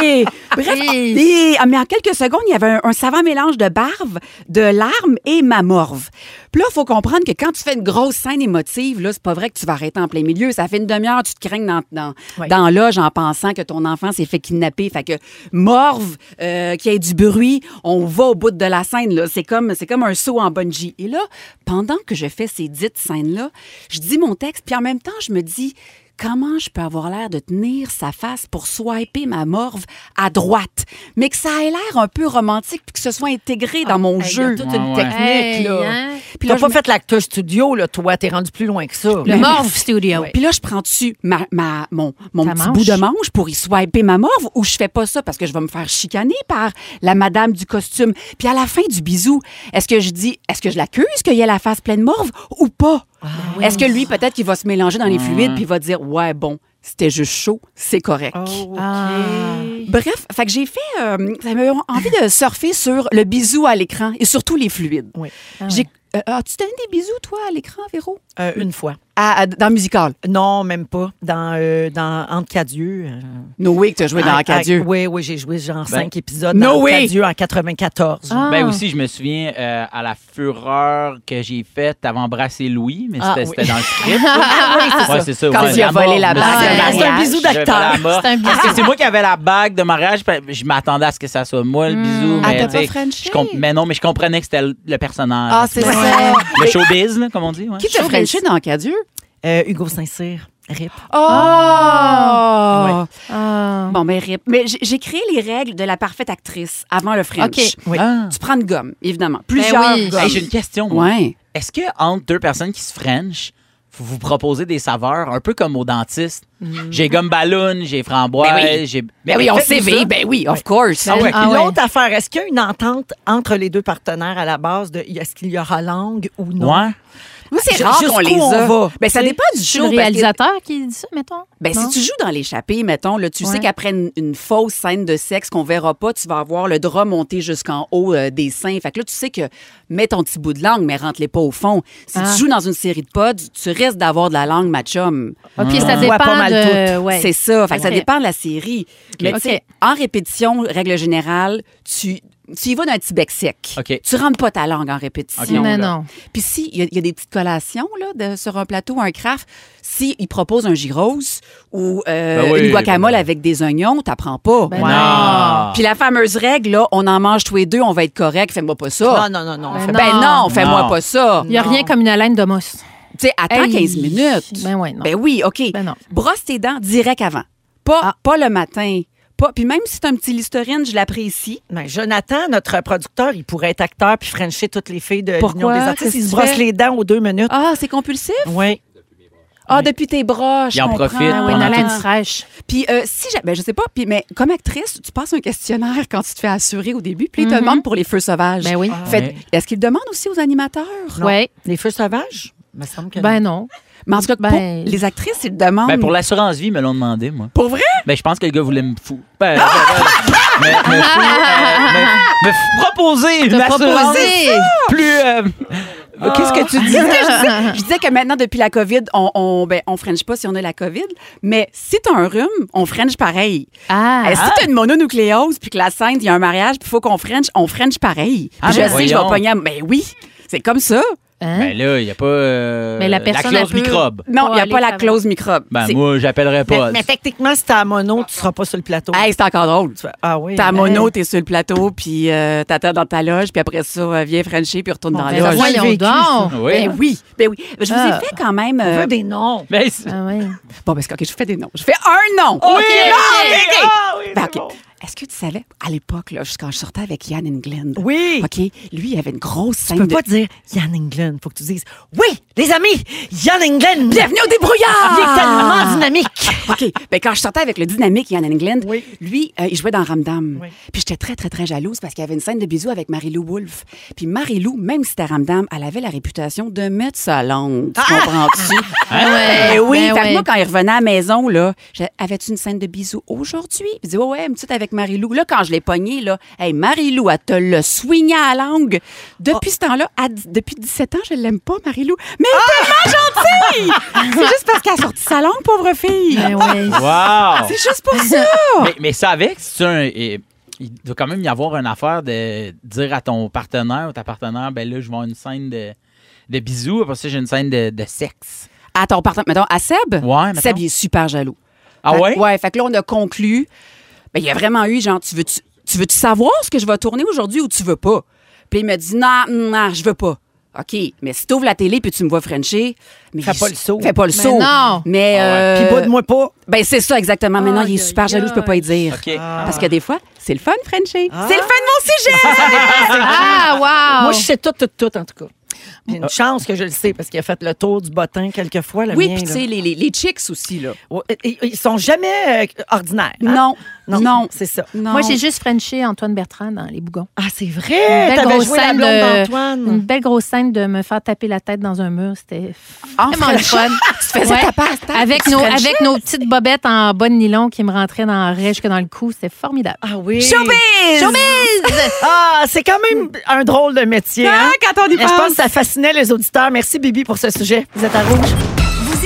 Speaker 4: Hey! Bref,
Speaker 3: Hey!
Speaker 4: hey! Ah, mais en quelques secondes, il y avait un, un savant mélange de barbe, de larmes et ma morve. Puis là, il faut comprendre que quand tu fais une grosse scène émotive, là, c'est pas vrai que tu vas arrêter en plein milieu. Ça fait une demi-heure, tu te craignes dans, dans,
Speaker 1: Oui.
Speaker 4: dans la loge en pensant que ton enfant s'est fait kidnapper. Fait que morve, euh, qu'il y ait du bruit, on va au bout de la scène, là. C'est comme, c'est comme un saut en bungee. Et là, pendant que je fais ces dites scènes-là, je dis mon texte, puis en même temps, je me dis, comment je peux avoir l'air de tenir sa face pour swiper ma morve à droite, mais que ça ait l'air un peu romantique puis que ce soit intégré dans mon
Speaker 1: Ah, Hey,
Speaker 4: jeu.
Speaker 1: Il y a toute une
Speaker 2: Ah ouais.
Speaker 1: technique,
Speaker 3: Hey,
Speaker 1: là.
Speaker 3: hein?
Speaker 1: Puis t'as
Speaker 4: là,
Speaker 1: pas
Speaker 4: je
Speaker 1: fait l'acteur studio, là, toi. T'es rendu plus loin que ça.
Speaker 3: Le Morve Studio.
Speaker 4: Puis là, je prends dessus ma, ma- mon, mon
Speaker 3: Ta
Speaker 4: petit
Speaker 3: manche.
Speaker 4: bout de manche pour y swiper ma morve ou je fais pas ça parce que je vais me faire chicaner par la madame du costume. Puis à la fin du bisou, est-ce que je dis, est-ce que je l'accuse qu'il y a la face pleine de morve ou pas?
Speaker 1: Ah,
Speaker 4: Ben Est-ce que lui, peut-être qu'il va se mélanger dans les fluides puis il va dire, ouais, bon, c'était juste chaud, c'est correct. Bref, fait que j'ai fait, euh, ça m'a eu envie de surfer sur le bisou à l'écran et surtout les fluides.
Speaker 1: Oui.
Speaker 4: J'ai- euh, as-tu donné des bisous, toi, à l'écran, Véro?
Speaker 1: Euh, une fois.
Speaker 4: À- à- dans Musical.
Speaker 1: Non, même pas. Dans, euh, dans Entre Cadieux. euh,
Speaker 4: No Way que t'as joué dans
Speaker 1: à- à-
Speaker 4: Acadieux.
Speaker 1: ah, Oui, oui, j'ai joué genre cinq épisodes
Speaker 2: Ben, No
Speaker 1: dans Entre
Speaker 2: way!
Speaker 1: Cadieux en 94.
Speaker 2: Ben aussi, je me souviens euh, à la fureur que j'ai faite, t'avais embrassé Louis, mais
Speaker 1: Ah,
Speaker 2: c'était
Speaker 1: oui.
Speaker 2: c'était dans le script.
Speaker 1: c'est
Speaker 2: ouais, c'est ça.
Speaker 4: Quand
Speaker 2: ouais,
Speaker 4: il a volé
Speaker 2: mort,
Speaker 4: la
Speaker 2: moi,
Speaker 4: bague
Speaker 2: c'était
Speaker 4: de
Speaker 2: la
Speaker 4: mariage.
Speaker 2: mort.
Speaker 1: C'est un bisou d'acteur.
Speaker 2: J'avais la mort.
Speaker 3: C'est un bisou.
Speaker 2: Parce que c'est moi qui avais la bague de mariage, puis je m'attendais à ce que ça soit moi le bisou.
Speaker 4: Ah,
Speaker 2: Mais,
Speaker 4: t'as
Speaker 2: tu sais,
Speaker 4: pas Frenché?
Speaker 2: je comp- mais non, mais je comprenais que c'était le le personnage.
Speaker 4: Ah, c'est
Speaker 2: Ouais.
Speaker 4: ça.
Speaker 2: Le showbiz, là, comme on dit. ouais.
Speaker 4: Qui t'a frenché dans Acadieux?
Speaker 1: Euh, Hugo Saint-Cyr. Rip.
Speaker 4: Oh!
Speaker 3: Ah.
Speaker 4: Bon, mais rip. Mais j'ai- j'ai créé les règles de la parfaite actrice avant le French.
Speaker 3: OK.
Speaker 1: Oui.
Speaker 2: Ah.
Speaker 4: Tu prends une gomme, évidemment. Plusieurs
Speaker 3: oui.
Speaker 4: gommes.
Speaker 2: Hey, j'ai une question. moi.
Speaker 4: Ouais.
Speaker 2: Est-ce que entre deux personnes qui se French, vous vous proposez des saveurs un peu comme au dentiste? J'ai gomme ballon, j'ai framboise,
Speaker 4: Ben oui.
Speaker 2: j'ai.
Speaker 4: Ben oui, on
Speaker 2: Faites-vous
Speaker 4: s'est
Speaker 2: ça.
Speaker 4: ben oui, of course.
Speaker 2: Ah ouais.
Speaker 1: Puis
Speaker 3: ouais.
Speaker 1: L'autre affaire, est-ce qu'il y a une entente entre les deux partenaires à la base de est-ce qu'il y aura langue ou non?
Speaker 2: Ouais.
Speaker 4: Nous, c'est
Speaker 1: Ju-
Speaker 4: rare qu'on
Speaker 1: jusqu'où
Speaker 4: les
Speaker 1: on
Speaker 4: a.
Speaker 1: va?
Speaker 4: Ben, ça
Speaker 1: Tu sais,
Speaker 4: dépend du show.
Speaker 3: Le
Speaker 4: parce que-
Speaker 3: réalisateur qui dit ça, mettons.
Speaker 4: Ben, si
Speaker 3: Non?
Speaker 4: tu joues dans l'échappée, mettons, là, tu sais
Speaker 3: Ouais.
Speaker 4: qu'après une, une fausse scène de sexe qu'on verra pas, tu vas avoir le drap monté jusqu'en haut euh, des seins. Fait que là, tu sais que mets ton petit bout de langue, mais rentre-les pas au fond. Si
Speaker 3: Ah.
Speaker 4: tu joues dans une série de pods, tu risques d'avoir de la langue, ma chum.
Speaker 3: OK, ça
Speaker 1: On voit
Speaker 3: dépend
Speaker 1: pas mal
Speaker 3: de...
Speaker 1: toutes.
Speaker 3: Euh, ouais.
Speaker 4: C'est ça. Fait que ça
Speaker 3: Ok.
Speaker 4: dépend de la série. Mais
Speaker 3: Ok.
Speaker 4: tu sais, en répétition, règle générale, tu tu y vas d'un petit bec sec.
Speaker 2: OK.
Speaker 4: Tu rentres pas ta langue en répétition.
Speaker 2: Ok, on
Speaker 3: Mais
Speaker 2: l'a.
Speaker 3: non.
Speaker 4: Puis si, il y, a- il y a des petites collations là, de- sur un plateau, un craft, si ils proposent un gyros ou euh,
Speaker 2: Ben oui.
Speaker 4: une guacamole avec des oignons, t'apprends pas.
Speaker 3: Ben
Speaker 2: Non.
Speaker 4: Puis la fameuse règle, là, on en mange tous les deux, on va être correct, fais-moi pas ça.
Speaker 1: Non, non, non, non.
Speaker 3: Ben
Speaker 1: Fait-
Speaker 4: Ben
Speaker 3: non.
Speaker 4: non, fais-moi
Speaker 2: Non.
Speaker 4: pas ça.
Speaker 3: Il n'y a
Speaker 1: Non.
Speaker 3: rien comme une haleine de mousse.
Speaker 4: Tu sais, attends
Speaker 3: Hey.
Speaker 4: 15 minutes.
Speaker 3: Ben ouais, non.
Speaker 4: Ben oui, OK.
Speaker 3: Ben non. Ah.
Speaker 4: Brosse tes dents direct avant. Pas, pas le matin. Pas, puis même si t'as un petit listerine, je l'apprécie.
Speaker 1: Ben, Jonathan, notre producteur, il pourrait être acteur puis frencher toutes les filles de
Speaker 4: Pourquoi?
Speaker 1: l'Union des artistes.
Speaker 4: Qu'est-ce
Speaker 1: Il
Speaker 4: que
Speaker 1: se
Speaker 4: tu
Speaker 1: brosse
Speaker 4: fais?
Speaker 1: les dents aux deux minutes.
Speaker 4: Ah, c'est compulsif?
Speaker 1: Oui.
Speaker 4: Ah, depuis tes bras, je
Speaker 2: Il en
Speaker 4: comprends.
Speaker 2: profite
Speaker 4: Ah
Speaker 3: Une
Speaker 4: oui,
Speaker 2: pendant
Speaker 4: non,
Speaker 3: haleine
Speaker 4: non.
Speaker 3: fraîche.
Speaker 4: Puis euh, si j'ai- ben, je sais pas, puis, mais comme actrice, tu passes un questionnaire quand tu te fais assurer au début, puis ils te demandent pour les feux sauvages.
Speaker 3: Mhm. Ben oui.
Speaker 4: Fait-
Speaker 2: Ouais.
Speaker 4: Est-ce qu'ils le demandent aussi aux animateurs?
Speaker 1: Non.
Speaker 3: Ouais.
Speaker 1: Les feux sauvages? Il me semble que
Speaker 3: Ben non.
Speaker 4: Mais en tout cas,
Speaker 3: Ben-
Speaker 4: pour les actrices, ils le demandent.
Speaker 2: Ben, pour l'assurance vie, ils me l'ont demandé, moi.
Speaker 4: Pour vrai?
Speaker 2: Ben, je pense que le gars voulait me fou. Ben, ben, ben, me, me fou- euh, me- me f- proposer une assurance
Speaker 3: Proposer.
Speaker 2: plus. euh, Qu'est-ce que tu dis?
Speaker 4: Hein? Je disais que maintenant, depuis la COVID, on, on, ben, on french pas si on a la COVID, mais si t'as un rhume, on french pareil.
Speaker 3: Ah.
Speaker 4: Euh, si t'as une mononucléose, puis que la scène, il y a un mariage, puis il faut qu'on french, on french pareil. Puis
Speaker 2: Ah,
Speaker 4: je
Speaker 2: ben
Speaker 4: sais, je vais
Speaker 2: voyons.
Speaker 4: pogner à- Ben oui, c'est comme ça.
Speaker 3: Hein?
Speaker 2: Ben là, il n'y a pas. euh,
Speaker 3: Mais la personne,
Speaker 2: clause
Speaker 3: elle peut-
Speaker 2: microbe.
Speaker 4: Non, il
Speaker 3: Pas
Speaker 4: n'y a
Speaker 3: aller
Speaker 4: pas la
Speaker 3: travailler.
Speaker 4: clause microbe.
Speaker 2: Ben,
Speaker 4: C'est-
Speaker 2: moi, j'appellerais pas.
Speaker 1: Mais, mais techniquement, si t'es à mono, tu seras pas sur le plateau.
Speaker 4: Hey, c'est encore drôle.
Speaker 1: Tu fais, Ah oui.
Speaker 4: T'as
Speaker 1: ben,
Speaker 4: mono, t'es sur le plateau, puis euh, t'attends dans ta loge, puis après ça, euh, viens Frencher, puis retourne dans
Speaker 3: Ben,
Speaker 4: la loge.
Speaker 3: voyons
Speaker 1: vécu,
Speaker 3: donc.
Speaker 2: Oui.
Speaker 4: Ben oui, ben oui. Je vous
Speaker 3: Ah.
Speaker 4: ai fait quand même.
Speaker 1: on
Speaker 4: euh,
Speaker 1: veut des noms.
Speaker 2: Ben, c'est-
Speaker 3: Ah oui.
Speaker 4: Bon, parce que OK, je fais des noms. Je fais un nom.
Speaker 1: OK,
Speaker 4: Ah, OK, OK.
Speaker 1: Ah oui,
Speaker 4: Ben,
Speaker 1: c'est
Speaker 4: OK.
Speaker 1: bon.
Speaker 4: Est-ce que tu savais, à l'époque, là, quand je sortais avec Yann England,
Speaker 1: Oui.
Speaker 4: OK, lui, il avait une grosse
Speaker 1: Tu
Speaker 4: scène.
Speaker 1: peux
Speaker 4: de-
Speaker 1: pas dire Yann England. Faut que tu dises Oui, les amis, Yann England.
Speaker 4: Bienvenue au débrouillard!
Speaker 1: Il est tellement dynamique.
Speaker 4: OK. Ben, quand je sortais avec le dynamique Yann England,
Speaker 1: Oui.
Speaker 4: lui, euh, il jouait dans Ramdam.
Speaker 1: Oui.
Speaker 4: Puis j'étais très, très, très jalouse parce qu'il y avait une scène de bisous avec Marie-Lou Wolfe. Puis Marie-Lou, même si c'était Ramdam, elle avait la réputation de mettre sa langue.
Speaker 1: Ah!
Speaker 4: Tu comprends-tu? Ben oui.
Speaker 3: Ben
Speaker 4: fait que
Speaker 3: ouais.
Speaker 4: moi, quand il revenait à la maison, là, j'ai- avais-tu une scène de bisous aujourd'hui? Il dit, ouais, ouais, une petite avec Marie-Lou. Là, quand je l'ai pognée, là, hey, Marie-Lou, elle te le swingé à la langue. Depuis ce temps-là, à dix- depuis 17 ans, je l'aime pas, Marie-Lou. Mais
Speaker 2: Ah!
Speaker 4: elle est tellement gentille! C'est juste parce qu'elle a sorti sa langue, pauvre fille.
Speaker 3: Ben oui.
Speaker 2: Wow!
Speaker 4: C'est juste pour ça.
Speaker 2: Mais, mais ça avec, c'est un. et- il doit quand même y avoir une affaire de dire à ton partenaire ou ta partenaire, ben là, je vais avoir une scène de, de bisous, après ça, j'ai une scène de, de sexe.
Speaker 4: À ton partenaire, mettons, à Seb.
Speaker 2: Ouais, mettons.
Speaker 4: Seb, il est super jaloux.
Speaker 2: Ah
Speaker 4: Fait-
Speaker 2: ouais?
Speaker 4: Ouais, fait que là, on a conclu. Ben, il y a vraiment eu, genre, tu veux-tu tu veux -tu savoir ce que je vais tourner aujourd'hui ou tu veux pas? Puis il me dit, non, non, je veux pas. OK, mais si t'ouvres la télé puis tu me vois Frencher, mais
Speaker 1: Fais
Speaker 4: il-
Speaker 1: pas le saut.
Speaker 4: Fais pas le
Speaker 3: Mais
Speaker 4: saut.
Speaker 3: non.
Speaker 4: Mais euh,
Speaker 1: Puis pas de moi pas.
Speaker 4: ben c'est ça exactement. Maintenant, il est
Speaker 3: Aïe,
Speaker 4: super
Speaker 3: aïe,
Speaker 4: jaloux, je peux pas y dire.
Speaker 2: OK.
Speaker 4: Parce que des fois, c'est le fun Frencher. C'est le fun de mon sujet.
Speaker 3: Ah, wow.
Speaker 1: Moi, je sais tout, tout, tout, en tout cas. J'ai
Speaker 4: euh,
Speaker 1: une chance que je le sais parce qu'il a fait le tour du bottin quelquefois. Le
Speaker 4: oui,
Speaker 1: mien,
Speaker 4: puis tu
Speaker 1: là.
Speaker 4: sais les, les, les chicks aussi là.
Speaker 1: Ouais, Ils ils sont jamais euh, ordinaires. hein?
Speaker 4: Non, non,
Speaker 1: C'est ça.
Speaker 4: non.
Speaker 3: Moi, j'ai juste Frenché Antoine Bertrand dans Les Bougons.
Speaker 1: Ah, c'est vrai! T'avais joué la blonde d'Antoine.
Speaker 3: une belle grosse scène de me faire taper la tête dans un mur. C'était
Speaker 1: Ah,
Speaker 4: En
Speaker 3: vraiment le fun.
Speaker 4: Tu te faisais
Speaker 3: Ouais.
Speaker 4: taper à la tête,
Speaker 3: Avec
Speaker 4: tu
Speaker 3: nos,
Speaker 4: Frenchais.
Speaker 3: avec nos petites bobettes en bonne nylon qui me rentraient dans la rêche que dans le cou. C'était formidable.
Speaker 1: Ah oui.
Speaker 4: Showbiz!
Speaker 1: Ah, c'est quand même un drôle de métier. hein?
Speaker 4: Ah, quand on y
Speaker 1: Mais Je pense
Speaker 4: pense.
Speaker 1: que ça fascinait les auditeurs. Merci, Bibi, pour ce sujet. Vous êtes à rouge.
Speaker 9: Vous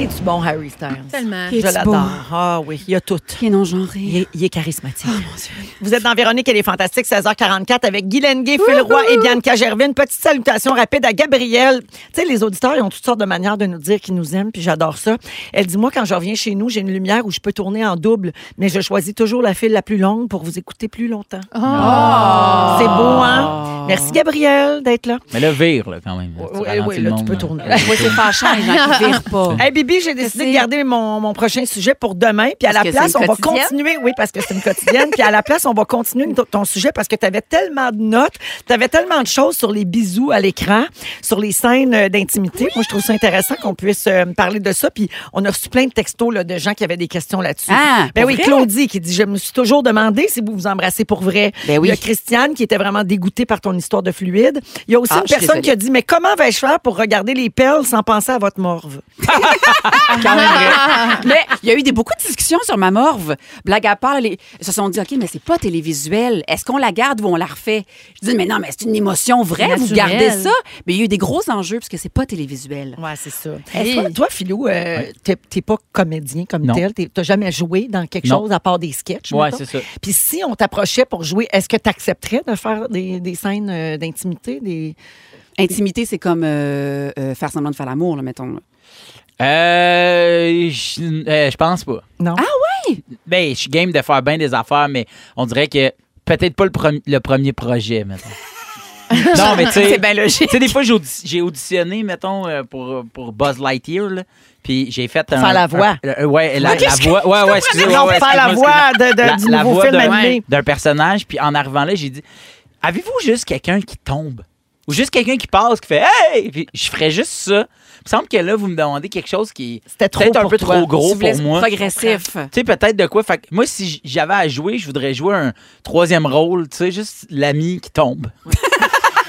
Speaker 1: Il est du bon Harry Styles.
Speaker 3: Tellement.
Speaker 1: Je
Speaker 4: est-tu
Speaker 1: l'adore. Ah oui, il y a tout.
Speaker 4: Qui est non genré.
Speaker 1: Il est, il est charismatique. Oh, Vous êtes dans Véronique et les Fantastiques, 16h44, avec Guy Lenguet, Phil Roy et Bianca Gervais. Une petite salutation rapide à Gabrielle. Tu sais, les auditeurs, ils ont toutes sortes de manières de nous dire qu'ils nous aiment, puis j'adore ça. Elle dit, moi, quand je reviens chez nous, j'ai une lumière où je peux tourner en double, mais je choisis toujours la file la plus longue pour vous écouter plus longtemps. C'est beau, hein? Merci, Gabrielle, d'être là.
Speaker 2: Mais là, vire, là, quand même. Tu
Speaker 1: Oui,
Speaker 2: ralentis
Speaker 1: oui,
Speaker 2: le
Speaker 1: là, tu
Speaker 2: monde,
Speaker 1: peux
Speaker 2: là.
Speaker 1: tourner.
Speaker 2: Ouais,
Speaker 4: Moi, c'est fâchant, les gens qui virent pas.
Speaker 1: Hey, Bibi, j'ai décidé de garder mon, mon prochain sujet pour demain. Puis à
Speaker 4: Parce
Speaker 1: la
Speaker 4: que
Speaker 1: place,
Speaker 4: c'est
Speaker 1: on
Speaker 4: une
Speaker 1: va
Speaker 4: quotidienne.
Speaker 1: continuer. Oui, parce que c'est une quotidienne. Puis à la place, on va continuer ton- ton sujet parce que tu avais tellement de notes, tu avais tellement de choses sur les bisous à l'écran, sur les scènes euh, d'intimité. Moi, je trouve ça intéressant qu'on puisse euh, parler de ça. Puis on a reçu plein de textos là, de gens qui avaient des questions là-dessus.
Speaker 4: Ah,
Speaker 1: ben
Speaker 4: pour
Speaker 1: oui,
Speaker 4: vrai?
Speaker 1: Claudie qui dit Je me suis toujours demandé si vous vous embrassez pour vrai.
Speaker 4: Ben oui.
Speaker 1: Il y a Christiane qui était vraiment dégoûtée par ton histoire de fluide. Il y a aussi
Speaker 4: Ah,
Speaker 1: une
Speaker 4: je suis
Speaker 1: personne qui a dit Mais comment vais-je faire pour regarder les perles sans penser à votre morve
Speaker 4: Quand même vrai. mais il y a eu des, beaucoup de discussions sur ma morve. Blague à part, les, ils se sont dit, OK, mais c'est pas télévisuel. Est-ce qu'on la garde ou on la refait? Je dis, mais non, mais c'est une émotion vraie. Vous
Speaker 3: Naturel.
Speaker 4: gardez ça. Mais il y a eu des gros enjeux parce que c'est pas télévisuel.
Speaker 1: Ouais, c'est ça.
Speaker 3: Hey.
Speaker 1: Toi, toi, Philou, euh, t'es- t'es pas comédien comme
Speaker 2: Non.
Speaker 1: tel. T'es- T'as jamais joué dans quelque
Speaker 2: Non.
Speaker 1: chose à part des sketchs.
Speaker 2: Ouais,
Speaker 1: mettons?
Speaker 2: c'est ça.
Speaker 1: Puis si on t'approchait pour jouer, est-ce que t'accepterais de faire des, des scènes euh, d'intimité? Des...
Speaker 4: Intimité, c'est comme euh, euh, faire semblant de faire l'amour, là, mettons. là.
Speaker 2: Euh, je euh, je pense pas.
Speaker 1: Non.
Speaker 2: Ben, je suis game de faire bien des affaires, mais on dirait que peut-être pas le, premi- le premier projet, mettons. non, mais tu sais.
Speaker 4: C'est bien
Speaker 2: Tu
Speaker 4: logique.
Speaker 2: sais, des fois, j'ai audi- j'ai auditionné, mettons, euh, pour, pour Buzz Lightyear, là, puis j'ai fait un...
Speaker 1: Faire la voix.
Speaker 2: un- euh, ouais, la, la voix. Ouais, ouais, excusez, ouais,
Speaker 12: Non,
Speaker 2: ouais,
Speaker 12: faire la
Speaker 2: excuse-moi,
Speaker 12: voix de, de-
Speaker 2: excuse-moi.
Speaker 12: du
Speaker 2: La- la
Speaker 12: nouveau
Speaker 2: voix
Speaker 12: film
Speaker 2: d'un-
Speaker 12: animé.
Speaker 2: D'un personnage, puis en arrivant là, j'ai dit, avez-vous juste quelqu'un qui tombe? Ou juste quelqu'un qui passe, qui fait « Hey! » Puis je ferais juste ça. Il me semble que là, vous me demandez quelque chose qui est
Speaker 1: C'était trop
Speaker 2: peut-être un
Speaker 1: pour
Speaker 2: peu
Speaker 1: toi.
Speaker 2: trop gros
Speaker 4: Tu voulais-
Speaker 2: pour moi.
Speaker 4: Progressif.
Speaker 2: Tu sais, peut-être de quoi. Fait que moi, si j- j'avais à jouer, je voudrais jouer un troisième rôle, tu sais, juste l'ami qui tombe.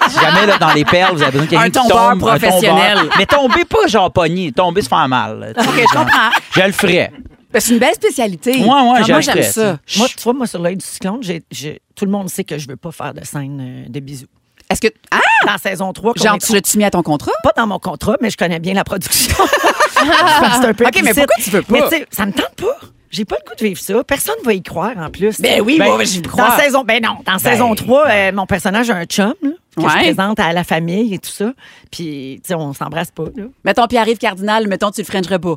Speaker 2: si jamais, là, dans les perles, vous avez besoin de quelqu'un
Speaker 4: Un
Speaker 2: qui tombe.
Speaker 4: tombeur
Speaker 2: un tombeur.
Speaker 4: professionnel.
Speaker 2: Mais tomber pas, genre pogné. Tomber, se faire mal. là, tu sais,
Speaker 4: OK,
Speaker 2: genre.
Speaker 4: je comprends.
Speaker 2: Je le ferais.
Speaker 4: Ben, C'est une belle spécialité.
Speaker 2: Ouais, ouais,
Speaker 4: Non, Moi,
Speaker 2: j'aime
Speaker 4: j'aime
Speaker 2: très,
Speaker 4: ça.
Speaker 1: Moi, tu vois, moi, sur l'œil du cyclone, j'ai- j'ai- tout le monde sait que je veux pas faire de scène euh, de bisous.
Speaker 4: Est-ce que. Ah!
Speaker 1: Dans saison 3, qu'on
Speaker 4: Genre,
Speaker 1: est-
Speaker 4: tu l'as-tu mis à ton contrat?
Speaker 1: pas dans mon contrat, mais je connais bien la production. C'est un peu
Speaker 4: OK, mais
Speaker 1: implicite.
Speaker 4: pourquoi tu veux pas?
Speaker 1: Mais tu sais, ça me tente pas. J'ai pas le goût de vivre ça. Personne va y croire, en plus.
Speaker 4: Ben oui, moi, j'y crois.
Speaker 1: Dans saison, ben non, dans saison 3, euh, mon personnage a un chum, là, que je
Speaker 4: Ouais.
Speaker 1: présente à la famille et tout ça. Puis, tu sais, on s'embrasse pas, là.
Speaker 4: Mettons Pierre-Yves Cardinal, mettons, tu le frencherais pas.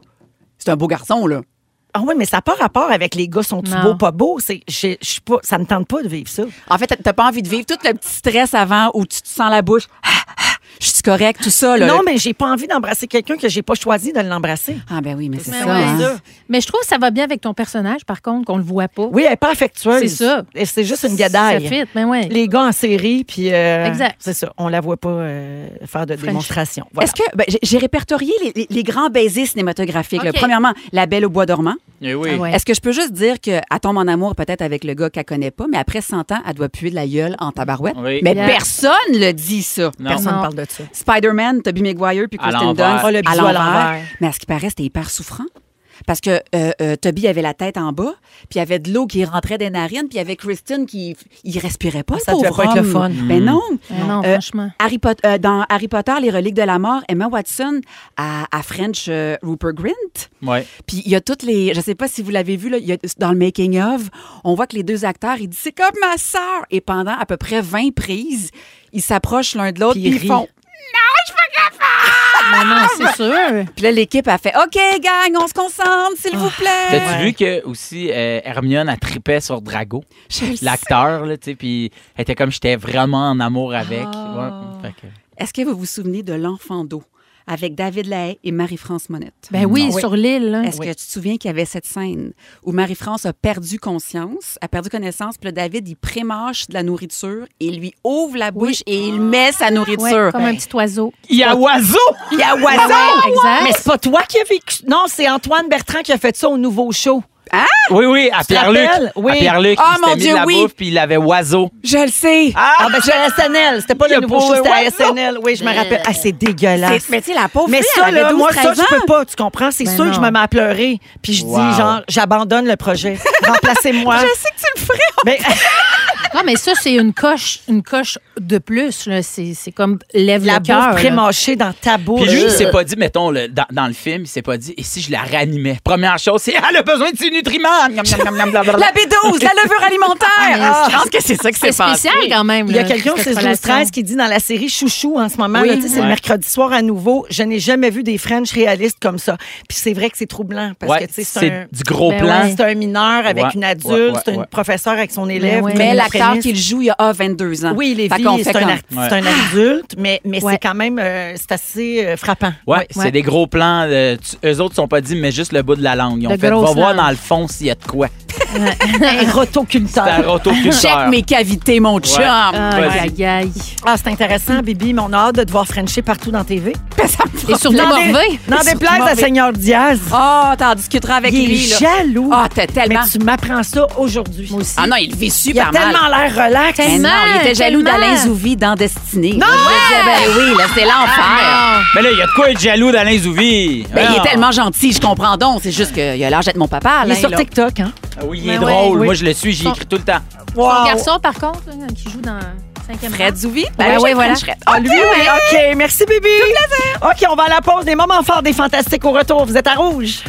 Speaker 4: C'est un beau garçon, là.
Speaker 1: Ah oui, mais ça n'a pas rapport avec les gars sont-tu
Speaker 3: Non.
Speaker 1: beaux, pas beaux. C'est, j'ai- je suis pas, ça me tente pas de vivre ça.
Speaker 4: En fait, t'as pas envie de vivre tout le petit stress avant où tu te sens la bouche. Ah, ah, je suis correct, tout ça, là.
Speaker 1: Non, mais j'ai pas envie d'embrasser quelqu'un que j'ai pas choisi de l'embrasser.
Speaker 4: Ah, ben oui, mais c'est
Speaker 3: Mais
Speaker 4: ça.
Speaker 3: ouais.
Speaker 4: hein.
Speaker 3: Mais je trouve que ça va bien avec ton personnage, par contre, qu'on le voit pas.
Speaker 1: Oui, elle est pas affectueuse.
Speaker 3: C'est ça.
Speaker 1: Et C'est juste une gadaille.
Speaker 3: Ça fit, mais ouais.
Speaker 1: Les gars en série, puis euh,
Speaker 3: Exact.
Speaker 1: c'est ça. On la voit pas euh, faire de démonstration. Voilà.
Speaker 4: Est-ce que. ben, j'ai- j'ai répertorié les, les- les grands baisers cinématographiques. là.
Speaker 3: OK.
Speaker 4: Premièrement, La Belle au Bois dormant.
Speaker 2: Eh oui.
Speaker 3: Ah ouais.
Speaker 4: Est-ce que je peux juste dire qu'elle tombe en amour peut-être avec le gars qu'elle connaît pas, mais après 100 ans, elle doit puer de la gueule en tabarouette?
Speaker 2: Oui.
Speaker 4: Mais
Speaker 3: Yeah.
Speaker 4: personne le dit, ça.
Speaker 2: Non.
Speaker 1: Personne ne
Speaker 3: Non.
Speaker 1: parle de ça.
Speaker 4: Spider-Man, Tobey Maguire puis
Speaker 2: À
Speaker 4: Kristen
Speaker 2: l'envers.
Speaker 4: Dunst
Speaker 1: Ah, le bisou à l'envers.
Speaker 4: Mais à ce qui paraît, c'était hyper souffrant. Parce que euh, euh, Toby avait la tête en bas, puis il y avait de l'eau qui rentrait des narines, puis il y avait Kristen qui il respirait pas.
Speaker 1: Ah, ça
Speaker 4: le
Speaker 1: devait
Speaker 4: pauvre
Speaker 1: pas être le
Speaker 4: homme.
Speaker 1: fun.
Speaker 2: Mm.
Speaker 4: Ben non.
Speaker 3: Mais non,
Speaker 4: Euh,
Speaker 3: franchement.
Speaker 4: Harry Pot- euh, dans Harry Potter, les reliques de la mort, Emma Watson à, à French euh, Rupert Grint.
Speaker 2: Ouais.
Speaker 4: Puis il y a toutes les. Je sais pas si vous l'avez vu, là, il y a- dans le making-of, on voit que les deux acteurs, ils disent c'est comme ma sœur. Et pendant à peu près 20 prises, ils s'approchent l'un de l'autre,
Speaker 1: Puis
Speaker 4: puis
Speaker 1: ils
Speaker 4: ils
Speaker 1: rient.
Speaker 4: font.
Speaker 3: Mais Ben non,
Speaker 1: Ah,
Speaker 3: c'est sûr.
Speaker 4: Puis là, l'équipe a fait OK, gang, on se concentre, s'il
Speaker 1: Ah.
Speaker 4: vous plaît.
Speaker 2: T'as-tu vu que aussi euh, Hermione a trippé sur Drago, l'acteur, là, tu sais, puis elle était comme j'étais vraiment en amour avec.
Speaker 4: Ah.
Speaker 2: Ouais. Fait que-
Speaker 4: Est-ce que vous vous souvenez de L'Enfant d'eau avec David Lahaye et Marie-France Monette?
Speaker 3: Ben oui,
Speaker 1: Oui.
Speaker 3: sur l'île. là.
Speaker 4: Est-ce que tu te souviens qu'il y avait cette scène où Marie-France a perdu conscience, a perdu connaissance, puis le David, il prémâche de la nourriture et il lui ouvre la bouche et il met sa
Speaker 3: Ouais,
Speaker 4: nourriture.
Speaker 3: comme un petit oiseau.
Speaker 1: Il y a oiseau!
Speaker 4: Il y a
Speaker 1: Ah
Speaker 4: oiseau!
Speaker 1: Ben ouais,
Speaker 3: exact.
Speaker 1: Mais c'est pas toi qui as vécu. Non, c'est Antoine Bertrand qui a fait ça au nouveau show.
Speaker 2: Oui, oui, à
Speaker 1: te rappelles?
Speaker 2: Pierre-Luc.
Speaker 1: Oui.
Speaker 2: À Pierre-Luc, il
Speaker 4: Ah,
Speaker 2: s'était
Speaker 4: mon
Speaker 2: mis
Speaker 4: Dieu,
Speaker 2: de la
Speaker 4: oui.
Speaker 2: bouffe, puis il avait oiseau.
Speaker 4: Je le sais!
Speaker 1: Ah, ben c'est à SNL. C'était pas
Speaker 2: Il
Speaker 1: le
Speaker 2: a
Speaker 1: nouveau
Speaker 2: pas
Speaker 1: show,
Speaker 2: un
Speaker 1: c'était à
Speaker 2: oiseau.
Speaker 1: SNL. Oui, je me rappelle. Ah, c'est dégueulasse.
Speaker 4: C'est- mais tu sais, la pauvre
Speaker 1: Mais
Speaker 4: fille,
Speaker 1: ça,
Speaker 4: elle avait
Speaker 1: là,
Speaker 4: 12,
Speaker 1: moi, ça,
Speaker 4: 13
Speaker 1: je peux
Speaker 4: ans.
Speaker 1: pas. Tu comprends? C'est
Speaker 3: Ben
Speaker 1: sûr que je me
Speaker 3: non.
Speaker 1: mets à pleurer. Puis je
Speaker 2: Wow.
Speaker 1: dis, genre, j'abandonne le projet. Remplacez-moi.
Speaker 4: Je sais que tu le ferais!
Speaker 1: Mais-
Speaker 3: Non, Ah, mais ça, c'est une coche, une coche de plus. là. C'est c'est comme lève
Speaker 1: la
Speaker 3: le cœur.
Speaker 1: bouffe
Speaker 3: là.
Speaker 1: prémâchée dans ta bouche.
Speaker 2: Puis lui, il s'est
Speaker 1: Euh,
Speaker 2: pas dit, mettons, le- dans, dans le film, il s'est pas dit, et si je la réanimais? Première chose, c'est, elle a besoin de ses nutriments! Miam, miam, miam, miam, blablabla.
Speaker 4: La B12, la levure alimentaire!
Speaker 3: Ah,
Speaker 4: je pense que c'est ça qui
Speaker 3: C'est spécial quand même.
Speaker 1: Il y a
Speaker 3: là,
Speaker 1: quelqu'un,
Speaker 3: cette
Speaker 1: c'est
Speaker 3: relation.
Speaker 1: 12-13, qui dit dans la série Chouchou en ce moment,
Speaker 4: Oui.
Speaker 1: là, tu sais, c'est le
Speaker 2: Ouais.
Speaker 1: mercredi soir à nouveau, je n'ai jamais vu des French réalistes comme ça. Puis c'est vrai que c'est troublant parce
Speaker 2: Ouais,
Speaker 1: que tu sais, c'est un...
Speaker 2: c'est du gros
Speaker 3: Ben
Speaker 2: plan.
Speaker 3: ouais.
Speaker 1: C'est un mineur avec
Speaker 2: Ouais,
Speaker 1: une adulte,
Speaker 2: ouais, ouais,
Speaker 1: c'est un
Speaker 2: ouais.
Speaker 1: professeur avec son élève.
Speaker 3: ouais.
Speaker 1: comme
Speaker 4: Ben Mais
Speaker 1: une
Speaker 4: l'acteur
Speaker 1: prémisse.
Speaker 4: qui le joue, il y a ah, 22 ans.
Speaker 1: Oui, les
Speaker 4: Fait qu'on fait
Speaker 1: c'est un,
Speaker 4: comme-
Speaker 1: art-
Speaker 2: Ouais.
Speaker 1: c'est un adulte, mais, mais
Speaker 3: Ouais.
Speaker 1: c'est quand même euh, c'est assez euh, frappant.
Speaker 2: Ouais,
Speaker 1: Ouais.
Speaker 2: c'est des gros plans. euh, tu- eux autres sont pas dit, mais juste le bout de la langue. Ils ont
Speaker 3: De
Speaker 2: fait, va
Speaker 3: grosses
Speaker 2: voir
Speaker 3: langues.
Speaker 2: dans le fond s'il y a de quoi.
Speaker 1: Un rotoculteur.
Speaker 2: C'est un
Speaker 4: Check
Speaker 2: rotoculteur.
Speaker 4: mes cavités, mon chum.
Speaker 3: Aïe,
Speaker 2: Vas-y.
Speaker 3: aïe, aïe.
Speaker 1: Ah, c'est intéressant, Bibi. mais On a hâte de te voir Frencher partout dans TV.
Speaker 3: Et surtout
Speaker 1: N'en dé-
Speaker 3: Morvay.
Speaker 1: N'en déplaise à
Speaker 4: Morvay.
Speaker 1: Seigneur Diaz.
Speaker 4: Ah, t'en discuteras avec
Speaker 1: il est
Speaker 4: lui, là.
Speaker 1: jaloux.
Speaker 4: Ah, t'es
Speaker 1: mais
Speaker 4: tellement.
Speaker 1: tu m'apprends ça aujourd'hui.
Speaker 3: Moi aussi.
Speaker 4: Ah non, il vit
Speaker 1: Il a
Speaker 4: super mal.
Speaker 1: tellement l'air relax.
Speaker 4: Mais non, il était jaloux
Speaker 3: tellement.
Speaker 4: d'Alain Zouvi dans Destinée. Non! Je me disais, ben oui, là,
Speaker 1: Ah,
Speaker 4: c'est l'enfer.
Speaker 3: Ah,
Speaker 2: Mais là, il y a de quoi être jaloux d'Alain Zouvi.
Speaker 4: Ben, il
Speaker 2: Ah.
Speaker 4: est tellement gentil, je comprends donc. C'est juste qu'il a l'âge d'être mon papa,
Speaker 1: Il
Speaker 4: Alain.
Speaker 3: ben
Speaker 1: est sur
Speaker 4: là.
Speaker 1: TikTok, hein? Ah,
Speaker 2: Ah Oui, il
Speaker 3: Mais
Speaker 2: est drôle.
Speaker 3: ouais, oui.
Speaker 2: Moi, je le suis, j'y écris tout le temps.
Speaker 1: Wow.
Speaker 3: Son garçon, par contre, là, qui joue dans 5e
Speaker 4: Fred Zouvi?
Speaker 1: Ben
Speaker 4: Ben
Speaker 3: Ouais,
Speaker 4: oui,
Speaker 3: ouais, voilà.
Speaker 1: Ah, lui, oui. OK, merci, Bibi. OK, on va à la pause des moments forts des Fantastiques au retour. Vous êtes à rouge.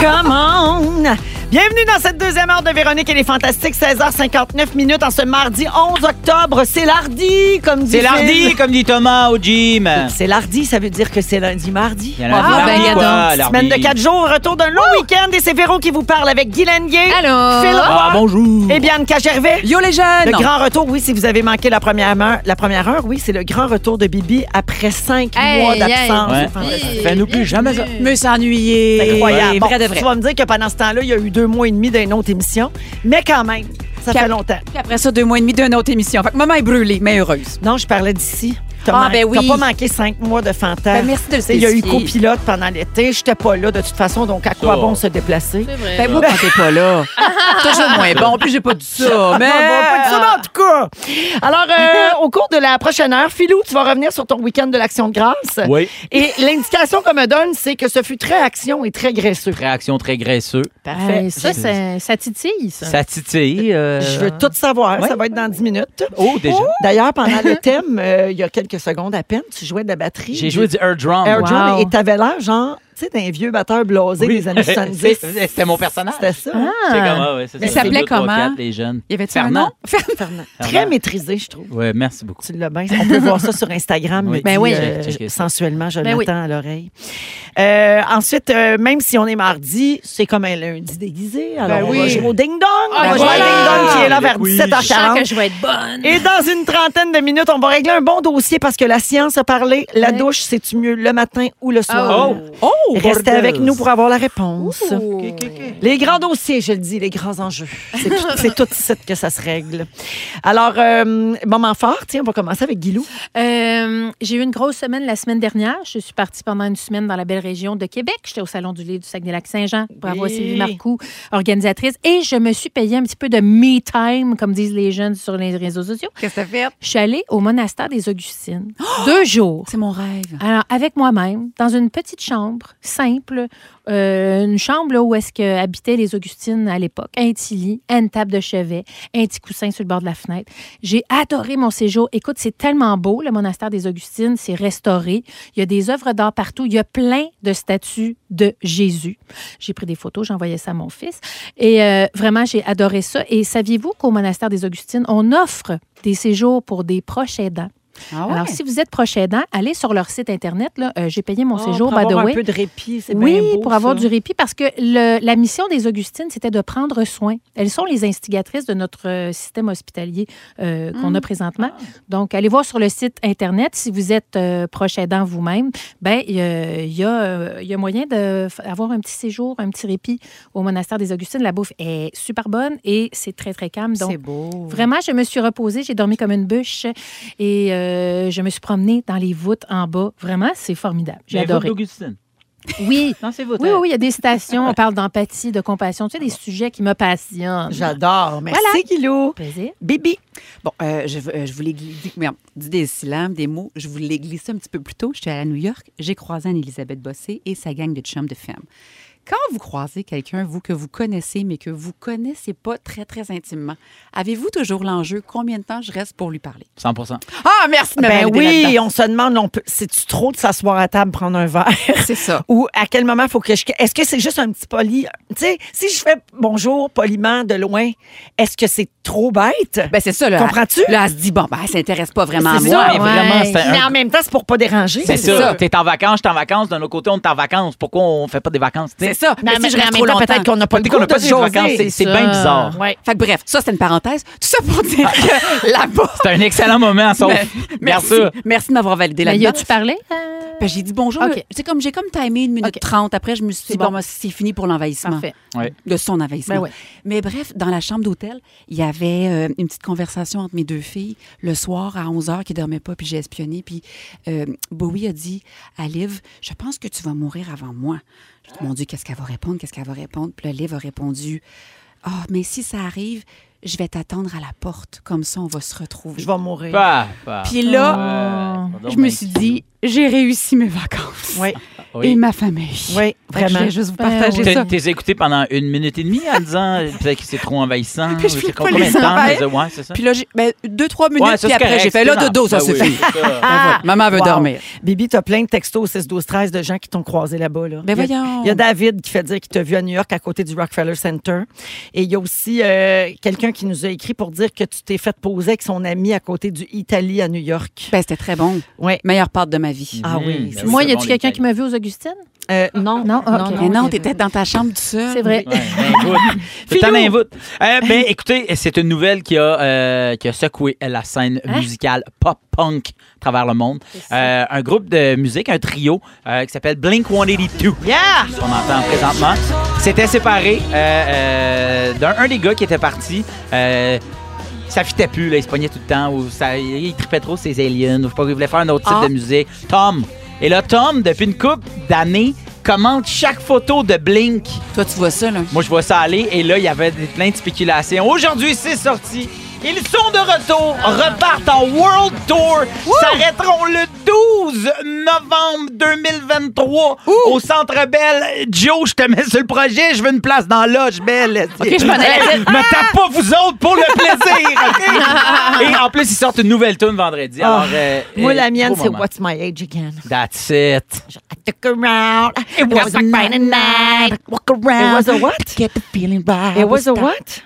Speaker 1: Come on! Bienvenue dans cette deuxième heure de Véronique et les Fantastiques, 16h59 minutes en ce mardi 11 octobre. C'est l'ardi, comme dit
Speaker 2: C'est
Speaker 1: Phil.
Speaker 2: l'ardi, comme dit Thomas au gym.
Speaker 1: C'est l'ardi, ça veut dire que c'est lundi, mardi.
Speaker 2: Il y en a
Speaker 3: Ah,
Speaker 2: l'ardi,
Speaker 3: ben, il y a
Speaker 2: quoi,
Speaker 3: donc
Speaker 2: l'ardi.
Speaker 1: Semaine de quatre jours, retour d'un long week-end et c'est Véro qui vous parle avec Guy Lenguet,
Speaker 3: Allô?
Speaker 1: Phil
Speaker 2: Ah,
Speaker 1: Roy
Speaker 2: bonjour.
Speaker 1: et Bianca Gervais.
Speaker 4: Yo, les jeunes!
Speaker 1: Le grand retour, oui, si vous avez manqué la première heure, la première heure oui, c'est le grand retour de Bibi après cinq
Speaker 3: Hey,
Speaker 1: mois
Speaker 3: hey,
Speaker 1: d'absence.
Speaker 2: Ouais. Fais-nous plus jamais ça.
Speaker 4: me
Speaker 1: C'est
Speaker 4: s'ennuyer.
Speaker 1: incroyable. Bon,
Speaker 4: Vrai de vrai.
Speaker 1: Tu vas me dire que pendant ce temps-là, il y a eu deux mois et demi d'une autre émission, mais quand même, ça
Speaker 4: Cap-
Speaker 1: fait longtemps.
Speaker 4: Puis après ça, deux mois et demi d'une autre émission. Fait que maman est brûlée, mais heureuse.
Speaker 1: Non, je parlais d'ici. T'as
Speaker 4: Ah,
Speaker 1: man-
Speaker 4: ben oui.
Speaker 1: t'as pas manqué cinq mois de
Speaker 4: Ben,
Speaker 1: fantasme.
Speaker 4: merci de le
Speaker 1: il y a eu
Speaker 4: spécifier.
Speaker 1: copilote pendant l'été. J'étais pas là de toute façon, donc à quoi
Speaker 2: Ça.
Speaker 1: bon se déplacer?
Speaker 3: C'est vrai.
Speaker 4: Ben, moi, quand t'es pas là, toujours moins bon. En plus, j'ai pas dit ça, mais.
Speaker 1: Non, on va pas dire ça, mais en tout cas. Alors, euh, au cours de la prochaine heure, Philou, tu vas revenir sur ton week-end de l'Action de grâce.
Speaker 2: Oui.
Speaker 1: Et l'indication qu'on me donne, c'est que ce fut très action et très graisseux.
Speaker 2: Réaction très graisseuse.
Speaker 3: Hey, ça, c'est- ça titille, ça.
Speaker 2: Ça titille. euh,
Speaker 1: Je veux tout savoir.
Speaker 2: Ouais.
Speaker 1: Ça va être dans 10 minutes.
Speaker 2: Oh, déjà.
Speaker 1: D'ailleurs, pendant le thème, euh, il y a quelques secondes à peine, tu jouais de la batterie.
Speaker 2: J'ai joué du air drum.
Speaker 1: Air
Speaker 3: Wow.
Speaker 1: Jordan, et t'avais l'air, genre, tu sais, d'un vieux batteur blasé
Speaker 2: Oui.
Speaker 1: des années 70.
Speaker 2: C'est- C'était mon personnage. Ah.
Speaker 1: C'était ça.
Speaker 3: Ah.
Speaker 2: C'est comment, ouais, c'est
Speaker 4: Mais
Speaker 2: ça.
Speaker 4: ça s'appelait
Speaker 2: Deux, trois,
Speaker 4: comment?
Speaker 2: quatre, les jeunes.
Speaker 4: Il y avait-tu un
Speaker 2: Fernand.
Speaker 4: nom? Fernand.
Speaker 1: Très maîtrisé, je trouve.
Speaker 2: Ouais, merci beaucoup.
Speaker 1: Tu l'as bien. On peut voir ça sur Instagram.
Speaker 2: Oui.
Speaker 1: me
Speaker 2: Ben
Speaker 1: dit,
Speaker 2: oui.
Speaker 1: euh,
Speaker 2: Check- check ça.
Speaker 1: sensuellement, je
Speaker 3: Ben oui.
Speaker 1: à l'oreille. Euh, ensuite, euh, même si on est mardi, c'est comme un lundi déguisé. Alors,
Speaker 3: Ben
Speaker 1: on va
Speaker 3: oui.
Speaker 1: jouer au ding-dong. on va
Speaker 3: ben
Speaker 1: jouer
Speaker 3: voilà.
Speaker 1: au ding-dong qui est là vers
Speaker 2: Ah, Oui.
Speaker 3: Je sens que
Speaker 1: 17h40.
Speaker 3: je vais être bonne.
Speaker 1: Et dans une trentaine de minutes, on va régler un bon dossier parce que la science a parlé. La
Speaker 3: Ouais.
Speaker 1: douche, c'est-tu mieux le matin ou le soir?
Speaker 2: Oh.
Speaker 4: Oh!
Speaker 1: Restez
Speaker 4: bordel.
Speaker 1: avec nous pour avoir la réponse.
Speaker 3: Ouh.
Speaker 1: Les grands dossiers, je le dis, les grands enjeux. C'est tout, c'est tout de suite que ça se règle. Alors, euh, moment fort, tiens, on va commencer avec Guilou.
Speaker 3: Euh, j'ai eu une grosse semaine la semaine dernière. Je suis partie pendant une semaine dans la belle région de Québec. J'étais au Salon du Livre du Saguenay-Lac-Saint-Jean. Bravo à
Speaker 1: Oui.
Speaker 3: Sylvie Marcoux, organisatrice. Et je me suis payée un petit peu de me time, comme disent les jeunes sur les réseaux sociaux.
Speaker 4: Qu'est-ce que t'as fait?
Speaker 3: Je suis allée au monastère des Augustines. Deux jours.
Speaker 4: C'est mon rêve.
Speaker 3: Alors, avec moi-même, dans une petite chambre simple, euh, une chambre là, où est-ce que habitaient les Augustines à l'époque, un petit lit, une table de chevet, un petit coussin sur le bord de la fenêtre. J'ai adoré mon séjour. Écoute, c'est tellement beau, le monastère des Augustines, c'est restauré. Il y a des œuvres d'art partout. Il y a plein de statues de Jésus. J'ai pris des photos, j'envoyais ça à mon fils. Et euh, vraiment, j'ai adoré ça. Et saviez-vous qu'au monastère des Augustines, on offre des séjours pour des proches aidants?
Speaker 4: Ah ouais?
Speaker 3: Alors, si vous êtes proche aidant, allez sur leur site Internet. là. Euh, J'ai payé mon
Speaker 1: Oh,
Speaker 3: séjour,
Speaker 1: pour
Speaker 3: by the
Speaker 1: avoir un
Speaker 3: way.
Speaker 1: peu de répit, c'est
Speaker 3: Oui,
Speaker 1: bien beau,
Speaker 3: pour avoir
Speaker 1: ça.
Speaker 3: du répit, parce que le- la mission des Augustines, c'était de prendre soin. Elles sont les instigatrices de notre euh, système hospitalier euh, qu'on a
Speaker 1: Mm.
Speaker 3: présentement.
Speaker 1: Ah.
Speaker 3: Donc, allez voir sur le site Internet. Si vous êtes euh, proche aidant vous-même, ben il y a- il y, a, euh, il y a moyen d'avoir un petit séjour, un petit répit au monastère des Augustines. La bouffe est super bonne et c'est très, très calme. Donc,
Speaker 4: C'est beau.
Speaker 3: Vraiment, je me suis reposée, j'ai dormi comme une bûche et euh, je me suis promenée dans les voûtes en bas. Vraiment, c'est formidable. J'ai
Speaker 2: Mais
Speaker 3: adoré.
Speaker 2: vous, Augustine.
Speaker 3: Oui.
Speaker 2: Non, c'est
Speaker 3: Oui,
Speaker 2: vous.
Speaker 3: oui, oui, il y a des stations, on parle d'empathie, de compassion, tu sais, des sujets qui me passionnent.
Speaker 1: J'adore. Merci,
Speaker 3: Voilà.
Speaker 1: Guilou.
Speaker 3: Plaisir.
Speaker 1: Bibi.
Speaker 4: Bon, euh, je, euh, je voulais glisser. Merde, dis des syllabes, des mots. Je voulais glisser un petit peu plus tôt. J'étais allée à New York. J'ai croisé Anne-Elisabeth Bossé et sa gang de chums de femmes. Quand vous croisez quelqu'un, vous, que vous connaissez, mais que vous connaissez pas très, très intimement, avez-vous toujours l'enjeu combien de temps je reste pour lui parler?
Speaker 2: 100
Speaker 4: Ah, merci de me
Speaker 1: Ben
Speaker 4: valider
Speaker 1: oui,
Speaker 4: là-dedans.
Speaker 1: on se demande, on peut- c'est-tu trop de s'asseoir à table, prendre un verre?
Speaker 4: C'est ça.
Speaker 1: Ou à quel moment faut que je. Est-ce que c'est juste un petit poli? Tu sais, si je fais bonjour poliment de loin, est-ce que c'est trop bête?
Speaker 4: Ben, c'est ça, là.
Speaker 1: Comprends-tu?
Speaker 4: Là, elle se dit, bon, ben, elle s'intéresse pas vraiment à
Speaker 1: C'est
Speaker 4: moi.
Speaker 1: ça,
Speaker 2: mais
Speaker 1: ouais.
Speaker 2: Ah, vraiment, c'est un-
Speaker 1: Mais en même temps, c'est pour pas déranger.
Speaker 2: C'est
Speaker 4: C'est
Speaker 2: ça.
Speaker 4: ça.
Speaker 2: T'es en vacances, je suis en vacances. D'un autre côté, on est en vacances. Pourquoi on fait pas des vacances? tu sais?
Speaker 4: C'est ça.
Speaker 1: Mais,
Speaker 4: Mais, si je
Speaker 1: en même
Speaker 4: reste trop
Speaker 1: temps,
Speaker 4: longtemps.
Speaker 1: peut-être qu'on n'a pas le
Speaker 2: Peut-être qu'on
Speaker 1: goût
Speaker 2: n'a pas
Speaker 1: de
Speaker 2: de vacances,
Speaker 1: jaser.
Speaker 2: c'est- c'est bien bizarre.
Speaker 1: Ouais.
Speaker 4: Fait que bref, ça, c'est une parenthèse. Tout ça pour dire
Speaker 1: Ah.
Speaker 4: que là-bas.
Speaker 2: C'est un excellent moment, sauf.
Speaker 4: Mais-
Speaker 2: Regarde
Speaker 4: merci.
Speaker 2: ça.
Speaker 4: Merci de m'avoir validé
Speaker 3: Mais y
Speaker 4: là-dedans.
Speaker 3: a-tu parlé? euh,
Speaker 4: Ben, j'ai dit bonjour.
Speaker 3: Ok.
Speaker 4: mais C'est comme j'ai comme timé une minute
Speaker 3: Ok.
Speaker 4: 30. Après, je me suis dit,
Speaker 3: C'est
Speaker 4: bon,
Speaker 3: bon.
Speaker 4: ben, c'est fini pour l'envahissement.
Speaker 3: Parfait.
Speaker 4: De son envahissement.
Speaker 3: Ben ouais.
Speaker 4: Mais bref, dans la chambre d'hôtel, il y avait euh, une petite conversation entre mes deux filles le soir à 11 h qui dormaient pas, puis j'ai espionné. Puis euh, Bowie a dit à Liv Je pense que tu vas mourir avant moi. J'ai dit, Mon Dieu, qu'est-ce qu'elle va répondre Qu'est-ce qu'elle va répondre Puis là, Liv a répondu Ah, mais si ça arrive, je vais t'attendre à la porte. Comme ça, on va se retrouver.
Speaker 1: Je vais Ah. mourir.
Speaker 2: Bah, bah.
Speaker 4: Puis là,
Speaker 2: Ouais.
Speaker 4: je me suis dit J'ai réussi mes vacances.
Speaker 1: Oui,
Speaker 4: Et
Speaker 2: Oui.
Speaker 4: ma famille.
Speaker 1: oui,
Speaker 4: Fait que Je
Speaker 1: vraiment.
Speaker 4: voulais juste vous
Speaker 3: Ben
Speaker 4: partager
Speaker 2: T'es
Speaker 4: ça.
Speaker 2: t'es écouté pendant une minute et demie en disant euh, peut-être que c'est trop envahissant.
Speaker 4: Puis
Speaker 2: ou
Speaker 4: je voulais
Speaker 2: c'est
Speaker 4: pas
Speaker 2: combien de
Speaker 4: les
Speaker 2: temps?
Speaker 4: envahir.
Speaker 2: les- Ouais, c'est ça.
Speaker 4: Puis là, j'ai- ben, deux, trois minutes,
Speaker 2: Ouais, ça,
Speaker 4: puis
Speaker 2: c'est
Speaker 4: après,
Speaker 2: correct,
Speaker 4: j'ai fait là,
Speaker 2: c'est
Speaker 4: dodo, ça
Speaker 2: énorme.
Speaker 4: suffit.
Speaker 2: Ben oui, c'est ça.
Speaker 4: Ah, Maman veut
Speaker 1: Wow.
Speaker 4: dormir.
Speaker 1: Bibi, t'as plein de textos au 6, 12, 13 de gens qui t'ont croisé là-bas. Là.
Speaker 4: Ben
Speaker 1: Il y a-
Speaker 4: voyons.
Speaker 1: Il y a David qui fait dire qu'il t'a vu à New York à côté du Rockefeller Center. Et il y a aussi euh, quelqu'un qui nous a écrit pour dire que tu t'es fait poser avec son ami à côté du Italie à New York.
Speaker 4: Ben, c'était très bon.
Speaker 1: Ouais.
Speaker 4: Meilleure part de ma vie.
Speaker 1: Ah oui,
Speaker 2: Mhm,
Speaker 1: c'est
Speaker 2: ben
Speaker 1: ça.
Speaker 3: Moi,
Speaker 2: c'est
Speaker 3: y
Speaker 2: bon,
Speaker 3: a-tu quelqu'un
Speaker 2: les
Speaker 3: qui m'a vu aux Augustines?
Speaker 1: Euh, non,
Speaker 3: Non, ah, ok.
Speaker 4: Mais non,
Speaker 3: il y
Speaker 4: t'étais
Speaker 3: avait-
Speaker 4: dans ta chambre tout seul.
Speaker 3: C'est vrai.
Speaker 2: Ouais, ben, m'invite. Tout le temps m'invite. Euh, ben, écoutez, c'est une nouvelle qui a, euh, qui a secoué la scène musicale pop-punk à travers le monde. Euh, un groupe de musique, un trio euh, qui s'appelle Blink 182. Yeah! qu'on entend présentement. C'était séparé euh, euh, d'un un des gars qui était parti. euh, ça fitait plus, là, il se pognait tout le temps, ou ça, il tripait trop ses aliens, ou je sais pas, il voulait faire un autre type
Speaker 4: Ah.
Speaker 2: de musique. Tom. Et là, Tom, depuis une couple d'années, commente chaque photo de Blink.
Speaker 4: Toi, tu vois ça, là.
Speaker 2: Moi, je vois ça aller et là, il y avait des- plein de spéculations. Aujourd'hui, c'est sorti. Ils sont de retour, repartent en World Tour, s'arrêteront le 12 novembre 2023 au Centre Bell. Joe, je te mets sur le projet, je veux une place dans la Loge Belle. OK,
Speaker 4: je m'en allais dire.
Speaker 2: Me tape pas, vous autres, pour le plaisir, OK? Et en plus, ils sortent une nouvelle tune vendredi. Alors, euh,
Speaker 1: Ah. Moi,
Speaker 2: euh,
Speaker 1: la mienne,
Speaker 2: beau
Speaker 1: c'est
Speaker 2: moment.
Speaker 1: What's My Age Again.
Speaker 2: That's it.
Speaker 1: I took around. It was like Friday night. Walk around. It was a what? Get the feeling right. It was a what?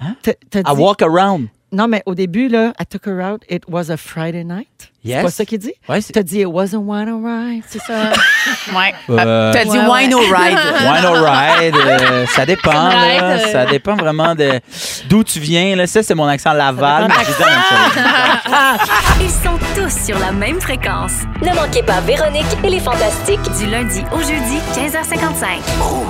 Speaker 2: Hein?
Speaker 1: T'as- t'as
Speaker 2: I
Speaker 1: dit-
Speaker 2: walk around.
Speaker 1: Non, mais au début, là, I took her out. It was a Friday night.
Speaker 2: Yes.
Speaker 1: C'est pas ça qu'il dit?
Speaker 2: Ouais, c'est-
Speaker 1: T'as dit it wasn't one alright.
Speaker 3: C'est ça. hein.
Speaker 1: Ah,
Speaker 2: Euh,
Speaker 4: T'as dit wine or ride.
Speaker 2: Wine or ride, euh, ça dépend.
Speaker 3: Ride,
Speaker 2: là.
Speaker 3: euh.
Speaker 2: Ça dépend vraiment de d'où tu viens. Là. Ça, c'est mon accent Laval. mais je dis la même chose.
Speaker 9: Ils sont tous sur la même fréquence.
Speaker 13: Ne manquez pas Véronique et les Fantastiques.
Speaker 9: Du lundi au jeudi, 15h55.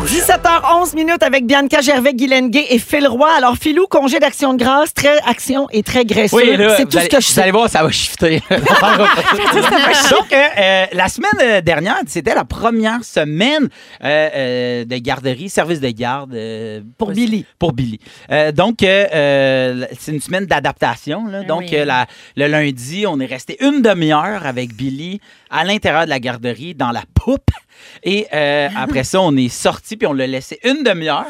Speaker 1: 17h11 minutes avec Bianca Gervais, Guy Lenguet et Phil Roy. Alors, Philou, congé d'action de grâce, très action et très graisseux.
Speaker 2: Oui, là,
Speaker 1: ben, c'est
Speaker 2: vous
Speaker 1: tout
Speaker 2: allez-
Speaker 1: ce que je
Speaker 2: Vous allez
Speaker 1: sais.
Speaker 2: voir, ça va shifter. Donc, euh, la semaine dernière, c'était la première semaine euh, euh, de garderie, service de garde. euh,
Speaker 1: Pour Billy.
Speaker 2: Pour Billy. Euh, donc, euh, euh, c'est une semaine d'adaptation.
Speaker 1: Ben
Speaker 2: là. Donc,
Speaker 3: oui.
Speaker 2: euh, la- le lundi, on est resté une demi-heure avec Billy à l'intérieur de la garderie, dans la poupe. Et euh, après ça, on est sorti puis on l'a laissé une demi-heure.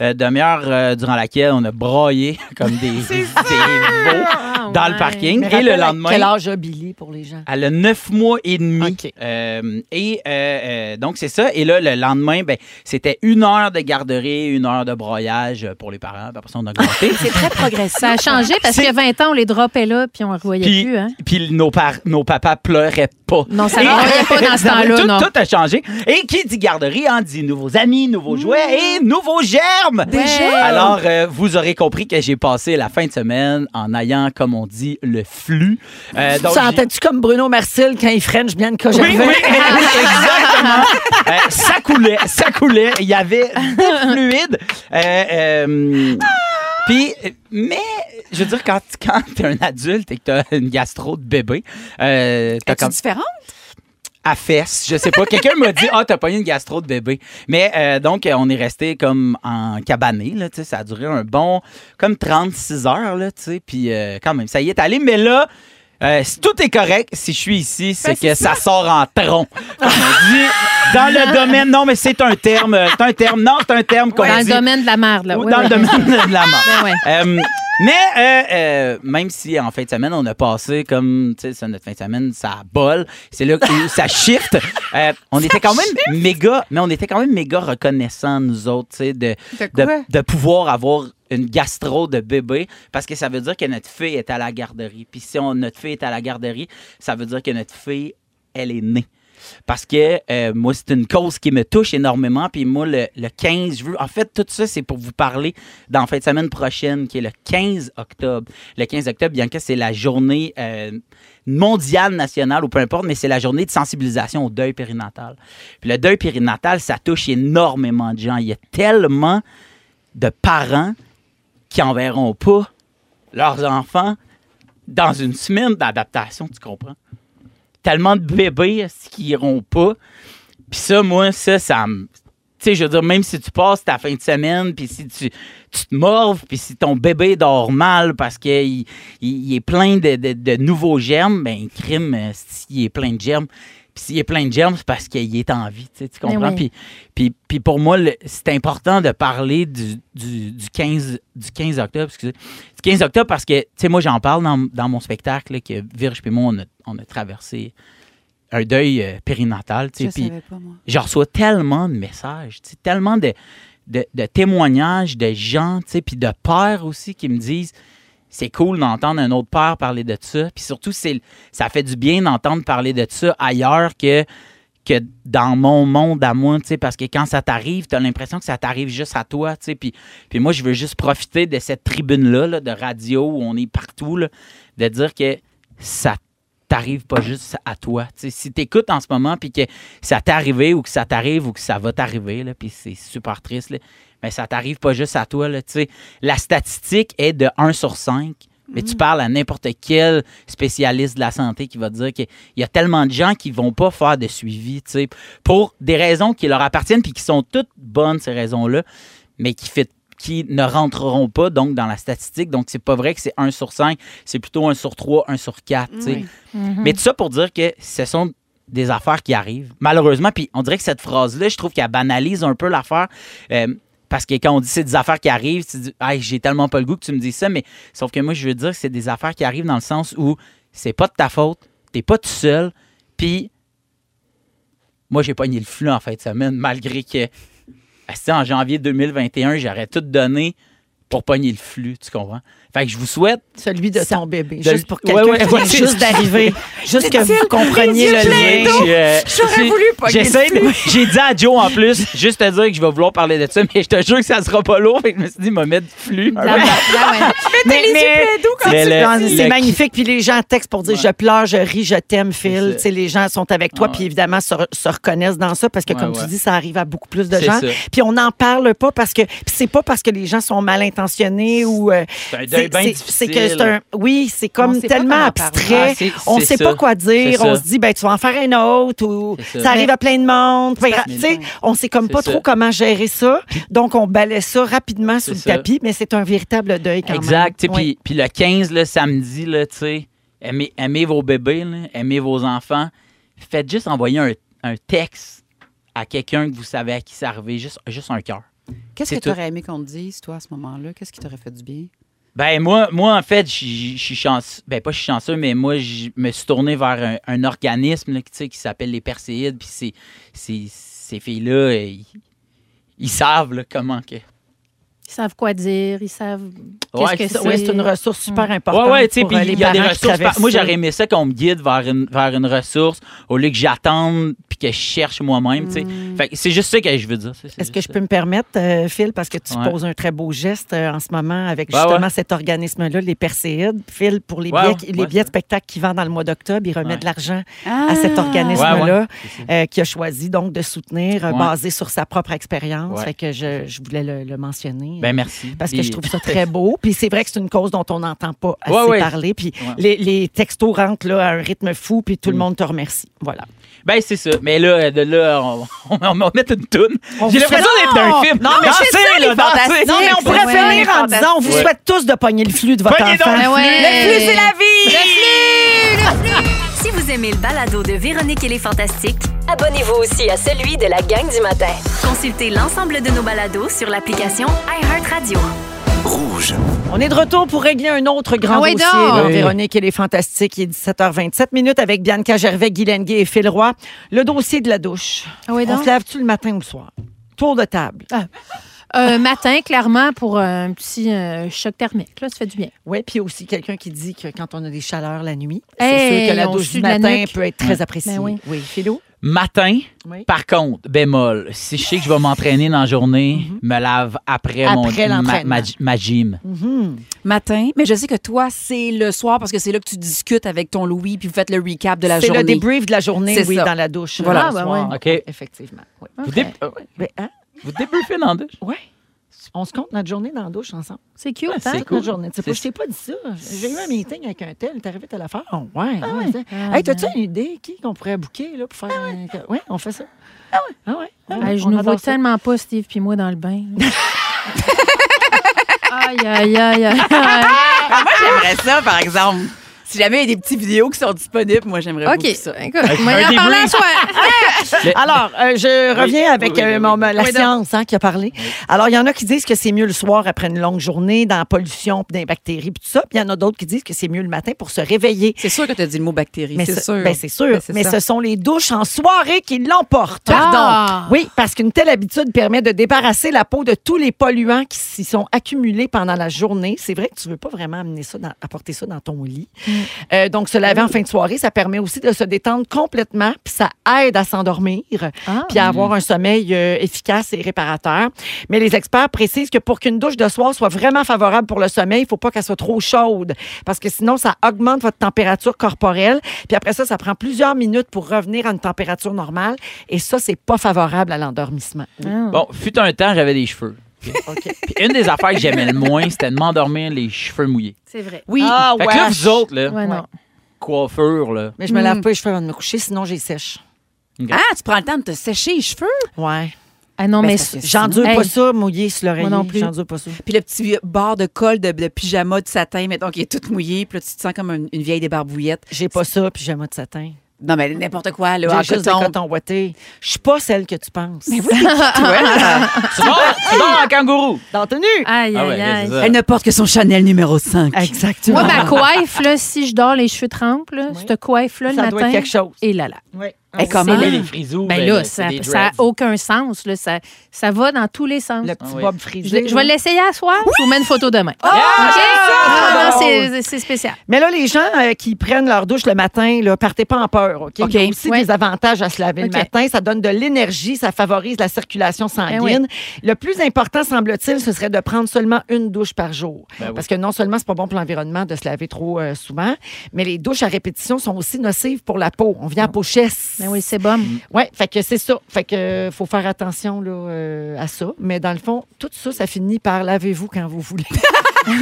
Speaker 2: Euh, demi-heure euh, durant laquelle on a broyé comme des, des veaux dans le parking.
Speaker 1: Mais
Speaker 2: Et le
Speaker 1: rappelle à
Speaker 2: lendemain.
Speaker 1: Quel âge a Billy pour les gens?
Speaker 2: Elle a neuf mois et demi.
Speaker 1: OK.
Speaker 2: Euh, et euh, euh, donc, c'est ça. Et là, le lendemain, ben, c'était une heure de garderie, une heure de broyage euh, pour les parents. Puis Après ça, on a augmenté.
Speaker 4: C'est très progressif.
Speaker 3: Ça a changé parce qu'il y a 20 ans, on les dropait là puis on ne revoyait
Speaker 2: puis,
Speaker 3: plus. Hein?
Speaker 2: puis nos, par- nos papas pleuraient pas.
Speaker 3: Non, ça
Speaker 2: Et-
Speaker 3: ne revoyait pas dans ce temps-là,
Speaker 2: tout,
Speaker 3: non.
Speaker 2: tout a changé. Et qui dit garderie, hein, dit nouveaux amis, nouveaux jouets et nouveaux germes.
Speaker 3: Mmh. Des germes.
Speaker 2: Alors, euh, vous aurez compris que j'ai passé la fin de semaine en ayant, comme on dit, le flux. Euh,
Speaker 1: Tu
Speaker 2: donc, j'ai-
Speaker 1: Sentais-tu comme Bruno Marcel quand il French Bianca
Speaker 2: Oui,
Speaker 1: Gervais?
Speaker 2: oui, exactement. Euh, ça coulait, ça coulait. Il y avait du fluide. Euh, euh, puis, mais, je veux dire, quand, quand t'es un adulte et que t'as une gastro de bébé, euh, t'as
Speaker 4: Es-tu
Speaker 2: comme
Speaker 4: différente?
Speaker 2: à fesse, je sais pas. Quelqu'un m'a dit, ah, t'as pas eu une gastro de bébé. Mais euh, donc, euh, on est resté comme en cabané, là, tu sais, ça a duré un bon, comme 36 heures, là, tu sais, puis euh, quand même, ça y est allé. Mais là,
Speaker 3: Ben,
Speaker 2: euh, si tout est correct, si je suis ici, c'est que ça sort en tronc, comme on dit. Dans le domaine, non, mais c'est un terme, euh, c'est un terme, non, c'est un terme qu'on
Speaker 3: Dans le
Speaker 2: dit.
Speaker 3: domaine de la merde, là.
Speaker 2: Ou
Speaker 3: Ouais,
Speaker 2: dans
Speaker 3: ouais.
Speaker 2: le domaine de la mort.
Speaker 3: Ben ouais.
Speaker 2: Euh, mais euh, euh, même si en fin de semaine, on a passé comme, tu sais, c'est notre fin de semaine, ça bol, c'est là où ça shift. Euh, on était quand même méga, mais on était quand même méga reconnaissants, nous autres, tu sais, de, de, de pouvoir avoir une gastro de bébé parce que ça veut dire que notre fille est à la garderie. Puis si on, notre fille est à la garderie, ça veut dire que notre fille, elle est née. Parce que euh, moi, c'est une cause qui me touche énormément. Puis moi, le, le 15, je veux. En fait, tout ça, c'est pour vous parler dans la fin de semaine prochaine, qui est le 15 octobre. Le 15 octobre, bien que c'est la journée euh, mondiale, nationale ou peu importe, mais c'est la journée de sensibilisation au deuil périnatal. Puis le deuil périnatal, ça touche énormément de gens. Il y a tellement de parents qui enverront pas leurs enfants dans une semaine d'adaptation, tu comprends? Tellement de bébés esti, qui iront pas. Puis ça, moi, ça, ça me. Tu sais, je veux dire, même si tu passes ta fin de semaine, puis si tu, tu te morves, puis si ton bébé dort mal parce qu'il il, il est plein de, de- de nouveaux germes, ben crime, euh, s'il est plein de germes. Puis s'il est plein de germes, c'est parce qu'il est en vie, tu sais, tu
Speaker 3: Mais
Speaker 2: comprends?
Speaker 3: oui.
Speaker 2: Puis- Puis puis pour moi, le- c'est important de parler du, du, du 15, du 15 octobre, excusez, du 15 octobre parce que, tu sais, moi, j'en parle dans, dans mon spectacle là, que Virge et moi, on a, on a traversé un deuil euh, périnatal, tu sais, puis
Speaker 4: pas, moi.
Speaker 2: je reçois tellement de messages, tu sais, tellement de, de, de témoignages de gens, tu sais, puis de pères aussi qui me disent c'est cool d'entendre un autre père parler de ça. Puis surtout, c'est, ça fait du bien d'entendre parler de ça ailleurs que, que dans mon monde à moi, tu sais, parce que quand ça t'arrive, tu as l'impression que ça t'arrive juste à toi, tu sais. Puis, puis moi, je veux juste profiter de cette tribune-là, là, de radio où on est partout, là, de dire que ça t'arrive pas juste à toi. Tu sais, si t'écoutes en ce moment, puis que ça t'est arrivé ou que ça t'arrive ou que ça va t'arriver, là, puis c'est super triste, là, mais ça t'arrive pas juste à toi. Là, tu sais. la statistique est de 1 sur 5. Mais tu parles à n'importe quel spécialiste de la santé qui va te dire qu'il y a tellement de gens qui vont pas faire de suivi, tu sais, pour des raisons qui leur appartiennent puis qui sont toutes bonnes, ces raisons-là, mais qui fit- qui ne rentreront pas donc dans la statistique. Donc, c'est pas vrai que c'est 1 sur 5, c'est plutôt 1 sur 3, 1 sur 4. tu sais.
Speaker 1: Mhm.
Speaker 2: Mais tout ça pour dire que ce sont des affaires qui arrivent. Malheureusement, puis on dirait que cette phrase-là, je trouve qu'elle banalise un peu l'affaire. euh, parce que quand on dit c'est des affaires qui arrivent, tu dis Hey, j'ai tellement pas le goût que tu me dis ça, mais sauf que moi je veux dire que c'est des affaires qui arrivent dans le sens où c'est pas de ta faute, t'es pas tout seul, puis moi j'ai pogné le flux en fin de semaine malgré que asti, en janvier 2021 j'aurais tout donné pour pogner le flux, tu comprends? Fait que je vous souhaite
Speaker 1: Celui de
Speaker 2: Ça-
Speaker 1: ton bébé.
Speaker 2: de-
Speaker 1: Juste pour
Speaker 2: Ouais,
Speaker 1: quelqu'un
Speaker 2: ouais,
Speaker 1: qui
Speaker 2: ouais,
Speaker 1: vient
Speaker 2: c'est-
Speaker 1: juste d'arriver. Juste que vous compreniez le lien.
Speaker 2: euh, J'aurais voulu pas J'ai dit à Joe en plus, juste te dire que je vais vouloir parler de ça, mais je te jure que ça sera pas lourd. Fait que je me suis dit, m'a mettre du flux.
Speaker 3: Ah ouais, ah ouais.
Speaker 1: Mais, mais-
Speaker 2: quand
Speaker 1: mais
Speaker 2: tu
Speaker 1: le-
Speaker 2: le dis.
Speaker 1: c'est
Speaker 2: le-
Speaker 1: magnifique. Puis les gens textent pour dire
Speaker 2: Ouais.
Speaker 1: je pleure, je ris, je t'aime, Phil.
Speaker 2: ça.
Speaker 1: Tu sais, les gens sont avec toi,
Speaker 2: Ah
Speaker 1: puis évidemment se, re- se reconnaissent dans ça parce que,
Speaker 2: Ouais,
Speaker 1: comme
Speaker 2: ouais.
Speaker 1: tu dis, ça arrive à beaucoup plus de
Speaker 2: C'est
Speaker 1: gens.
Speaker 2: ça.
Speaker 1: Puis on n'en parle pas parce que puis c'est pas parce que les gens sont mal intentionnés ou. euh,
Speaker 2: C'est un deuil
Speaker 1: c'est
Speaker 2: bien
Speaker 1: c'est- c'est que c'est
Speaker 2: difficile.
Speaker 1: un. Oui, c'est
Speaker 3: On
Speaker 1: comme
Speaker 3: sait pas
Speaker 1: tellement
Speaker 3: comment parler.
Speaker 1: abstrait.
Speaker 2: Ah, c'est-
Speaker 1: on
Speaker 2: c'est
Speaker 1: sait
Speaker 2: ça.
Speaker 1: pas quoi dire.
Speaker 2: C'est
Speaker 1: On
Speaker 2: ça.
Speaker 1: se dit ben tu vas en faire un autre ou
Speaker 2: C'est ça.
Speaker 1: ça arrive à plein de monde. Ben, tu sais, on sait comme
Speaker 2: C'est
Speaker 1: pas
Speaker 2: ça.
Speaker 1: trop comment gérer ça. Donc on balaie ça rapidement sous
Speaker 2: C'est
Speaker 1: le
Speaker 2: ça.
Speaker 1: tapis, mais c'est un véritable deuil quand même.
Speaker 2: Exact. tu sais,
Speaker 1: Oui.
Speaker 2: Puis puis le 15, là, samedi, là, tu sais, aimez, aimez vos bébés, là, aimez vos enfants. Faites juste envoyer un, un texte à quelqu'un que vous savez à qui ça arrivait, juste, juste un cœur.
Speaker 4: Qu'est-ce
Speaker 2: C'est
Speaker 4: que
Speaker 2: tout.
Speaker 4: t'aurais aimé qu'on te dise, toi, à ce moment-là? Qu'est-ce qui t'aurait fait du bien?
Speaker 2: Ben moi, moi en fait, je je- je suis chanceux. Ben pas je suis chanceux, mais moi, je me suis tourné vers un, un organisme là, qui, tu sais, qui s'appelle les Perséides. Puis ces, ces, ces filles-là, euh, ils, ils savent là, comment que.
Speaker 3: Ils savent quoi dire, ils savent.
Speaker 2: Ouais,
Speaker 3: Qu'est-ce que
Speaker 1: Ça, ouais, c'est une ressource super importante.
Speaker 2: Ouais, ouais, tu sais,
Speaker 1: pour,
Speaker 2: puis
Speaker 1: euh, les
Speaker 2: il y a des
Speaker 1: parents qui
Speaker 2: ressources.
Speaker 1: traversent
Speaker 2: Moi,
Speaker 1: ça.
Speaker 2: j'aurais aimé ça qu'on me guide vers une, vers une ressource au lieu que j'attende puis que je cherche moi-même, tu sais. Fait que c'est juste ça que je veux dire. ça, c'est
Speaker 1: Hmm. Est-ce que je
Speaker 2: juste
Speaker 1: peux me permettre, euh, Phil, parce que tu
Speaker 2: Ouais.
Speaker 1: poses un très beau geste euh, en ce moment avec
Speaker 2: Ouais,
Speaker 1: justement
Speaker 2: ouais.
Speaker 1: cet organisme-là, les Perséides. Phil, pour les
Speaker 2: Ouais,
Speaker 1: billets,
Speaker 2: ouais,
Speaker 1: les
Speaker 2: ouais,
Speaker 1: billets
Speaker 2: ça.
Speaker 1: de spectacle qui vendent dans le mois d'octobre, ils remettent
Speaker 2: Ouais.
Speaker 1: de l'argent
Speaker 4: Ah!
Speaker 1: à cet organisme-là
Speaker 2: Ouais, ouais.
Speaker 1: euh, qui a choisi donc de soutenir, euh,
Speaker 2: Ouais.
Speaker 1: basé sur sa propre expérience.
Speaker 2: Ouais.
Speaker 1: Fait que je, je voulais le, le mentionner.
Speaker 2: Ben merci.
Speaker 1: parce que
Speaker 2: Puis-
Speaker 1: je trouve ça très beau. Puis c'est vrai que c'est une cause dont on n'entend pas assez
Speaker 2: Ouais, ouais.
Speaker 1: parler. Puis
Speaker 2: Ouais.
Speaker 1: les, les textos rentrent là, à un rythme fou, puis tout le monde te remercie. Voilà.
Speaker 2: Ben, c'est ça. Mais là, de là, on, on, on va mettre une toune.
Speaker 1: On
Speaker 2: J'ai
Speaker 1: vous
Speaker 2: l'impression
Speaker 1: souhaite-
Speaker 2: d'être dans un film.
Speaker 1: Non, mais
Speaker 2: Dansez,
Speaker 1: je fais ça,
Speaker 2: là,
Speaker 1: les
Speaker 2: dansez.
Speaker 1: fantastiques. Non, mais on pourrait
Speaker 3: Ouais,
Speaker 1: finir en
Speaker 3: fantastique.
Speaker 1: disant on vous
Speaker 2: Ouais.
Speaker 1: souhaite tous de pogner le flux de votre
Speaker 2: Pognez donc
Speaker 1: enfant.
Speaker 2: le
Speaker 3: Ben ouais.
Speaker 1: Le flux, c'est la vie!
Speaker 3: Le flux!
Speaker 9: Si vous vous aimez le balado de Véronique et les Fantastiques,
Speaker 13: Abonnez-vous aussi à celui de la gang du matin.
Speaker 9: consultez l'ensemble de nos balados sur l'application iHeartRadio.
Speaker 14: Rouge.
Speaker 1: On est de retour pour régler un autre grand
Speaker 15: Ah ouais,
Speaker 1: dossier.
Speaker 15: donc.
Speaker 1: là.
Speaker 2: Oui.
Speaker 1: Véronique, elle est fantastique. Il est 17h27 minutes avec Bianca Gervais, Guy Lenguet et Phil Roy. Le dossier de la douche.
Speaker 3: Ah ouais,
Speaker 1: On
Speaker 3: donc?
Speaker 1: se lave-tu le matin ou le soir? Tour de table.
Speaker 3: Euh, matin, clairement, pour un petit euh, choc thermique. Là, ça fait du bien.
Speaker 1: Oui, puis aussi quelqu'un qui dit que quand on a des chaleurs la nuit, c'est
Speaker 3: Hey,
Speaker 1: sûr que la
Speaker 3: on
Speaker 1: douche
Speaker 3: sue
Speaker 1: du
Speaker 3: de la
Speaker 1: matin
Speaker 3: nuque.
Speaker 1: peut être très appréciée.
Speaker 3: Ben oui.
Speaker 1: Philo?
Speaker 2: Matin,
Speaker 1: Oui.
Speaker 2: par contre, bémol, si je sais que je vais m'entraîner dans la journée, me lave après,
Speaker 1: Mhm. Après
Speaker 2: mon, ma,
Speaker 1: l'entraînement.
Speaker 2: ma- ma gym.
Speaker 4: Matin, mais je sais que toi, c'est le soir parce que c'est là que tu discutes avec ton Louis puis vous faites le recap de la
Speaker 1: C'est
Speaker 4: journée.
Speaker 1: le débrief de la journée,
Speaker 4: C'est
Speaker 1: oui,
Speaker 4: ça.
Speaker 1: dans la douche. hein,
Speaker 4: Voilà.
Speaker 1: le
Speaker 3: Ah, ben
Speaker 1: soir.
Speaker 3: oui.
Speaker 2: OK.
Speaker 1: Effectivement. Oui.
Speaker 2: Vous, dé- euh,
Speaker 1: Mais, hein?
Speaker 2: vous débriefez dans la douche?
Speaker 1: Ouais. On se compte notre journée dans la douche ensemble.
Speaker 3: C'est cute,
Speaker 2: Ouais,
Speaker 3: hein?
Speaker 2: Ah, c'est
Speaker 1: Toute
Speaker 2: cool.
Speaker 1: notre journée. Tu sais pas,
Speaker 2: C'est-
Speaker 1: je t'ai pas dit ça. J'ai eu un meeting avec un tel, t'es arrivé, t'as l'affaire. Oh, ouais. ouais, c'est-
Speaker 3: Ah,
Speaker 1: hey, t'as-tu une idée qui qu'on pourrait bouquer là, pour faire. un- Ouais, on fait ça. Ah ouais. Ah ouais.
Speaker 3: Ah, je
Speaker 1: On
Speaker 3: nous
Speaker 1: adore
Speaker 3: vois
Speaker 1: ça.
Speaker 3: tellement pas, Steve, puis moi, dans le bain. aïe, aïe, aïe, aïe.
Speaker 4: Ah, moi, j'aimerais ça, par exemple. Si jamais il y a des petites vidéos qui sont disponibles, moi, j'aimerais
Speaker 3: OK,
Speaker 4: beaucoup ça.
Speaker 3: écoute, moi, j'en parle à soi.
Speaker 1: Ah Alors, euh, je reviens avec
Speaker 2: Oui, oui,
Speaker 1: euh,
Speaker 2: oui.
Speaker 1: mon- ma- la
Speaker 15: Oui, donc.
Speaker 1: science hein, qui a parlé. Alors, il y en a qui disent que c'est mieux le soir après une longue journée dans la pollution, puis dans les bactéries, puis tout ça. Puis il y en a d'autres qui disent que c'est mieux le matin pour se réveiller.
Speaker 4: C'est sûr que tu as dit le mot bactérie,
Speaker 1: Mais
Speaker 4: c'est
Speaker 1: ce-
Speaker 4: sûr.
Speaker 1: ben, c'est sûr.
Speaker 4: Ben, c'est
Speaker 1: mais
Speaker 4: ça.
Speaker 1: ce sont les douches en soirée qui l'emportent.
Speaker 15: Pardon. Ah.
Speaker 1: Oui, parce qu'une telle habitude permet de débarrasser la peau de tous les polluants qui s'y sont accumulés pendant la journée. C'est vrai que tu veux pas vraiment amener ça dans- apporter ça dans ton lit.
Speaker 4: Mm.
Speaker 1: Euh, donc, se laver en fin de soirée, ça permet aussi de se détendre complètement, puis ça aide à s'endormir,
Speaker 3: Ah.
Speaker 1: puis à avoir un sommeil euh, efficace et réparateur. Mais les experts précisent que pour qu'une douche de soir soit vraiment favorable pour le sommeil, il faut pas qu'elle soit trop chaude, parce que sinon, ça augmente votre température corporelle, puis après ça, ça prend plusieurs minutes pour revenir à une température normale, et ça, c'est pas favorable à l'endormissement.
Speaker 2: Bon, fut un temps, j'avais des cheveux. Puis une des affaires que j'aimais le moins, c'était de m'endormir les cheveux mouillés.
Speaker 3: C'est vrai.
Speaker 1: Oui. Ah,
Speaker 4: Ah,
Speaker 2: Fait que là, vous autres, là,
Speaker 3: Ouais, non.
Speaker 2: coiffure, là.
Speaker 1: Mais je me lave pas les cheveux avant de me coucher, sinon j'ai sèche.
Speaker 4: Ah, tu prends le temps de te sécher les cheveux.
Speaker 1: Ouais.
Speaker 3: Ah non,
Speaker 4: Ben,
Speaker 3: mais...
Speaker 4: c'est parce que
Speaker 1: J'endure
Speaker 3: Hey.
Speaker 1: pas ça, mouillé sur l'oreiller.
Speaker 3: non plus.
Speaker 1: J'endure pas ça.
Speaker 4: Puis le petit bord de col de, de pyjama de satin, mettons, qui est tout mouillé. Puis là, tu te sens comme une, une vieille débarbouillette.
Speaker 1: J'ai pas ça, puis j'aime de satin.
Speaker 4: Non, mais n'importe quoi, là. en
Speaker 1: J'ai juste
Speaker 4: coton.
Speaker 1: des cotons ouatés. Je suis pas celle que tu penses. Mais oui.
Speaker 2: Tu dors, tu dors en kangourou.
Speaker 1: Dans tenue.
Speaker 3: Aïe,
Speaker 2: Ah ouais,
Speaker 3: aïe,
Speaker 2: là, c'est
Speaker 3: aïe.
Speaker 2: ça.
Speaker 4: Elle ne porte que son Chanel numéro 5.
Speaker 1: Exactement.
Speaker 3: Moi, ma coiffe, là, si je dors les cheveux trempes, là,
Speaker 1: Oui.
Speaker 3: cette coiffe-là, le
Speaker 1: Ça
Speaker 3: matin...
Speaker 1: doit être quelque chose.
Speaker 3: Et là, là.
Speaker 1: Ouais.
Speaker 4: Elle est comme
Speaker 1: Ah.
Speaker 3: C'est-
Speaker 2: Mais
Speaker 4: elle.
Speaker 2: les frisous,
Speaker 3: Ben
Speaker 2: ben,
Speaker 3: là,
Speaker 2: c'est
Speaker 3: ça
Speaker 2: des
Speaker 3: ça n'a
Speaker 2: dreads.
Speaker 3: aucun sens. Là. Ça, ça va dans tous les sens.
Speaker 1: Le Oh! petit
Speaker 2: Ah oui.
Speaker 1: bob
Speaker 3: Je,
Speaker 1: frisé.
Speaker 3: vais- je vais
Speaker 1: là.
Speaker 3: l'essayer à soir. Je vous mets une photo demain.
Speaker 2: Yeah!
Speaker 3: OK?
Speaker 1: Ah,
Speaker 3: Ah, non,
Speaker 1: drôle.
Speaker 3: c'est- c'est spécial.
Speaker 1: Mais là, les gens euh, qui prennent leur douche le matin, là, partez pas en peur, OK? Il y a
Speaker 4: OK.
Speaker 1: aussi
Speaker 3: Ouais.
Speaker 1: des avantages à se laver
Speaker 3: OK.
Speaker 1: le matin. Ça donne de l'énergie, ça favorise la circulation sanguine.
Speaker 3: Eh oui.
Speaker 1: Le plus important, semble-t-il, ce serait de prendre seulement une douche par jour.
Speaker 2: Ben oui.
Speaker 1: Parce que non seulement c'est pas bon pour l'environnement de se laver trop euh, souvent, mais les douches à répétition sont aussi nocives pour la peau. On vient à pochesse.
Speaker 3: Ben oui, c'est bon.
Speaker 2: Mm.
Speaker 1: Oui, fait que c'est ça. Fait que euh, faut faire attention là, euh, à ça. Mais dans le fond, tout ça, ça finit par lavez-vous quand vous voulez.
Speaker 4: Quand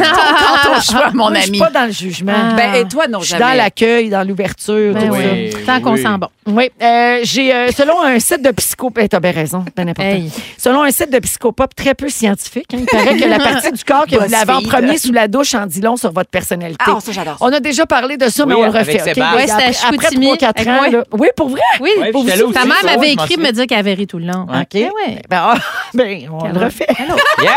Speaker 4: ton choix, mon
Speaker 1: Moi, Je
Speaker 4: ami.
Speaker 1: suis pas dans le jugement.
Speaker 3: Ah.
Speaker 4: Ben, et toi, non,
Speaker 1: Je suis dans
Speaker 4: jamais.
Speaker 1: l'accueil, dans l'ouverture,
Speaker 3: Ben
Speaker 1: tout
Speaker 2: oui.
Speaker 1: ça.
Speaker 3: oui. Tant qu'on
Speaker 2: oui.
Speaker 3: sent bon.
Speaker 1: Oui, euh, j'ai euh, selon un site de psycho, eh, t'as bien raison, t'as n'importe
Speaker 3: Hey.
Speaker 1: quoi. Selon un site de psychopop très peu scientifique, hein, il paraît que la partie du corps que vous lavez en
Speaker 4: BuzzFeed.
Speaker 1: premier sous la douche en dit long sur votre personnalité.
Speaker 4: Ah, ça, j'adore ça.
Speaker 1: on a déjà parlé de ça, mais
Speaker 2: Oui,
Speaker 1: on le
Speaker 2: avec
Speaker 1: refait. ok?
Speaker 2: Sébastien.
Speaker 3: Ouais, c'était à
Speaker 1: Après- Après
Speaker 3: Chicoutimi,
Speaker 1: 3-4 ans,
Speaker 3: avec moi.
Speaker 1: là- oui, pour vrai.
Speaker 3: Oui,
Speaker 2: Ouais,
Speaker 3: pour
Speaker 2: puis j'étais
Speaker 3: vous-
Speaker 2: là
Speaker 3: ta
Speaker 2: aussi,
Speaker 3: mère
Speaker 2: ça,
Speaker 3: m'avait
Speaker 2: je m'en
Speaker 3: écrit de me
Speaker 2: souviens.
Speaker 3: dire qu'elle avait ri tout le long.
Speaker 1: OK.
Speaker 3: Eh ouais.
Speaker 1: Ben, ah, ben, on le refait.
Speaker 2: Yeah!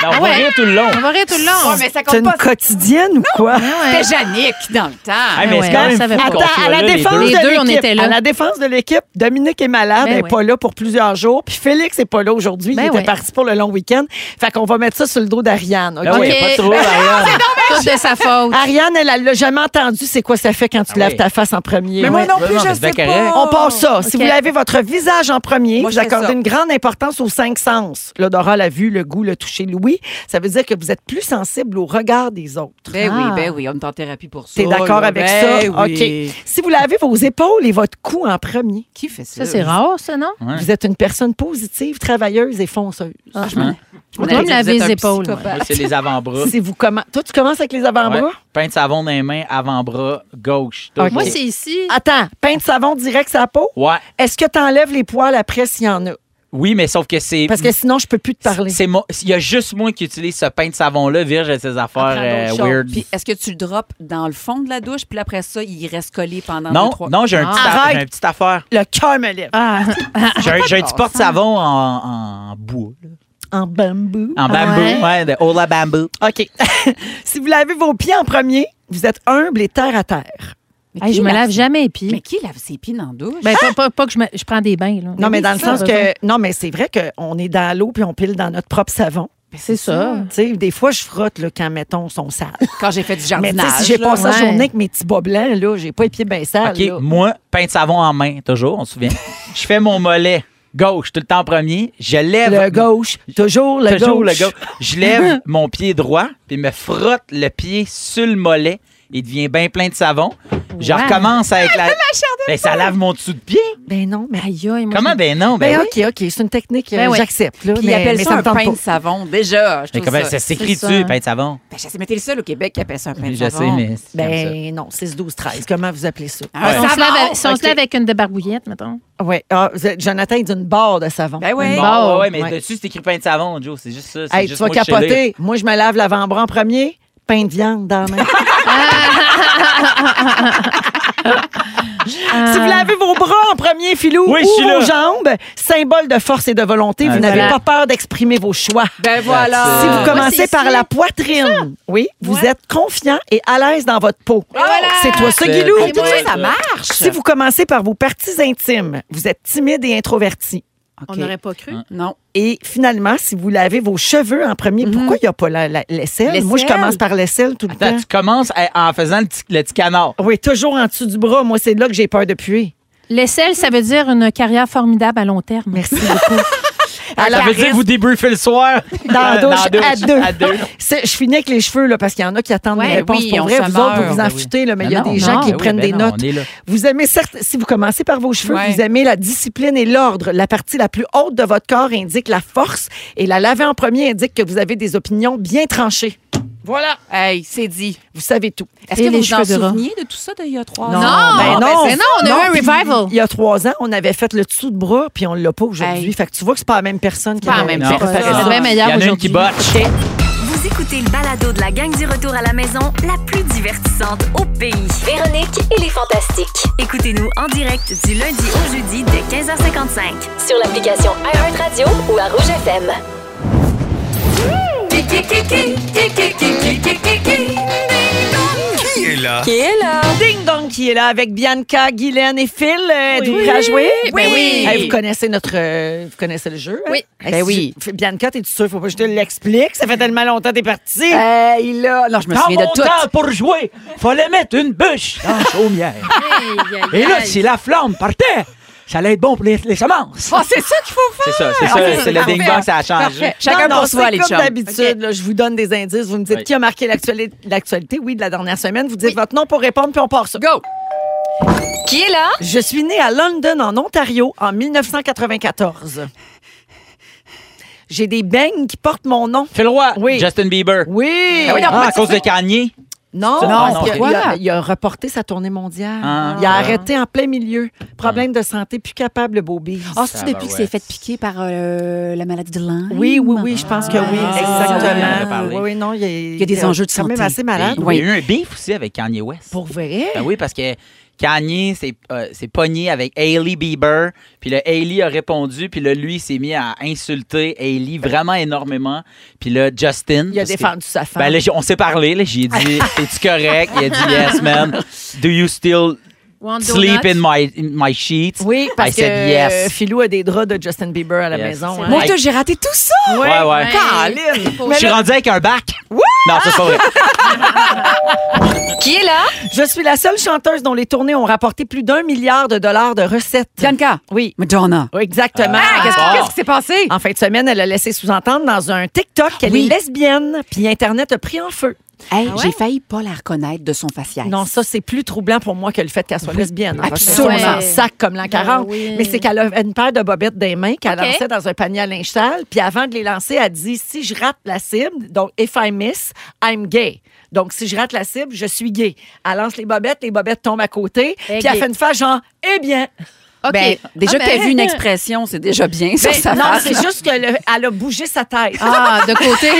Speaker 1: Ah
Speaker 2: Non, on
Speaker 3: ouais.
Speaker 2: va rire tout le long.
Speaker 3: On va rire tout le long.
Speaker 4: Ouais, mais ça
Speaker 1: C'est
Speaker 4: compte
Speaker 1: une
Speaker 4: pas.
Speaker 1: quotidienne ou quoi?
Speaker 4: C'était Jannick dans le temps.
Speaker 2: Hey,
Speaker 3: Ah
Speaker 2: mais
Speaker 3: ouais,
Speaker 2: c'est quand
Speaker 3: on
Speaker 2: même
Speaker 3: savait
Speaker 2: fou
Speaker 3: pas.
Speaker 2: qu'on
Speaker 1: Attends,
Speaker 2: soit
Speaker 1: à la
Speaker 2: là, les
Speaker 1: défense
Speaker 2: deux.
Speaker 3: Les deux,
Speaker 1: de
Speaker 3: on
Speaker 1: l'équipe,
Speaker 3: était là.
Speaker 1: à la défense de l'équipe, Dominique est malade,
Speaker 3: Ben
Speaker 1: elle n'est
Speaker 3: oui.
Speaker 1: pas là pour plusieurs jours, puis Félix n'est pas là aujourd'hui,
Speaker 3: Ben
Speaker 1: il
Speaker 3: oui.
Speaker 1: était parti pour le long week-end. Fait qu'on va mettre ça sur le dos d'Ariane. ok?
Speaker 4: Ben
Speaker 2: Ah oui,
Speaker 3: OK.
Speaker 2: pas trop, Ariane.
Speaker 3: Tout de sa faute.
Speaker 1: Ariane, elle, elle l'a jamais entendu, c'est quoi ça fait quand tu
Speaker 2: Ah
Speaker 1: laves
Speaker 2: oui.
Speaker 1: ta face en premier.
Speaker 4: Mais moi non
Speaker 2: non,
Speaker 4: plus,
Speaker 2: mais
Speaker 4: je
Speaker 2: c'est
Speaker 4: sais
Speaker 2: bien correct.
Speaker 4: pas.
Speaker 1: On passe ça. Si
Speaker 3: OK.
Speaker 1: vous lavez votre visage en premier,
Speaker 4: Moi,
Speaker 1: vous
Speaker 4: je fais
Speaker 1: accordez
Speaker 4: ça.
Speaker 1: une grande importance aux cinq sens. L'odorat, la vue, le goût, le toucher, l'ouïe. Ça veut dire que vous êtes plus sensible au regard des autres.
Speaker 4: Ben
Speaker 3: Ah.
Speaker 4: oui, ben oui, on est en thérapie pour ça.
Speaker 1: T'es d'accord
Speaker 4: là.
Speaker 1: avec
Speaker 4: Ben
Speaker 1: ça?
Speaker 4: oui.
Speaker 1: OK. Si vous lavez vos épaules et votre cou en premier,
Speaker 4: Qui fait
Speaker 3: Ça,
Speaker 4: ça?
Speaker 3: c'est rare, ça, non?
Speaker 2: Ouais.
Speaker 1: vous êtes une personne positive, travailleuse et fonceuse.
Speaker 3: Ah.
Speaker 4: On
Speaker 3: Moi,
Speaker 4: a
Speaker 3: je me lavais les épaules,
Speaker 2: Moi, c'est les avant-bras.
Speaker 1: Si vous commen- Toi, tu commences avec les avant-bras?
Speaker 2: Ouais. Pain de savon dans les mains, avant-bras, gauche. Tout.
Speaker 1: Ok.
Speaker 3: Moi, c'est ici.
Speaker 1: Attends, pain de savon direct sur la peau?
Speaker 2: Ouais.
Speaker 1: Est-ce que tu enlèves les poils après s'il y en a?
Speaker 2: Oui, mais sauf que c'est.
Speaker 1: Parce que sinon, je peux plus te parler.
Speaker 2: c'est moi- Il y a juste moi qui utilise ce pain de savon-là, Virge, et ses affaires euh, weird.
Speaker 4: Puis est-ce que tu le droppes dans le fond de la douche, puis après ça, il reste collé pendant
Speaker 2: Non,
Speaker 4: deux, trois...
Speaker 2: non, j'ai un, petit a-
Speaker 1: Arrête.
Speaker 2: j'ai un petit affaire.
Speaker 1: Le cœur me lève.
Speaker 3: Ah,
Speaker 2: J'ai un, j'ai un petit porte-savon en, en bois. là.
Speaker 1: En bambou.
Speaker 2: En bambou,
Speaker 3: ouais?
Speaker 2: ouais, de Ola Bamboo.
Speaker 1: OK. si vous lavez vos pieds en premier, vous êtes humble et terre à terre.
Speaker 4: Mais
Speaker 3: Hey,
Speaker 4: qui
Speaker 3: je me
Speaker 4: lave-
Speaker 3: lave jamais les pieds.
Speaker 4: Mais qui lave ses pieds dans la douche?
Speaker 3: Ben, pas, pas- pas que je, me- je prends des bains. Là.
Speaker 1: Non, mais dans le
Speaker 3: Ça,
Speaker 1: sens que. Non, mais c'est vrai qu'on est dans l'eau puis on pile dans notre propre savon.
Speaker 3: C'est ça.
Speaker 1: Tu sais, des fois, je frotte là, quand, mettons, son sale.
Speaker 4: Quand j'ai fait du
Speaker 1: Mais tu
Speaker 4: jardinage.
Speaker 1: sais, si j'ai
Speaker 4: là.
Speaker 1: passé la
Speaker 3: ouais.
Speaker 1: journée avec mes petits bas blancs, là, j'ai pas les pieds bien sales.
Speaker 2: OK,
Speaker 1: Ah, là.
Speaker 2: moi, pain de savon en main, toujours, on se souvient. Je fais mon mollet gauche tout le temps en premier. Je lève.
Speaker 1: Le gauche, toujours le
Speaker 2: toujours
Speaker 1: gauche.
Speaker 2: le gauche. Je lève mon pied droit, puis me frotte le pied sur le mollet. Il devient bien plein de savon. Je
Speaker 3: Ouais.
Speaker 2: recommence avec
Speaker 1: Ah,
Speaker 2: la. Ben, ça lave mon dessous de pied.
Speaker 1: Ben non, mais.
Speaker 3: Aïe, aïe, moi,
Speaker 2: Comment?
Speaker 3: je-
Speaker 2: Ben non, ben.
Speaker 1: Ben
Speaker 2: oui.
Speaker 1: OK, OK, c'est une technique, euh,
Speaker 3: Ben oui.
Speaker 1: j'accepte. là,
Speaker 4: Puis
Speaker 1: mais,
Speaker 4: ils appellent
Speaker 1: mais
Speaker 4: ça,
Speaker 1: me
Speaker 4: un
Speaker 1: tente
Speaker 4: pain
Speaker 1: pas.
Speaker 4: de savon, déjà. Je
Speaker 2: Mais
Speaker 4: trouve
Speaker 2: comment
Speaker 4: ça...
Speaker 2: ça s'écrit
Speaker 3: ça.
Speaker 2: dessus, pain de savon?
Speaker 4: Ben, je sais, mais t'es le seul au Québec qui appelle ça un pain de
Speaker 2: Je sais,
Speaker 4: savon.
Speaker 2: mais. c'est comme ça.
Speaker 1: Ben non, 6, 12, 13. Comment vous appelez ça?
Speaker 4: Un
Speaker 3: Si on, se
Speaker 4: savon!
Speaker 3: lave, avec- si on se
Speaker 1: OK.
Speaker 3: lave avec une débarbouillette, mettons.
Speaker 1: Oui. Ah, vous êtes- Jonathan est d'une barre de savon.
Speaker 4: Ben
Speaker 2: Bon,
Speaker 4: oui.
Speaker 3: barre.
Speaker 2: ouais, ouais, mais
Speaker 1: Ouais.
Speaker 2: dessus, c'est écrit pain de savon, Joe. C'est juste ça. c'est
Speaker 1: Hey, tu
Speaker 2: juste
Speaker 1: vas
Speaker 2: moi qui sais lire.
Speaker 1: capoter. Moi, je me lave l'avant-bras en premier. Pain de viande dans la main. si vous lavez vos bras en premier, Filou,
Speaker 2: Oui, je
Speaker 1: ou
Speaker 2: suis là.
Speaker 1: vos jambes, symbole de force et de volonté,
Speaker 2: Ah,
Speaker 1: vous n'avez pas
Speaker 3: voilà.
Speaker 1: peur d'exprimer vos choix.
Speaker 4: Ben voilà.
Speaker 2: Si
Speaker 1: Si vous
Speaker 2: moi,
Speaker 1: commencez
Speaker 3: c'est
Speaker 1: par
Speaker 3: ici.
Speaker 1: la poitrine, oui, vous êtes confiant et à l'aise dans votre peau. C'est toi ça,
Speaker 2: C'est-
Speaker 1: Guilou.
Speaker 2: Ah, c'est
Speaker 4: Tout
Speaker 2: moi,
Speaker 4: ça, ça marche.
Speaker 1: Si vous commencez par vos parties intimes, vous êtes timide et introverti.
Speaker 3: On n'aurait pas cru.
Speaker 4: Non.
Speaker 1: Et finalement, si vous lavez vos cheveux en premier,
Speaker 2: Mhm.
Speaker 1: pourquoi il n'y a pas la- la- l'aisselle? Moi, je
Speaker 4: L'aisselle.
Speaker 1: commence par l'aisselle tout le
Speaker 2: Attends,
Speaker 1: temps.
Speaker 2: tu commences à- en faisant le petit, le petit canard.
Speaker 1: Oui, toujours en dessous du bras. Moi, c'est là que j'ai peur de puer.
Speaker 3: L'aisselle, ça veut dire une carrière formidable à long terme.
Speaker 1: Merci beaucoup.
Speaker 2: Ah, Ça
Speaker 1: Alors,
Speaker 2: veut dire que vous débriefez le soir.
Speaker 1: dans la douche, à deux.
Speaker 2: À deux.
Speaker 1: C'est- Je finis avec les cheveux, là, parce qu'il y en a qui attendent
Speaker 4: Ouais,
Speaker 1: les réponses.
Speaker 4: oui,
Speaker 1: pour
Speaker 4: on
Speaker 1: vrai,
Speaker 4: se
Speaker 1: vous
Speaker 4: meurt.
Speaker 1: autres, vous vous en
Speaker 2: Ben oui.
Speaker 1: foutez, là, mais il y a
Speaker 2: Non,
Speaker 1: des
Speaker 2: non,
Speaker 1: gens qui
Speaker 2: ben oui,
Speaker 1: prennent
Speaker 2: ben
Speaker 1: des
Speaker 2: non,
Speaker 1: notes.
Speaker 2: on est là.
Speaker 1: Vous aimez, certes, si vous commencez par vos cheveux,
Speaker 4: Ouais.
Speaker 1: vous aimez la discipline et l'ordre. La partie la plus haute de votre corps indique la force et la laver en premier indique que vous avez des opinions bien tranchées.
Speaker 4: Voilà. Hey, c'est dit.
Speaker 1: Vous savez tout.
Speaker 4: Est-ce
Speaker 3: Et
Speaker 4: que vous
Speaker 3: les
Speaker 4: vous en
Speaker 3: cheveux de rat.
Speaker 4: souveniez de tout ça d'il y a trois
Speaker 1: Non,
Speaker 4: ans?
Speaker 1: ben non.
Speaker 3: ben non, on a eu un
Speaker 1: puis
Speaker 3: revival.
Speaker 1: Il y a trois ans, on avait fait le dessous de bras, puis on l'a pas aujourd'hui.
Speaker 4: Hey.
Speaker 1: Fait que tu vois que c'est pas la même personne qui
Speaker 4: Pas la
Speaker 1: avait-
Speaker 4: même
Speaker 1: qui
Speaker 4: personne.
Speaker 1: préparait
Speaker 4: C'est
Speaker 1: ça.
Speaker 3: bien
Speaker 2: Il y
Speaker 3: meilleur
Speaker 2: en a une
Speaker 3: aujourd'hui.
Speaker 2: qui botche.
Speaker 9: Vous écoutez le balado de la gang du retour à la maison, la plus divertissante au pays.
Speaker 13: Véronique et les Fantastiques.
Speaker 9: Écoutez-nous en direct du lundi au jeudi dès 15h55.
Speaker 13: Sur l'application iHeartRadio ou à Rouge FM.
Speaker 14: Qui est là?
Speaker 1: Ding Dong qui est là avec Bianca, Guylaine et Phil. Euh, Êtes-vous prêts à jouer? Ben
Speaker 4: oui.
Speaker 1: Eh, vous connaissez notre, euh, vous connaissez le jeu? hein?
Speaker 3: Oui.
Speaker 1: Eh,
Speaker 4: Ben
Speaker 1: si-
Speaker 4: oui.
Speaker 1: F- Bianca, t'es sûre? Faut pas que je te l'explique. Ça fait tellement longtemps que t'es partie.
Speaker 4: Hey, là. Non, je me
Speaker 2: Dans
Speaker 4: souviens
Speaker 2: mon
Speaker 4: de tout.
Speaker 2: temps pour jouer, fallait mettre une bûche dans la chaumière. Et là, si la flamme partait, ça allait être bon pour les, les semences.
Speaker 4: Oh, c'est ça qu'il faut faire.
Speaker 2: C'est ça, c'est ça, c'est le ding dong, ça a changé.
Speaker 4: Chacun
Speaker 1: Non, non,
Speaker 4: pour soi,
Speaker 1: c'est
Speaker 4: les
Speaker 1: comme
Speaker 4: chums.
Speaker 1: d'habitude, là, je vous donne des indices. Vous me dites
Speaker 2: Oui.
Speaker 1: qui a marqué l'actuali- l'actualité, oui, de la dernière semaine. Vous dites votre nom pour répondre, puis on part ça.
Speaker 4: Go.
Speaker 13: Qui est là?
Speaker 1: Je suis née à London, en Ontario, en 1994. J'ai des beignes qui portent mon nom.
Speaker 2: Fais le roi,
Speaker 1: Oui.
Speaker 2: Justin Bieber.
Speaker 1: Oui! Ben
Speaker 4: Ah oui, non,
Speaker 2: Ah, à cause de Kanye.
Speaker 1: Non,
Speaker 2: C'est une
Speaker 1: parce
Speaker 2: bonne
Speaker 1: que
Speaker 2: idée.
Speaker 1: il, a, il a reporté sa tournée mondiale.
Speaker 2: Ah.
Speaker 1: il a arrêté en plein milieu. Problème de santé, plus capable, le beau Bill.
Speaker 4: Ah, c'est-tu depuis
Speaker 2: Tabarouette.
Speaker 4: qu'il s'est fait piquer par euh, la maladie de Lyme?
Speaker 1: Oui, oui, oui, je pense que oui,
Speaker 4: Ah,
Speaker 2: on en a
Speaker 1: exactement.
Speaker 2: parlé.
Speaker 1: Oui, oui, non, il,
Speaker 4: y a des enjeux de
Speaker 1: quand même
Speaker 4: santé.
Speaker 1: assez malade.
Speaker 2: Oui. Il y a eu un beef aussi avec Kanye West.
Speaker 4: Pour vrai?
Speaker 2: Ben oui, parce que Kanye s'est euh, s'est pogné avec Hailey Bieber, puis le Hailey a répondu, puis là, lui, il s'est mis à insulter Hailey vraiment énormément. Puis là, Justin...
Speaker 1: Il a
Speaker 2: parce que-
Speaker 1: défendu sa femme.
Speaker 2: Ben là, j'ai- on s'est parlé, là, j'ai dit, es-tu correct? Il a dit, yes, man. Do you still
Speaker 3: One
Speaker 2: sleep
Speaker 3: donut.
Speaker 2: in my, in my sheets?
Speaker 1: oui, parce
Speaker 2: I
Speaker 1: que
Speaker 2: said yes.
Speaker 1: euh, Philou a des draps de Justin Bieber à la
Speaker 2: Yes.
Speaker 1: maison.
Speaker 2: C'est
Speaker 1: hein.
Speaker 4: Moi, toi, j'ai raté tout ça!
Speaker 2: Ouais, ouais.
Speaker 1: Caroline!
Speaker 3: Faut-
Speaker 2: Je suis rendu avec un bac. Non, ça, c'est pas vrai.
Speaker 13: Qui est là?
Speaker 1: Je suis la seule chanteuse dont les tournées ont rapporté plus d'un milliard de dollars de recettes.
Speaker 4: Bianca.
Speaker 1: Oui.
Speaker 4: Madonna.
Speaker 1: Oui, Exactement.
Speaker 4: Qu'est-ce
Speaker 2: Ah.
Speaker 4: qu'est-ce qui s'est passé?
Speaker 1: En fin de semaine, elle a laissé sous-entendre dans un TikTok qu'elle
Speaker 4: Oui.
Speaker 1: est lesbienne, puis Internet a pris en feu.
Speaker 4: Hey, J'ai failli pas la reconnaître de son facial.
Speaker 1: Non, ça, c'est plus troublant pour moi que le fait qu'elle soit lesbienne.
Speaker 4: Absolument.
Speaker 1: On s'en sac comme l'an 40.
Speaker 3: oui.
Speaker 1: Mais c'est qu'elle avait une paire de bobettes des mains qu'elle
Speaker 3: OK.
Speaker 1: lançait dans un panier à linge sale. Puis avant de les lancer, elle dit si je rate la cible, donc if I miss, I'm gay. Donc si je rate la cible, je suis gay. Elle lance les bobettes, les bobettes tombent à côté.
Speaker 3: Et
Speaker 1: Puis elle
Speaker 3: gay.
Speaker 1: fait une face genre eh bien.
Speaker 13: OK.
Speaker 4: Ben, déjà
Speaker 13: Ah,
Speaker 4: que t'as
Speaker 13: ben-
Speaker 4: vu une expression, c'est déjà bien sur
Speaker 1: Ben,
Speaker 4: sa
Speaker 1: non,
Speaker 4: face.
Speaker 1: c'est juste qu'elle a bougé sa tête.
Speaker 13: Ah, de côté.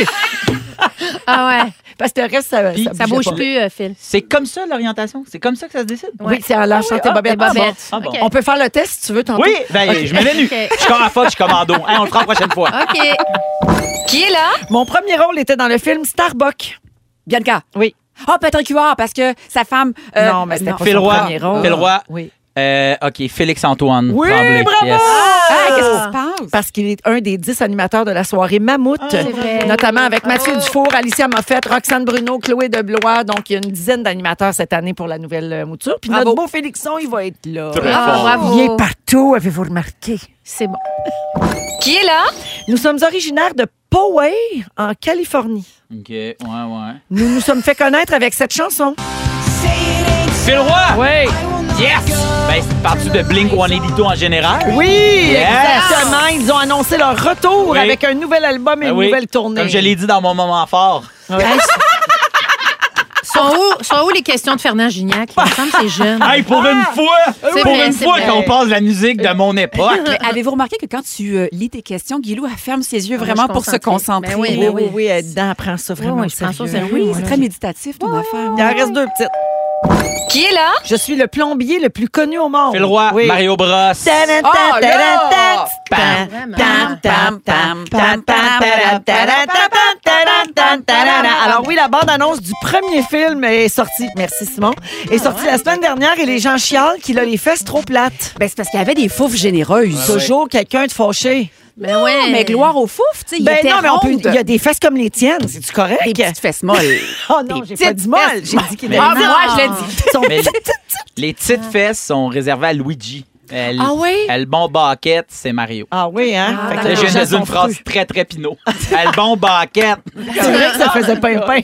Speaker 3: Ah ouais.
Speaker 1: Parce que le reste, ça,
Speaker 2: Puis-
Speaker 1: ça,
Speaker 3: Ça bouge
Speaker 1: bougeait pas.
Speaker 3: plus, euh, Phil.
Speaker 2: C'est comme ça l'orientation? C'est comme ça que ça se décide?
Speaker 1: Oui, c'est en lâchant tes bobettes.
Speaker 3: tes
Speaker 1: Ah, bon.
Speaker 3: bobettes.
Speaker 2: Ah bon.
Speaker 3: OK.
Speaker 1: On peut faire le test si tu veux tantôt.
Speaker 2: Oui, ben, je me mets nu.
Speaker 3: Ok.
Speaker 2: Je suis comme à fuck, je suis commando. Hein, on le fera la prochaine fois.
Speaker 13: OK. Qui est là?
Speaker 1: Mon premier rôle était dans le film Starbuck.
Speaker 4: Bianca.
Speaker 1: Oui.
Speaker 4: Ah, Patrick Huard, parce que sa femme. euh,
Speaker 1: non, mais c'était pas
Speaker 2: Phil
Speaker 1: son
Speaker 2: Roy.
Speaker 1: premier rôle. Ah
Speaker 2: Phil Roy.
Speaker 1: Oui.
Speaker 2: Euh, OK, Félix-Antoine.
Speaker 1: Oui,
Speaker 2: Tremblay.
Speaker 1: bravo!
Speaker 2: Yes.
Speaker 4: Ah, qu'est-ce qui se passe?
Speaker 1: Parce qu'il est un des dix animateurs de la soirée Mammouth,
Speaker 3: vrai.
Speaker 1: notamment avec Mathieu Dufour, Alicia Moffett, Roxane Bruno, Chloé Deblois. Donc, il y a une dizaine d'animateurs cette année pour la nouvelle euh, mouture. Puis notre beau Félixon, il va être là.
Speaker 2: Très
Speaker 3: Ah,
Speaker 2: fort.
Speaker 3: bravo.
Speaker 1: Il est partout, avez-vous remarqué?
Speaker 3: C'est bon.
Speaker 13: Qui est là?
Speaker 1: Nous sommes originaires de Poway, en Californie.
Speaker 2: OK, ouais, ouais.
Speaker 1: Nous nous sommes fait connaître avec cette chanson.
Speaker 2: Phil Roy!
Speaker 1: Oui.
Speaker 2: Yes! Ben, c'est parti de Blink 182 en général.
Speaker 1: Oui,
Speaker 2: Yes.
Speaker 1: exactement. Ils ont annoncé leur retour
Speaker 2: Oui.
Speaker 1: avec un nouvel album et
Speaker 2: Ben
Speaker 1: une
Speaker 2: oui.
Speaker 1: nouvelle tournée.
Speaker 2: Comme je l'ai dit dans mon moment fort.
Speaker 3: Sont où, sont où les questions de Fernand Gignac? Il me semble que c'est jeune.
Speaker 2: Hey, pour une fois,
Speaker 3: C'est
Speaker 2: pour
Speaker 3: vrai,
Speaker 2: une
Speaker 3: c'est
Speaker 2: fois
Speaker 3: vrai.
Speaker 2: qu'on passe la musique de mon époque.
Speaker 4: Mais Ben, avez-vous remarqué que quand tu euh, lis tes questions, Guilou, elle ferme ses yeux
Speaker 3: Ah,
Speaker 4: vraiment
Speaker 3: moi, je
Speaker 4: pour se
Speaker 3: suis concentrée.
Speaker 4: concentrer? Ben
Speaker 3: Ben oui,
Speaker 1: Oui, oui, oui, elle est dedans, elle prend ça vraiment
Speaker 3: Oui,
Speaker 1: au
Speaker 3: oui, je prends ça au
Speaker 1: sérieux.
Speaker 3: sérieux.
Speaker 4: Oui,
Speaker 3: Oui,
Speaker 4: c'est
Speaker 3: oui.
Speaker 4: très méditatif, ton affaire.
Speaker 1: Il en reste deux petites.
Speaker 13: Qui est là?
Speaker 1: Je suis le plombier le plus connu au monde.
Speaker 2: Phil Roy,
Speaker 1: Oui.
Speaker 2: Mario Bros.
Speaker 1: Taran,
Speaker 4: Oh,
Speaker 1: taran,
Speaker 4: là!
Speaker 1: taran,
Speaker 2: Pam.
Speaker 3: Vraiment.
Speaker 1: tam, tam, tam, tam, tam, taran, taran, taran, taran, taran, taran. Alors oui, la bande-annonce du premier film est sortie. Merci Simon. Est sortie la semaine dernière et les gens chialent qu'il a les fesses trop plates.
Speaker 4: Ben, c'est parce qu'il y avait des fouffes généreuses.
Speaker 1: Toujours quelqu'un de fâché.
Speaker 3: Mais ouais.
Speaker 4: Mais gloire aux fouffes, tu sais, il
Speaker 1: Ben
Speaker 4: était
Speaker 1: non, mais on peut.
Speaker 4: ronde.
Speaker 1: Il y a des fesses comme les tiennes. C'est tu correct?
Speaker 4: des petites fesses molles.
Speaker 1: Oh non, j'ai pas
Speaker 4: petites
Speaker 1: dit molle.
Speaker 4: fesses.
Speaker 1: J'ai dit qu'il
Speaker 2: Mais-
Speaker 1: avait
Speaker 4: Ah,
Speaker 1: dit-
Speaker 4: moi, je l'ai dit.
Speaker 1: Son-
Speaker 2: Mais les- les petites fesses sont réservées à Luigi. Elle,
Speaker 4: Ah oui?
Speaker 2: Le bon baquette, c'est Mario.
Speaker 1: Ah oui, hein? Fait que
Speaker 2: Là,
Speaker 1: les
Speaker 2: je
Speaker 1: gens
Speaker 2: viens de dire
Speaker 1: sont
Speaker 2: une phrase
Speaker 1: crus.
Speaker 2: très, très pinot. Elle bon baquette.
Speaker 1: C'est vrai que ça faisait pain-pain.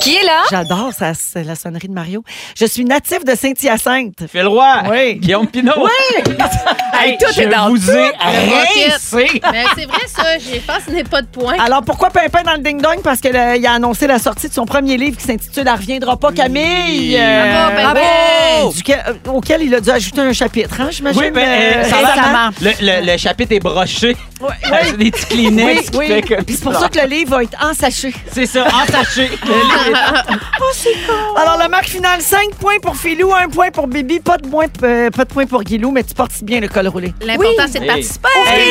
Speaker 13: Qui est là?
Speaker 1: J'adore ça, c'est la sonnerie de Mario. Je suis natif de Saint-Hyacinthe.
Speaker 2: Phil Roy.
Speaker 1: Oui.
Speaker 2: Guillaume Pinot. Oui. hey, tout est dans vous ai
Speaker 1: Ah,
Speaker 2: rincé.
Speaker 3: Mais Ben, c'est vrai, ça. Je pense que ce n'est pas de point.
Speaker 1: Alors, pourquoi Pimpin dans le ding-dong? Parce qu'il a annoncé la sortie de son premier livre qui s'intitule « Elle reviendra pas, Camille
Speaker 2: Ah
Speaker 1: Euh,
Speaker 2: ben
Speaker 3: Bravo, Pimpin.
Speaker 1: bravo! Duquel- euh, Auquel il a dû ajouter un chapitre, hein, j'imagine?
Speaker 2: Oui, ben,
Speaker 1: euh,
Speaker 2: euh, ça va,
Speaker 1: récemment.
Speaker 2: hein? le, le- le chapitre est broché. Euh, J'ai Des petits
Speaker 1: Oui,
Speaker 2: Kleenex. qui
Speaker 1: oui.
Speaker 2: fait que- Ah.
Speaker 1: Puis c'est pour ça que le livre va être ensaché.
Speaker 2: C'est ça, entaché.
Speaker 1: Alors, la marque finale, 5 points pour Philou, 1 point pour Bibi, pas de, moins, euh, pas de point pour Guilou, mais tu portes bien le col roulé.
Speaker 3: L'important, c'est de
Speaker 2: Hey.
Speaker 3: participer.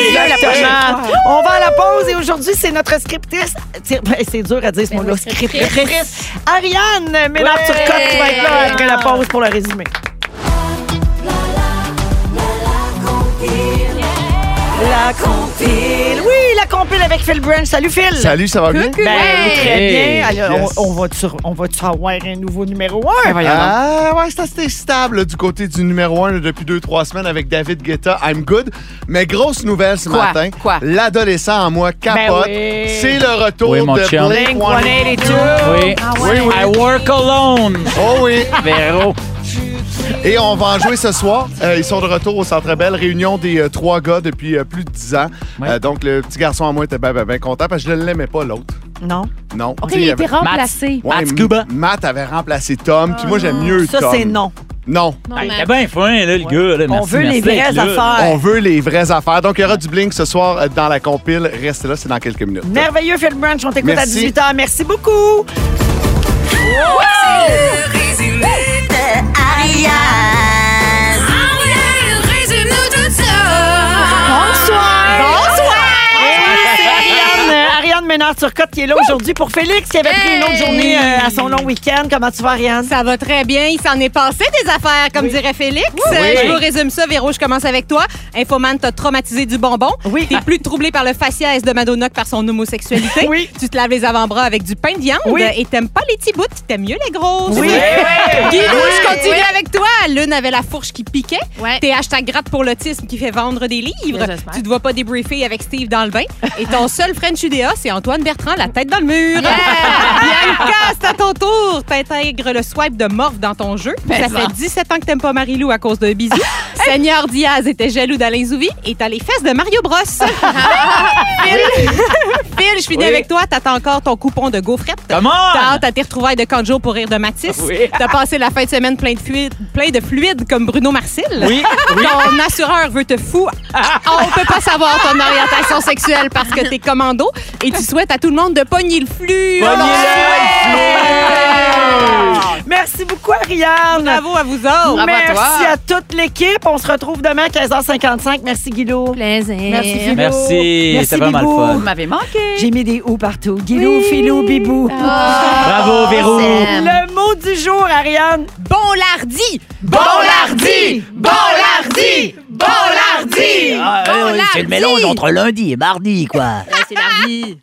Speaker 1: Exactement. On va à la pause et aujourd'hui, c'est notre scriptrice. Tiens, ben, C'est dur à dire ce mot-là.
Speaker 3: scriptrice.
Speaker 1: Scriptrice. Ariane Ménard-Turcotte qui va être là après la pause pour le résumé. La compile. Oui, la compile avec Phil Branch. Salut Phil.
Speaker 15: Salut, ça va bien?
Speaker 1: Ben, oui, très
Speaker 2: Hey.
Speaker 1: bien. Alors,
Speaker 15: Yes.
Speaker 1: on, on va-tu on va-tu avoir un nouveau numéro 1?
Speaker 15: Ah ouais, c'est assez stable là, du côté du numéro 1 depuis deux, trois semaines avec David Guetta, I'm Good. Mais grosse nouvelle ce
Speaker 4: Quoi?
Speaker 15: matin.
Speaker 4: Quoi?
Speaker 15: L'adolescent en moi capote.
Speaker 1: Ben oui.
Speaker 15: C'est le retour
Speaker 2: Oui,
Speaker 15: de
Speaker 2: mon chum.
Speaker 15: Blink 182.
Speaker 2: Oui.
Speaker 15: Oui, oui.
Speaker 2: Ah I work alone.
Speaker 15: Oh oui.
Speaker 1: Ah,
Speaker 2: Véro.
Speaker 15: Et on va en jouer ce soir. Euh, ils sont de retour au Centre Belle, réunion des euh, trois gars depuis euh, plus de dix ans.
Speaker 2: Ouais.
Speaker 15: Euh, donc le petit garçon en moi était bien, bien, bien content parce que je ne l'aimais pas l'autre.
Speaker 1: Non.
Speaker 15: Non.
Speaker 3: OK,
Speaker 15: Tu sais,
Speaker 3: il
Speaker 15: il
Speaker 3: était
Speaker 15: avait-
Speaker 3: remplacé.
Speaker 15: Ouais,
Speaker 2: Matt Scuba.
Speaker 15: Matt avait remplacé Tom, puis moi j'aime mieux
Speaker 1: Ça,
Speaker 15: Tom.
Speaker 1: c'est non.
Speaker 15: Non.
Speaker 3: Non,
Speaker 2: Hey,
Speaker 3: mais-
Speaker 2: T'es bien fin, là, le gars. Là.
Speaker 1: On
Speaker 2: Merci,
Speaker 1: veut les
Speaker 2: merci
Speaker 1: vraies
Speaker 2: d'être là.
Speaker 1: affaires.
Speaker 15: On veut les vraies affaires. Donc, il y aura du Blink ce soir euh, dans la compile. Restez là, c'est dans quelques minutes.
Speaker 1: Merveilleux Phil Branch. On t'écoute à
Speaker 15: Merci.
Speaker 1: 18h. Merci beaucoup. Bonsoir. Bonsoir. Ariane Ménard-Turcotte qui est là aujourd'hui pour Félix qui avait pris une autre journée euh, à son long week-end. Comment tu vas, Ariane?
Speaker 16: Ça va très bien. Il s'en est passé des affaires, comme dirait Félix. Euh, Je vous résume ça. Véro, je commence avec toi. Infoman t'a traumatisé du bonbon.
Speaker 1: Oui. Ah.
Speaker 16: T'es plus troublé par le faciès de Madonna que par son homosexualité.
Speaker 1: Oui.
Speaker 16: Tu te laves les avant-bras avec du pain de viande.
Speaker 1: Oui.
Speaker 16: Et t'aimes pas les petits bouts. T'aimes mieux les grosses.
Speaker 1: Oui. Ah.
Speaker 16: Guilou, je continue
Speaker 3: Oui.
Speaker 16: avec toi. Lune avait la fourche qui piquait.
Speaker 3: Ouais.
Speaker 16: T'es hashtag gratte pour l'autisme qui fait vendre des livres.
Speaker 3: Oui, j'espère.
Speaker 16: Tu te vois pas débriefer avec Steve dans le bain. Et ton seul French UDA, c'est Antoine Antoine Bertrand, la tête dans le mur. Bianca, c'est à ton tour. T'intègres le swipe de Morph dans ton jeu.
Speaker 17: Mais
Speaker 16: ça
Speaker 17: non.
Speaker 16: fait 17 ans que t'aimes pas Marie-Lou à cause de Bisou. Seigneur Diaz était jaloux d'Alain Zouvi et t'as les fesses de Mario Bros. Phil, Phil, je finis
Speaker 18: Oui.
Speaker 16: avec toi. T'attends encore ton coupon de gaufrette.
Speaker 18: Come on!
Speaker 2: Ah.
Speaker 16: T'as hâte à tes retrouvailles de Kanjo pour rire de Matisse.
Speaker 18: Oui.
Speaker 16: T'as passé la fin de semaine plein de, fluide, plein de fluide comme Bruno Marcil.
Speaker 18: Oui, oui.
Speaker 16: Ton assureur veut te fou. Ah, On peut pas savoir ton orientation sexuelle parce que t'es commando et tu souhaites à tout le monde de pogner le flux.
Speaker 15: Pognez-le,
Speaker 16: Alors,
Speaker 15: le
Speaker 16: ouais!
Speaker 1: Merci beaucoup, Ariane.
Speaker 16: Bravo à vous autres.
Speaker 1: Merci
Speaker 16: Bravo à
Speaker 1: à
Speaker 16: toi.
Speaker 1: toute l'équipe. On se retrouve demain à 15h55. Merci, Guilou.
Speaker 3: Plaisir.
Speaker 1: Merci, Philou.
Speaker 2: Merci, c'était vraiment le
Speaker 1: Bibou.
Speaker 2: fun. Vous
Speaker 17: m'avez manqué.
Speaker 1: J'ai mis des ou partout. Guilou, Philou, Bibou.
Speaker 16: Ah!
Speaker 2: Bravo, Véro.
Speaker 1: Le mot du jour, Ariane.
Speaker 16: Bon lardi.
Speaker 1: Bon
Speaker 19: lardi. Bon lardi. Bon lardi.
Speaker 2: Ah, euh, C'est le mélange entre lundi et mardi, quoi.
Speaker 16: C'est la vie.